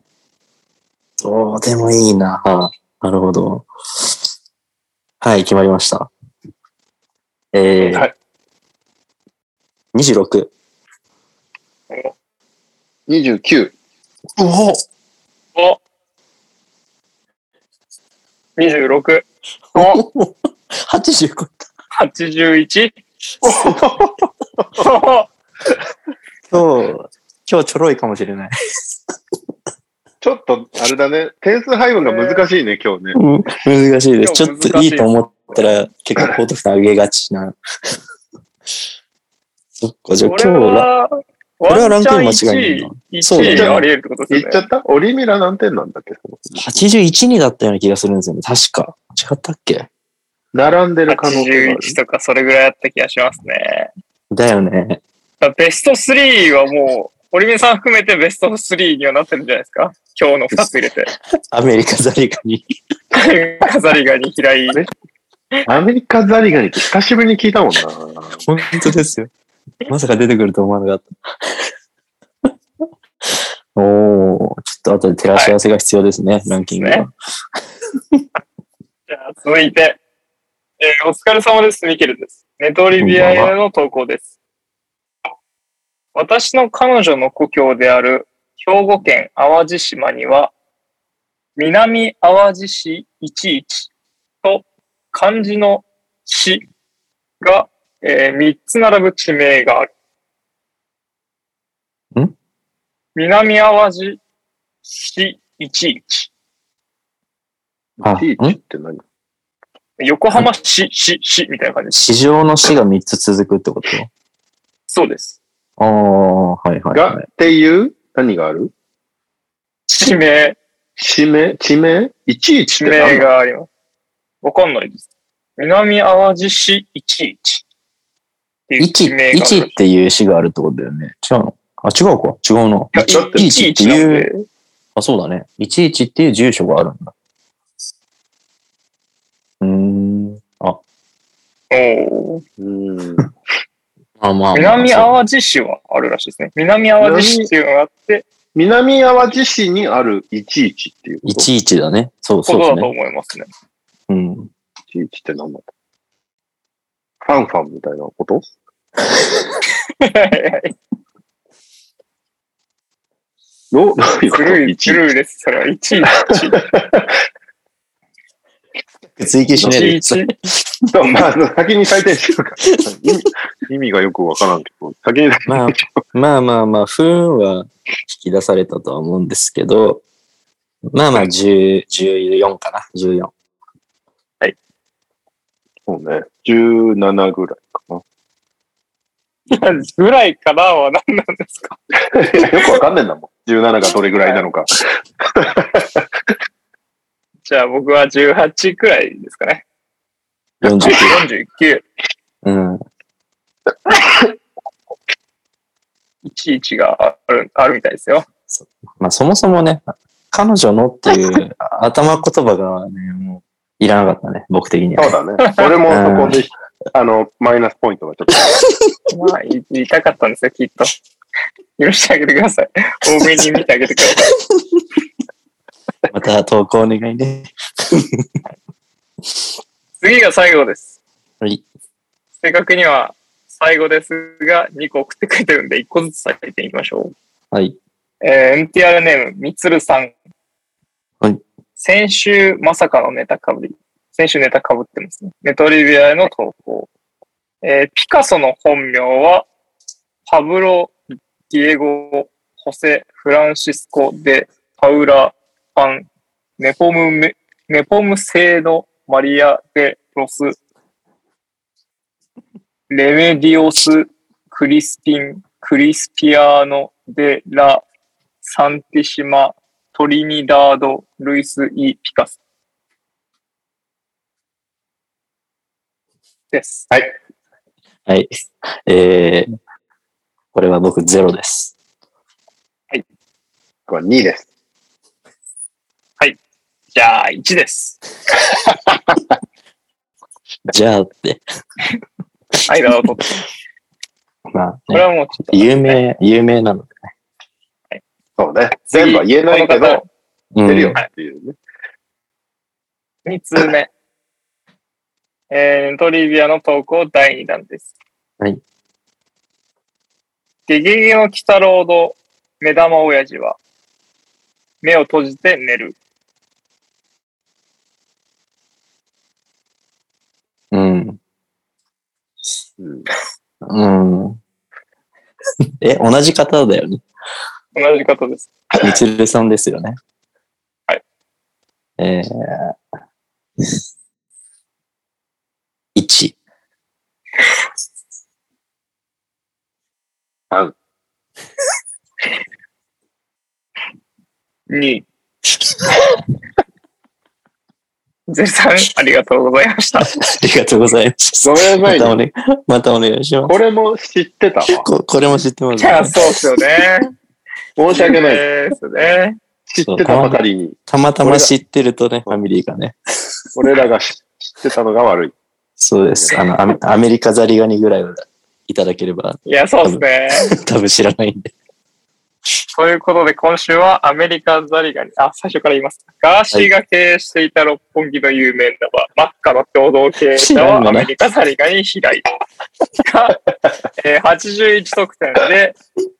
Speaker 1: どうでもいいな。なるほど。はい、決まりました。えー、
Speaker 3: はい
Speaker 1: 26。
Speaker 3: 29。
Speaker 1: うお
Speaker 2: お !26、
Speaker 1: (laughs) お !85
Speaker 2: 81? お
Speaker 1: 今日、今日ちょろいかもしれない。
Speaker 3: ちょっと、あれだね。点数配分が難しいね、今日ね。
Speaker 1: 難しいです。ち
Speaker 2: 今日
Speaker 1: ょっといいと思ったら、結構高得点上げがちな。そっか、じゃあ
Speaker 2: これ
Speaker 1: 今日
Speaker 2: は、
Speaker 1: は、これは
Speaker 2: ワ
Speaker 1: ラン
Speaker 2: ン
Speaker 1: ク
Speaker 2: チ
Speaker 1: イン
Speaker 2: ャン
Speaker 1: 間
Speaker 2: 1
Speaker 1: 違い
Speaker 2: 位
Speaker 1: ない、
Speaker 2: 1
Speaker 1: そうだ
Speaker 2: 位
Speaker 1: ね
Speaker 2: であり得るってことで
Speaker 3: 言
Speaker 2: す
Speaker 3: っ
Speaker 2: よ
Speaker 3: ちゃ
Speaker 2: ね。
Speaker 3: ったオリミラ何点なんだっけその
Speaker 1: 81にだったような気がするんですよね。確か。違ったっけ
Speaker 3: 並んでる可能性がある。
Speaker 2: 81とかそれぐらいあった気がしますね。
Speaker 1: だよね。
Speaker 2: だからベスト3はもう、堀江さん含めてベスト3にはなってるんじゃないですか今日の2つ入れ (laughs) て。
Speaker 1: アメリカザリガニ。
Speaker 2: 飾りがに平井。
Speaker 3: アメリカザリガニって久しぶりに聞いたもんな。
Speaker 1: 本当です (laughs) よ。まさか出てくると思わなかった。 (laughs) おお、ちょっと後で照らし合わせが必要ですね、ランキング
Speaker 2: ね
Speaker 1: は。
Speaker 2: じゃあ (laughs) 続いて、えーお疲れ様です、ミケルです。ネトリビアへの投稿です。私の彼女の故郷である兵庫県淡路島には、南淡路市11と漢字の市が、え3つ並ぶ地名がある。
Speaker 1: ん
Speaker 2: 南淡路市11。
Speaker 1: あ
Speaker 3: いちって何
Speaker 2: 横浜市、市、市みたいな感じです。
Speaker 1: 市場の死が3つ続くってこと
Speaker 2: そうです。
Speaker 1: ああ、はいはい、
Speaker 3: が、
Speaker 1: は
Speaker 3: っ
Speaker 1: い。
Speaker 3: ていう何がある
Speaker 2: 地名、
Speaker 3: 地名地名いちい
Speaker 2: 地
Speaker 3: ちって
Speaker 2: 名
Speaker 3: 何だ
Speaker 2: があります。わかんないです。南淡路市11っていう地
Speaker 1: 一
Speaker 2: 名があ
Speaker 1: 一っ
Speaker 2: る。
Speaker 1: ていう死があるってことだよね。違うのあ、違うか。違うな。
Speaker 2: いや
Speaker 1: 一
Speaker 2: い
Speaker 1: 一って
Speaker 2: 11なん
Speaker 1: いう
Speaker 2: で、
Speaker 1: あ、そうだね。11っていう住所があるんだ。うーん。
Speaker 2: おー
Speaker 4: うん。
Speaker 1: あ、まあ、
Speaker 2: 南
Speaker 1: まあ
Speaker 2: 淡路市はあるらしいですね。南淡路市っていうのがあって、
Speaker 3: 南淡路市にある11っていうこと。
Speaker 1: 11だね。そう
Speaker 2: こ
Speaker 1: そう
Speaker 2: とだ
Speaker 1: です
Speaker 2: と
Speaker 1: ね。
Speaker 2: 思い
Speaker 1: (laughs)
Speaker 2: ますね。
Speaker 1: うん。
Speaker 3: 11って何だファンファンみたいなことどう (laughs) どういう
Speaker 2: ず
Speaker 3: こと
Speaker 2: るい、ず
Speaker 3: ?11。
Speaker 2: るいです。それは1位、
Speaker 1: 追求しないで。
Speaker 2: 1位、
Speaker 3: そうまあ、先に採点しようか。意味 (laughs) 意味がよくわからんけど、先に採
Speaker 1: まあ、まあまあまあ、不運は引き出されたとは思うんですけど、まあまあ、10 14かな、14。
Speaker 3: そうね、17ぐらいかな。
Speaker 2: ぐらいからは何なんですか
Speaker 3: い (laughs) やよくわかんねえんだもん。17がどれぐらいなのか。
Speaker 2: じゃあ僕は18くらいですかね。
Speaker 1: 40。
Speaker 2: 49。
Speaker 1: うん。
Speaker 2: 11がある、あるみたいですよ。
Speaker 1: まあそもそもね、彼女のっていう頭言葉がね、もういらなかったね、僕的には。
Speaker 3: (laughs) そうだね。俺もそこで、あの、マイナスポイントがちょっと。
Speaker 2: まあ、い言いたかったんですよ、きっと。許してあげてください。多めに見てあげてください。
Speaker 1: また投稿お願いね。
Speaker 2: 次が最後です。
Speaker 1: はい。
Speaker 2: 正確には最後ですが、2個送ってくれてるんで、1個ずつ採点いきましょう。
Speaker 1: はい。
Speaker 2: えー NTR ネーム、みつるさん。
Speaker 1: はい。
Speaker 2: 先週、まさかのネタかぶり。先週ネタかぶってますね。ネトリビアへの投稿。えーピカソの本名は、パブロ・ディエゴ・ホセ・フランシスコ・デ・パウラ・パン・ネポムメ・ネポムセード・マリア・デ・ロス・レメディオス・クリスピン・クリスピアーノ・デ・ラ・サンティシマ・トリニダード・ルイス・イ・ピカス。です。はい。
Speaker 1: はい。えー、これは僕ゼロです。
Speaker 3: これ2です。
Speaker 2: じゃあ、1です。
Speaker 1: (laughs) じゃあって。
Speaker 2: はい、なるほど。こ
Speaker 1: まあ、
Speaker 2: れ
Speaker 1: ね、
Speaker 2: はもうちょっと、
Speaker 1: 有名、有名なので。
Speaker 3: そうね。
Speaker 2: 次
Speaker 3: 全部は言えないけど、
Speaker 2: こ
Speaker 1: う
Speaker 3: 出る
Speaker 1: ん
Speaker 3: よ。っていうね。
Speaker 2: の方、2通目。えー、トリビアの投稿第2弾です。
Speaker 1: はい。
Speaker 2: ゲゲゲの鬼太郎の目玉親父は、目を閉じて寝る。
Speaker 1: うん。
Speaker 3: うん
Speaker 1: うん。え、同じ方だよね。
Speaker 2: 同じことです。
Speaker 1: みつるさんですよね。
Speaker 2: はい。
Speaker 1: えー、1。
Speaker 2: 2。ゼルさん、ありがとうございました。
Speaker 1: ありがとうございました。
Speaker 3: ごめんな
Speaker 1: ま
Speaker 3: さい
Speaker 1: たお,、
Speaker 3: ね。
Speaker 1: ね、またお願いします。
Speaker 3: これも知ってたわ。
Speaker 1: ここれも知ってます、
Speaker 2: いや、そうっすよね。
Speaker 3: 申し訳ない。
Speaker 2: ですね。
Speaker 3: 知ってたばかりに、
Speaker 1: たまたま知ってるとね、ファミリーがね。
Speaker 3: 俺らが知知ってたのが悪い。
Speaker 1: そうです。あの、アメアメリカザリガニぐらいはいただければ、 (laughs)
Speaker 2: いや、そうっすね。
Speaker 1: 多分知らないんで。
Speaker 2: ということで、今週はアメリカザリガニ、あ、最初から言います。ガーシーが経営していた六本木の有名なバー、マッカの共同経営者はアメリカザリガニ開いた。 (laughs) が、えー81得点で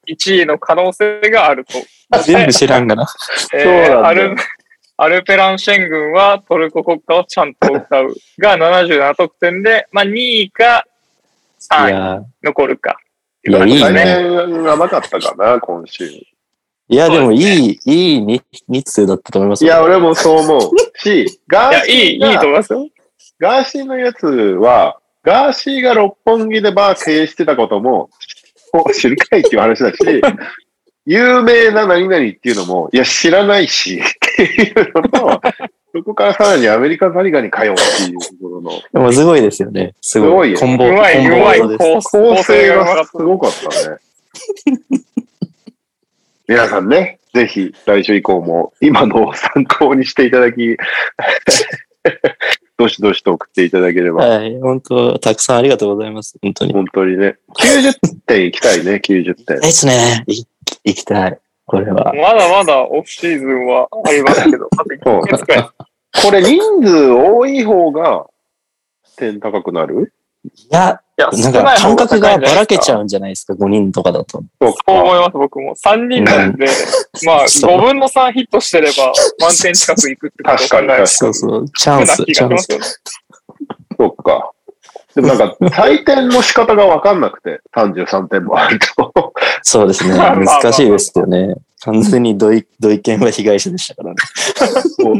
Speaker 2: 1位の可能性があると。
Speaker 1: 全部知らんがな。
Speaker 2: え
Speaker 3: そうなんだ
Speaker 2: ー
Speaker 3: よ
Speaker 2: アルアルペランシェン軍はトルコ国歌をちゃんと歌うが77得点で、まあ、2位か
Speaker 1: い
Speaker 2: 3位
Speaker 1: や、
Speaker 2: 残るか。
Speaker 1: いやいいね
Speaker 3: 来年はなかったかな、今週。い
Speaker 1: いやでもい
Speaker 2: そう
Speaker 1: い、いい日日数だったと思いますよ。
Speaker 3: や、俺もそう思う。し、
Speaker 2: (laughs)
Speaker 3: ガ
Speaker 2: いや、
Speaker 3: ー
Speaker 2: いい、
Speaker 3: シ
Speaker 2: い
Speaker 3: ー
Speaker 2: い
Speaker 3: が
Speaker 2: と思いますよ。
Speaker 3: ガーシーのやつは、ガーシーが六本木でバー経営してたことも、もう知るかいっていう話
Speaker 2: (laughs)
Speaker 3: だし、有名な何々っていうのも、いや、知らないし、っていう
Speaker 2: (laughs)
Speaker 3: のと、そこからさらにアメリカザリガニ通うっていうところの、
Speaker 1: でもすごいですよね。すごい。
Speaker 3: すご
Speaker 1: こん
Speaker 2: う
Speaker 1: ぼ
Speaker 2: まい、
Speaker 1: こん
Speaker 2: う
Speaker 1: ぼ
Speaker 2: まい、
Speaker 1: 技です
Speaker 2: 構
Speaker 3: 構
Speaker 2: 成
Speaker 3: 成
Speaker 2: がうまか
Speaker 3: が
Speaker 2: っ
Speaker 3: すごかったね。皆さんね、ぜひ来週以降も今のを参考にしていただき、 (laughs) どしどしと送っていただければ、
Speaker 1: はい、本当たくさんありがとうございます。本当に。
Speaker 3: 本当にね、90点いきたいね、90点。
Speaker 1: いいっすね。い行きたい。これは。
Speaker 2: まだまだオフシーズンはありますけど、あと1ヶ月くらい。
Speaker 3: これ人数多い方が点高くなる
Speaker 1: いや、
Speaker 2: いや、
Speaker 1: な
Speaker 2: 少
Speaker 1: んか
Speaker 2: ない方
Speaker 1: 感覚
Speaker 2: 高い
Speaker 1: が
Speaker 2: んじ
Speaker 1: ば
Speaker 2: ゃない
Speaker 1: ら
Speaker 2: で
Speaker 1: け
Speaker 2: すか
Speaker 1: ちゃうんじゃないですか、5人とかだと。
Speaker 3: そう
Speaker 2: そう思い
Speaker 3: か。
Speaker 2: ます、僕も。3人なんで、まあ、
Speaker 1: そう
Speaker 2: 5分の3ヒットしてれば、満点近くいくってことを考えると
Speaker 1: そうそう、チャンス、
Speaker 2: 少ない気
Speaker 1: チ
Speaker 2: がし
Speaker 1: ャン
Speaker 2: ま
Speaker 1: ス
Speaker 2: す。よね。
Speaker 3: そうか。でもなんか採点の仕方がわかんなくて、33点もあると。
Speaker 1: そうですね。
Speaker 2: まあまあまあ
Speaker 1: 難しいですよね。完全に土井、土井健は被害者でしたからね。
Speaker 3: そう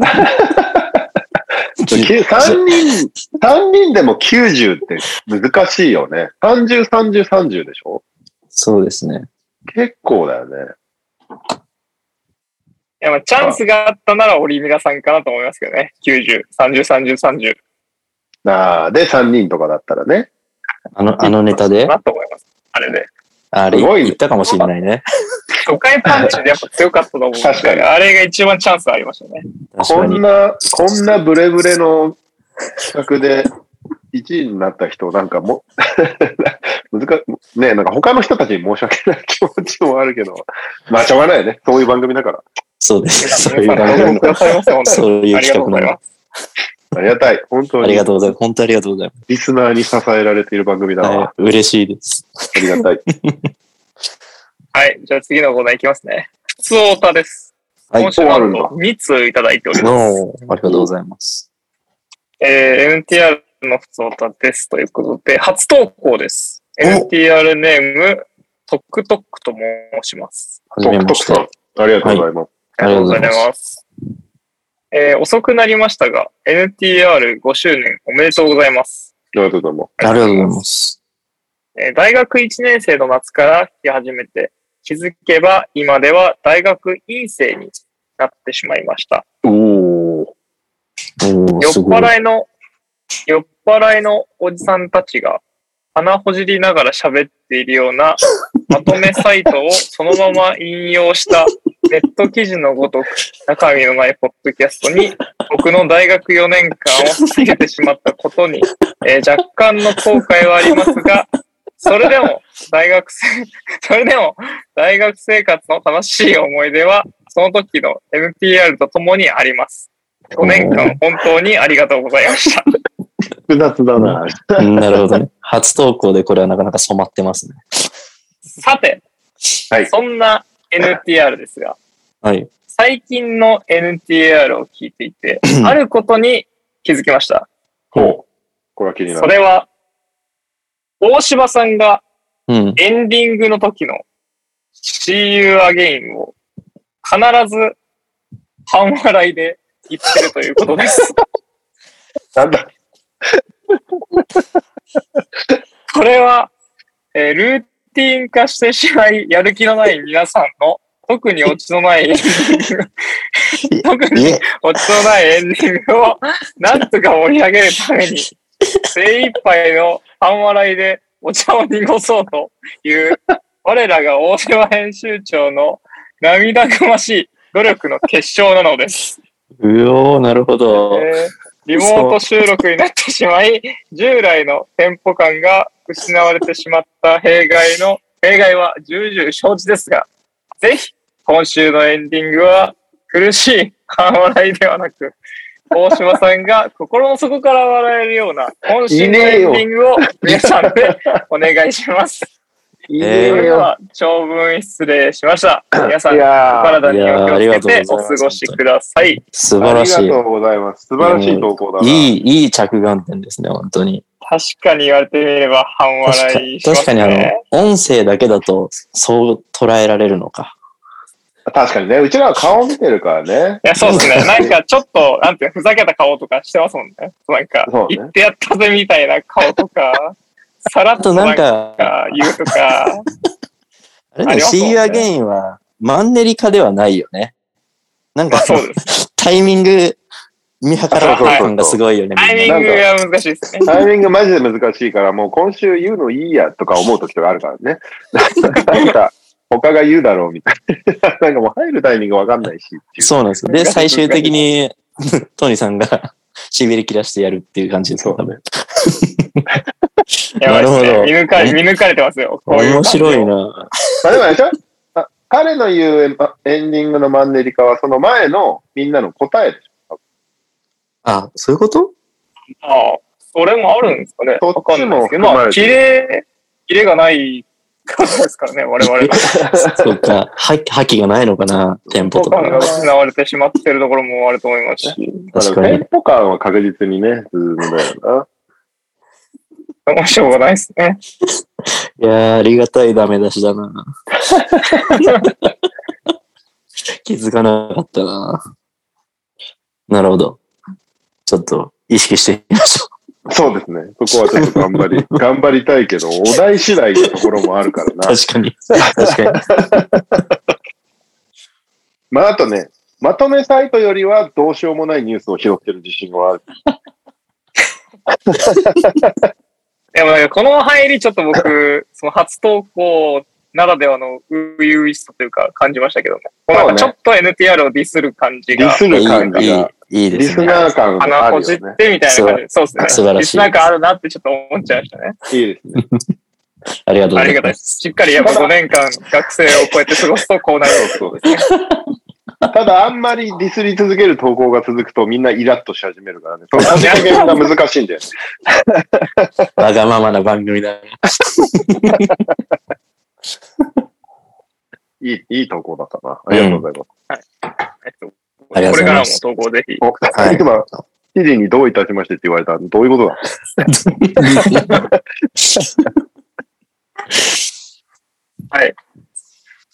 Speaker 3: 3人、三人でも90って難しいよね。30、30、30でしょ
Speaker 1: そうですね。
Speaker 3: 結構だよね。
Speaker 2: いや、まあ、チャンスがあったなら、織皆さんかなと思いますけどね。90、30、30、30
Speaker 3: なあで、3人とかだったらね。
Speaker 1: あの、あのネタで、
Speaker 2: なと思います。あれで。
Speaker 1: あれ
Speaker 3: すごいね
Speaker 1: 言ったかもしれないね。
Speaker 2: 初回パンチでやっぱ強かったと思うんで。
Speaker 3: 確かに
Speaker 2: あれが一番チャンスありましたね。
Speaker 1: 確
Speaker 3: こ
Speaker 1: かに
Speaker 3: ん。な、こんなブレブレの企画で1位になった人、なんかも、 (laughs) 難か、ねなんか他の人たちに申し訳ない気持ちもあるけど、まあしょうがないよね。そういう番組だから。
Speaker 1: そうです。そういう
Speaker 2: 皆 (laughs) さん、ご応募くださいませ、本当に。
Speaker 1: そうい
Speaker 2: あり
Speaker 1: う
Speaker 2: がとう
Speaker 1: 企
Speaker 2: ご
Speaker 1: 画
Speaker 2: ざい
Speaker 1: なの
Speaker 2: ま。す。
Speaker 3: ありがたい。本当
Speaker 1: あり
Speaker 3: に
Speaker 1: がとうございます。本当ありがとうござい
Speaker 3: リスナーに支えられている番組だ
Speaker 1: ます。
Speaker 3: わ。
Speaker 1: はい、嬉しいです。
Speaker 3: ありがたい。
Speaker 2: はい、じゃあ次のコーナーいきますね。普通オタです。
Speaker 1: はい
Speaker 2: 今週
Speaker 3: あ
Speaker 2: な
Speaker 3: るん
Speaker 2: ん
Speaker 3: だ
Speaker 2: と2通いただいております。
Speaker 1: どうもありがとうございます。
Speaker 2: えー NTR の普通歌です。ということで、初投稿です。
Speaker 3: お
Speaker 2: NTR ネーム、トックトックと申します。
Speaker 1: はじめまして。
Speaker 3: トクトクさんありがとうございます。
Speaker 1: ありがとうござい
Speaker 2: ありが
Speaker 1: ます
Speaker 2: とうます。えー遅くなりましたが、NTR5 周年おめでとうございます。
Speaker 3: ありがとうございま
Speaker 1: ありがとうございます。
Speaker 2: えー大学1年生の夏から来始めて、気づけば今では大学院生になってしまいました。
Speaker 3: す。おー。
Speaker 1: おー
Speaker 2: 酔っ
Speaker 1: すごい。
Speaker 2: 払いの、酔っ払いのおじさんたちが鼻ほじりながら喋っているようなまとめサイトをそのまま引用したネット記事のごとく中身のないポッドキャストに僕の大学4年間を捧げてしまったことに、えー若干の後悔はありますが、それでも大学生、それでも大学生活の楽しい思い出はその時の NPR と共にあります。5年
Speaker 3: (laughs)
Speaker 2: 間本当にありがとうございました。
Speaker 3: 複雑だな。
Speaker 1: うんなるほどね。 (laughs) 初投稿でこれはなかなか染まってますね。
Speaker 2: さて、
Speaker 3: はい
Speaker 2: そんな NTR ですが、
Speaker 1: はい。
Speaker 2: 最近の NTR を聞いていて、あることに気づきました。
Speaker 3: ほう。これは気にな
Speaker 2: そ
Speaker 3: る。
Speaker 2: れは、大柴さんが
Speaker 1: うん。
Speaker 2: エンディングの時の See You Again を必ず半笑いで言ってるということです。
Speaker 3: なんだ
Speaker 2: これは、えールーティン化してしまい、やる気のない皆さんの、特にオチのないエンディング、特に
Speaker 1: いえ、
Speaker 2: オチのないエンディングを、なんとか盛り上げるために、精一杯の半笑いでお茶を濁そうという、我らが大島編集長の涙ぐましい努力の結晶なのです。
Speaker 1: うおー、なるほど。
Speaker 2: えーリモート収録になってしまい、従来のテンポ感が失われてしまった弊害の、弊害は重々承知ですが、ぜひ、今週のエンディングは苦しい半笑いではなく、大島さんが心の底から笑えるような、今週のエンディングを皆さんでお願いします。
Speaker 3: いい
Speaker 1: ねえ
Speaker 2: それで
Speaker 3: よ。
Speaker 2: は、長文失礼しました。皆さん、
Speaker 3: い
Speaker 2: お
Speaker 3: やー
Speaker 2: 体にお気をつけてお過ごしください。
Speaker 1: 素晴
Speaker 3: あ
Speaker 1: ら
Speaker 3: り
Speaker 1: し
Speaker 3: が
Speaker 1: い。
Speaker 3: とうございます。素晴らしい投稿だな。
Speaker 1: いい、いい着眼点ですね、本当に。
Speaker 2: 確かに言われてみれば半
Speaker 1: 確か
Speaker 2: 笑いします、ね、
Speaker 1: 確かにあの、音声だけだと、そう捉えられるのか。
Speaker 3: 確かにね、うちらは顔見てるからね。
Speaker 2: いや、そうですね。なんかちょっと、なんていうのふざけた顔とかしてますもんね。なんか、
Speaker 3: そうね
Speaker 2: 言ってやったぜみたいな顔とか、さら
Speaker 1: あ
Speaker 2: っと
Speaker 1: と
Speaker 2: な
Speaker 1: なんん
Speaker 2: か
Speaker 1: か、
Speaker 2: 言うとか、
Speaker 1: あれ
Speaker 2: あ
Speaker 1: だ
Speaker 2: り
Speaker 1: よ、
Speaker 2: ますもんね
Speaker 1: See You Again は、マンネリ化ではないよね。なんか、
Speaker 2: そうです。
Speaker 1: タイミング、見計らう感がすごいよね。
Speaker 2: タイミングが難しいですね。
Speaker 3: タイミングマジで難しいから、もう今週言うのいいやとか思う時とかあるからね。なんか、他が言うだろうみたいな。 (laughs) なんかもう入るタイミングわかんないしっていう。
Speaker 1: そうなんですよ。で、最終的に、 (laughs) トニーさんが痺れ切らしてやるっていう感じですよ、多分。
Speaker 2: やばいっす
Speaker 1: なるほど
Speaker 2: ね。見抜かれ、見抜かれてますよ。こういう
Speaker 1: 面白い
Speaker 2: 感
Speaker 1: な。
Speaker 3: まあでもあれでしょあ彼の言うエンディングのマンネリ化はその前のみんなの答えでしょ
Speaker 1: あ、そういうこと
Speaker 2: じ。ああ、それもあるんですかね。
Speaker 3: そっ
Speaker 2: わ
Speaker 3: ち
Speaker 2: か
Speaker 3: も
Speaker 2: んないですけど、
Speaker 3: 含ま
Speaker 2: まあ、
Speaker 3: れて
Speaker 2: キレ、キレがないからですからね、我々が。
Speaker 1: そうか、覇覇気がないのかな、テンポ
Speaker 2: 好
Speaker 1: とか
Speaker 2: 感。が失われてしまってるところもあると思いますし、
Speaker 1: 確
Speaker 3: まあで
Speaker 1: か
Speaker 3: も
Speaker 1: に
Speaker 3: テ。ンポ感は確実にね、ズームだよな。
Speaker 2: もうしょうがないですね。
Speaker 1: いやー、ありがたいダメ出しだな。 (laughs) 気づかなかったな。なるほど。ちょっと意識してみましょ
Speaker 3: そうですね。そこはちょっと頑張
Speaker 1: (laughs)
Speaker 3: り、頑張りたいけど、お題次第のところもあるから
Speaker 1: う。
Speaker 3: な。
Speaker 1: 確
Speaker 3: (laughs)
Speaker 1: かに。確かに。
Speaker 3: まあ、あとね、まとめサイトよりはどうしようもないニュースを拾ってる自信はある。
Speaker 2: でもなんかこの入りちょっと僕、 (laughs) その初投稿ならではの初々しさというか感じましたけどね。こうなんかちょっと NTR をディスる感じ
Speaker 3: ディ
Speaker 2: が、
Speaker 3: スる感
Speaker 1: い
Speaker 3: じ
Speaker 1: い
Speaker 3: が、、
Speaker 1: いいいい
Speaker 3: リ
Speaker 1: です
Speaker 3: ス
Speaker 1: ね。
Speaker 3: ナー感があ
Speaker 2: 鼻
Speaker 3: る
Speaker 2: こじっ
Speaker 3: よね。
Speaker 2: てみたいな感じで、そうですね。
Speaker 1: 素
Speaker 2: デ
Speaker 1: 晴らしい
Speaker 2: ィスなんかあるなってちょっと思っちゃいましたね。
Speaker 3: いいですね。
Speaker 1: ありがとう
Speaker 2: あ
Speaker 1: ござ
Speaker 2: り
Speaker 1: い
Speaker 2: がたい
Speaker 1: ま。
Speaker 2: ですす。しっかりやっぱ5年間学生をこうやって過ごすとこうなる。
Speaker 3: そうそうですねただ、あんまりディスり続ける投稿が続くと、みんなイラッとし始める
Speaker 1: (laughs)
Speaker 3: からね。その感じが難しいんだよね。
Speaker 1: わがままな番組だね。
Speaker 3: いい、いい投稿だったな。ありがとうございます。
Speaker 2: えっとこ
Speaker 1: ありがとう
Speaker 2: れか
Speaker 1: ござい
Speaker 2: ら
Speaker 1: ま
Speaker 2: も
Speaker 1: す
Speaker 2: 投稿ぜひ。
Speaker 3: お、
Speaker 1: はい
Speaker 3: 今、記事にどういたしましてって言われたら、どういうこと
Speaker 1: (laughs)
Speaker 3: だ
Speaker 2: はい。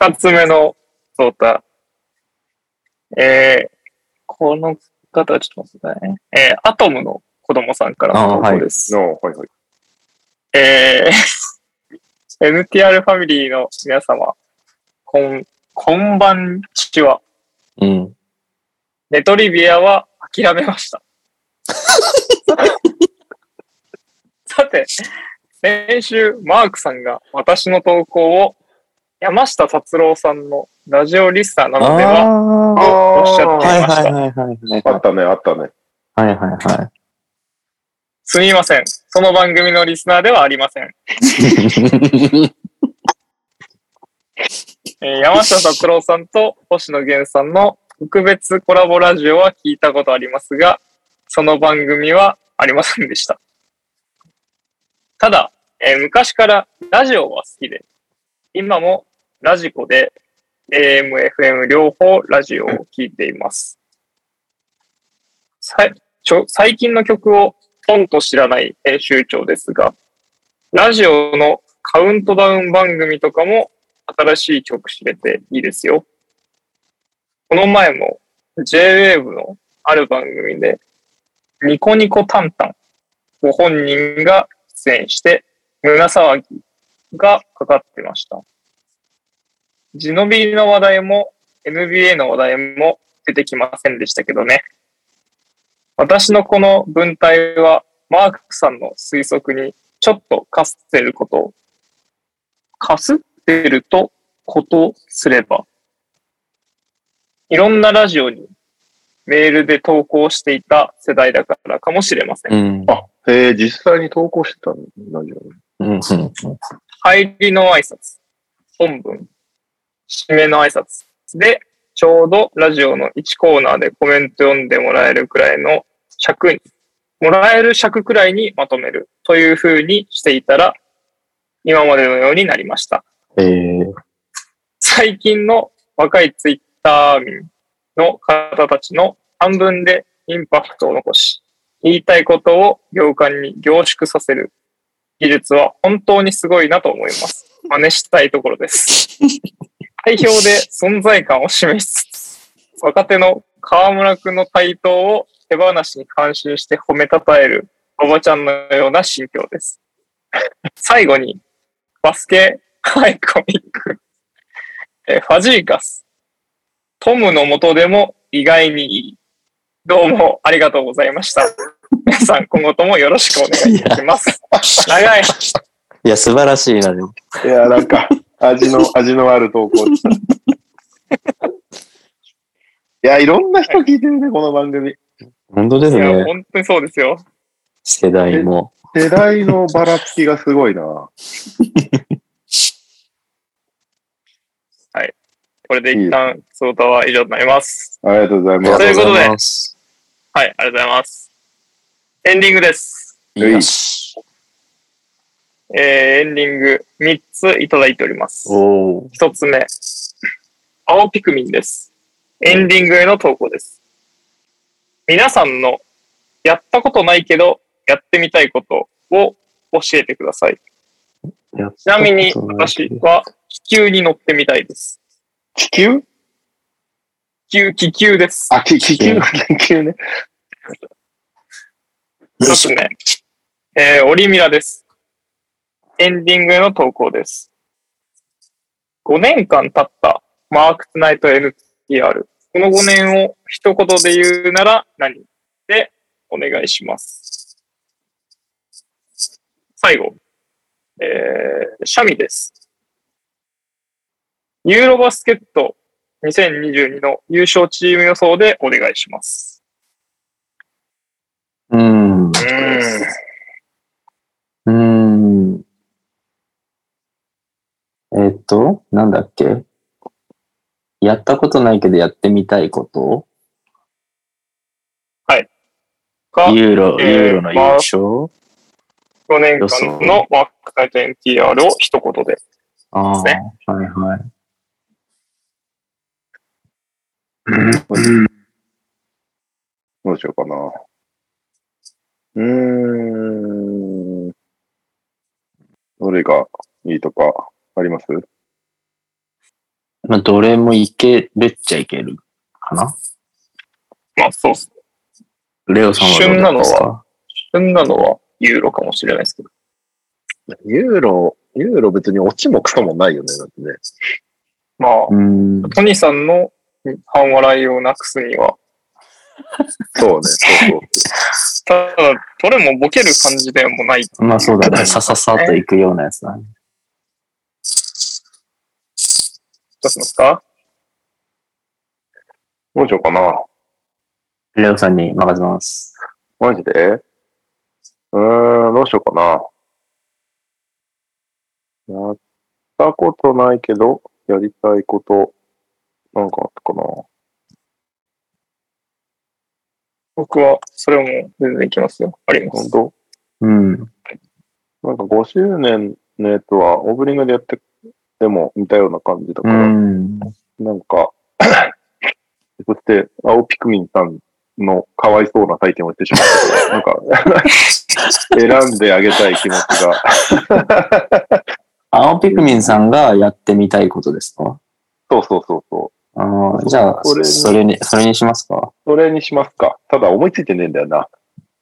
Speaker 2: 二つ目の相談。えー、この方はちょっと待ってくださいね。えー、アトムの子供さんからの投稿です。
Speaker 3: の、はいはい。
Speaker 2: えー、NTR ファミリーの皆様、こん、こんばんちは。
Speaker 1: うん。
Speaker 2: ネトリビアは諦めました。 (laughs) さて、先週、マークさんが私の投稿を山下達郎さんのラジオリスターな
Speaker 1: あ
Speaker 2: のでは
Speaker 1: あ
Speaker 2: とおっしゃっ
Speaker 1: ー。
Speaker 2: て
Speaker 1: はい
Speaker 2: いまし
Speaker 1: はい
Speaker 2: た。
Speaker 1: はいはい
Speaker 3: あ
Speaker 1: は
Speaker 3: ったね、あったね。
Speaker 1: い。はいはいはい。
Speaker 2: すみません。その番組のリスナーではありません。えー山下達郎さんと星野源さんの特別コラボラジオは聞いたことありますが、その番組はありませんでした。ただ、えー昔からラジオは好きで、今もラジコで AM、FM 両方ラジオを聴いています。さいちょ最近の曲をほとんと知らない編集長ですが、ラジオのカウントダウン番組とかも新しい曲知れていいですよ。この前も JWAVE のある番組でニコニコタンタンご本人が出演して胸騒ぎがかかってました。ジノビーの話題も NBA の話題も出てきませんでしたけどね。私のこの文体はマークさんの推測にちょっとかすってることをかすってるとことすれば、いろんなラジオにメールで投稿していた世代だからかもしれません。
Speaker 1: うん。
Speaker 3: あ、えー、実際に投稿してたんだよね。
Speaker 1: うんうんうん
Speaker 2: 入りの挨拶、本文、締めの挨拶で、ちょうどラジオの1コーナーでコメント読んでもらえるくらいの尺に、もらえる尺くらいにまとめるという風にしていたら、今までのようになりました。
Speaker 1: えー
Speaker 2: 最近の若いツイッター民の方たちの半分でインパクトを残し、言いたいことを行間に凝縮させる技術は本当にすごいなと思います。真似したいところです。代表で存在感を示しつつ、若手の河村くんの対等を手放しに感心して褒めたたえるおばちゃんのような心境です。最後に、バスケアイコミックえーファジーカス。トムの元でも意外にいい。どうもありがとうございました。皆さん今後ともよろしくお願いいたします。長い。
Speaker 1: いや、素晴らしいな、でも。
Speaker 3: (laughs) いや、なんか、味の、味のある投稿で (laughs) した。いや、いろんな人聞いてるね、この番組。
Speaker 1: 本当で
Speaker 2: い
Speaker 1: す
Speaker 2: や、
Speaker 1: ね。
Speaker 2: 本当にそうですよ。
Speaker 1: 世代も。
Speaker 3: 世代のばらつきがすごいな。
Speaker 2: これで一旦、相談は以上になります。
Speaker 3: ありがとうございます。
Speaker 2: ということで
Speaker 1: ありがとうございます。
Speaker 2: はい、ありがとうございます。エンディングです。
Speaker 3: うい
Speaker 1: よし
Speaker 2: えー、エンディング3ついただいております。
Speaker 1: おー
Speaker 2: 一つ目。青ピクミンです。エンディングへの投稿です。皆さんのやったことないけどやってみたいことを教えてください。ちなみに私は気球に乗ってみたいです。
Speaker 3: 気球
Speaker 2: 気球、気球です。
Speaker 3: あ、気気球、気球ね。
Speaker 2: 一つ目。えー、オリミラです。エンディングへの投稿です。5年間経ったマークツナイト NTR。この5年を一言で言うなら何でお願いします。最後。えー、シャミです。ユーロバスケット2022の優勝チーム予想でお願いします。
Speaker 1: うん。
Speaker 2: うん。
Speaker 1: うん。えっと、なんだっけやったことないけどやってみたいこと
Speaker 2: か、
Speaker 1: ユーロ、
Speaker 2: えー
Speaker 1: ユーロの優勝
Speaker 2: 5年間のワークタイト NTR を一言で。
Speaker 1: ああ、
Speaker 2: で
Speaker 1: はいはい。
Speaker 3: どうしようかな。うーん。どれがいいとかあります
Speaker 1: まあ、どれもいけるっちゃいけるかな
Speaker 2: まあそうっす。
Speaker 1: レオさんはどうだったんです
Speaker 2: 旬な
Speaker 1: か
Speaker 2: そんなのはユーロかもしれないですけど。
Speaker 3: ユーロ、ユーロ別にオチもクソもないよね、だってね。
Speaker 2: まあ、
Speaker 1: うん。
Speaker 2: トニーさんの半笑いをなくすには、
Speaker 3: そうね、そうそう。
Speaker 2: ただ、どれもボケる感じでもない。
Speaker 1: まあそうだね。さささっといくようなやつだね。
Speaker 2: どうしますか
Speaker 3: どうしようかな。
Speaker 1: レオさんに任せます。
Speaker 3: マジでうーん、どうしようかな。やったことないけど、やりたいこと、なんかあったかな。
Speaker 2: 僕は、それも全然いきますよ。ありま
Speaker 3: 本
Speaker 2: す。
Speaker 3: 当
Speaker 1: うん。
Speaker 3: なんか5周年のやつは、オープニングでやって、でも似たような感じだか
Speaker 1: う
Speaker 3: ら、
Speaker 1: ん。
Speaker 3: なんか、 (coughs) そして、青ピクミンさんのかわいそうな体験をしてしまったけど、
Speaker 1: (laughs)
Speaker 3: なんか、選んであげたい気持ちが、 (laughs)
Speaker 1: 青ピクミンさんがやってみたいことですか
Speaker 3: そうそうそうそう。
Speaker 1: あのじゃあ、
Speaker 3: これ
Speaker 1: それに、それにしますか
Speaker 3: それにしますか。ただ思いついてねえんだよな。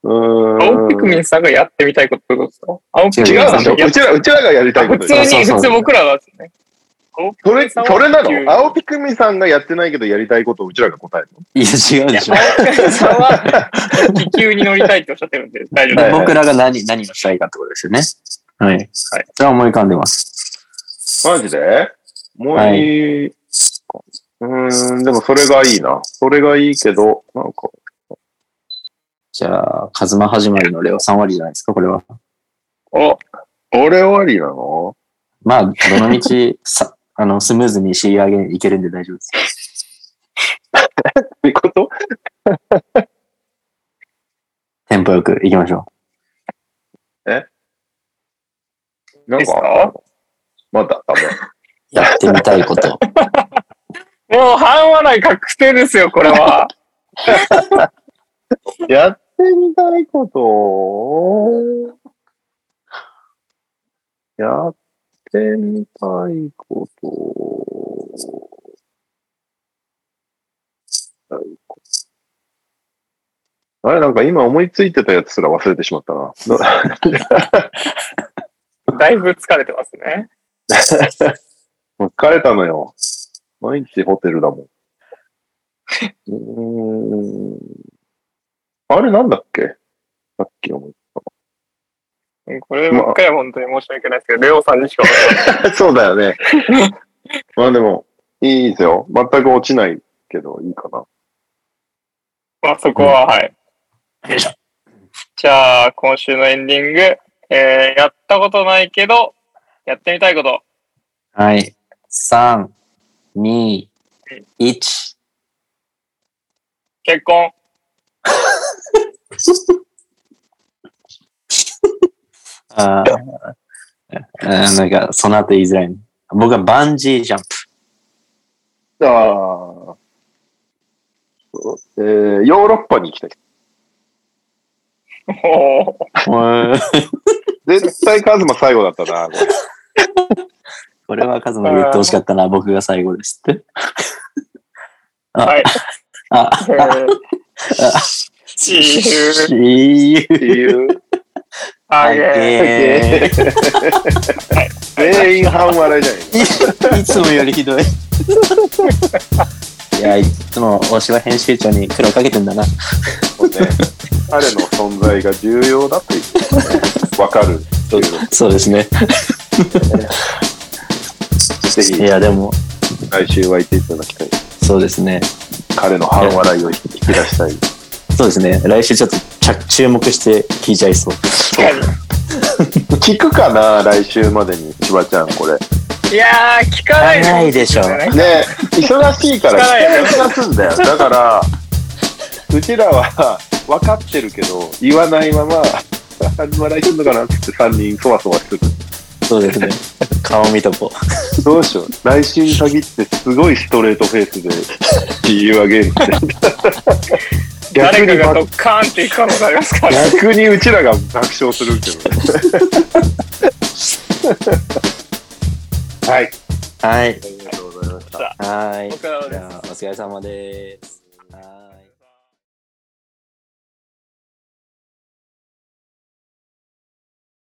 Speaker 3: うーん。
Speaker 2: 青ピクミンさんがやってみたいことってことですか青ピクミン
Speaker 3: 違
Speaker 2: さ
Speaker 3: うんでしょ
Speaker 2: がや
Speaker 3: うちら、うちらがやりたいこ
Speaker 2: 普
Speaker 3: と
Speaker 2: 通
Speaker 3: でしょ
Speaker 1: そう
Speaker 2: に、
Speaker 1: そう
Speaker 2: 普通僕らはですね。
Speaker 3: それ、それなの青
Speaker 2: ピ
Speaker 3: ピクミンさんがやってないけどやりたいことをうちらが答えるの
Speaker 1: いや、違うでしょ。
Speaker 2: クミンさんは、気球に乗りたいっておっしゃってるんで、大丈夫
Speaker 3: は
Speaker 2: で
Speaker 3: い
Speaker 2: す。
Speaker 1: 僕らが何、何をしたいかってことですよね。はい。はい。それは思い浮かんでます。
Speaker 3: マジでもういい、うーん、でもそれがいいな。それがいいけど、なんか、
Speaker 1: じゃあ、カズマ始まりのレオ3割じゃないですか、これは。
Speaker 2: お、
Speaker 3: 俺はありなの
Speaker 1: まあ、どの道、 (laughs) さ、あの、スムーズに仕上げいけるんで大丈夫です。
Speaker 3: ってこと
Speaker 1: テンポよく行きましょ
Speaker 3: ない
Speaker 2: いで
Speaker 3: ん
Speaker 2: す
Speaker 3: か、
Speaker 2: か
Speaker 3: まだダメ。
Speaker 1: う。やってみたいこと。
Speaker 2: もう半笑い確定ですよ、これ
Speaker 1: (laughs)
Speaker 2: は。
Speaker 3: やってみたいことを、やってみたいことを、やりたいことあれ、なんか今思いついてたやつすら忘れてしまったな。ど
Speaker 2: だいぶ疲れてますね。
Speaker 3: もう疲れたのよ。毎日ホテルだもん。うーん。あれなんだっけさっき思い
Speaker 2: こればっかりは本当に申し訳ないですけど、レオさんにしかわからない。
Speaker 3: (laughs) そうだよね。まあでも、いいですよ。全く落ちないけど、いいかな。
Speaker 2: まあそこは、はい。
Speaker 1: よいしょ
Speaker 2: じゃあ、今週のエンディング、えー、やったことないけど、やってみたいこと。
Speaker 1: はい。3、2、1。
Speaker 2: 結婚。
Speaker 1: あーあー、なんか、その後言いづらいね。僕はバンジージャンプ。 (laughs)
Speaker 3: ああ。えー、ヨーロッパに行きたい。
Speaker 2: おー
Speaker 3: 絶対カズマ最後だったな、これ。
Speaker 1: これはカズマに言ってほしかったな、僕が最後ですって。あ
Speaker 2: はい。
Speaker 1: あ、
Speaker 2: えー、See you.
Speaker 1: See you
Speaker 3: っていう。
Speaker 2: あげ
Speaker 1: えー
Speaker 3: 全員半笑いじゃない
Speaker 1: いつもよりひ (laughs) どい。いや、いつも大島編集長に苦労かけてんだな。
Speaker 3: そうね。彼の存在が重要だということがね、わかるっていうので
Speaker 1: そうですね。
Speaker 3: ぜひ
Speaker 1: いや、でも、
Speaker 3: 来週はいていただきたい。
Speaker 1: そうですね。
Speaker 3: 彼の半笑いを引き出したい。
Speaker 1: そうですね。来週ちょっと着注目して聞いちゃいそう。
Speaker 2: 確か
Speaker 3: 聞くかな来週までに、千葉ちゃん、これ。
Speaker 2: にいやー、聞かないです
Speaker 1: ないでしょう。
Speaker 3: ね忙しいから
Speaker 2: 聞かないよ
Speaker 3: 聞かなすんだよ。だから、うちらは分かってるけど、言わないまま、始まらないのかなって3人そわそわする。
Speaker 1: そうですね。顔見とこう。
Speaker 3: どうしよう。来週に限ってすごいストレートフェイスで理由あげるって。逆
Speaker 2: 誰
Speaker 3: に
Speaker 2: かが
Speaker 3: ば
Speaker 2: ドッカーンっていく可能性ありますから。
Speaker 3: 逆にうちらが爆笑する
Speaker 2: (laughs)
Speaker 3: けどね。はい。
Speaker 1: はい
Speaker 3: あ。りがとうございました。
Speaker 1: はい。
Speaker 2: お疲れ様です
Speaker 1: じゃあ、お疲れ様です。はい。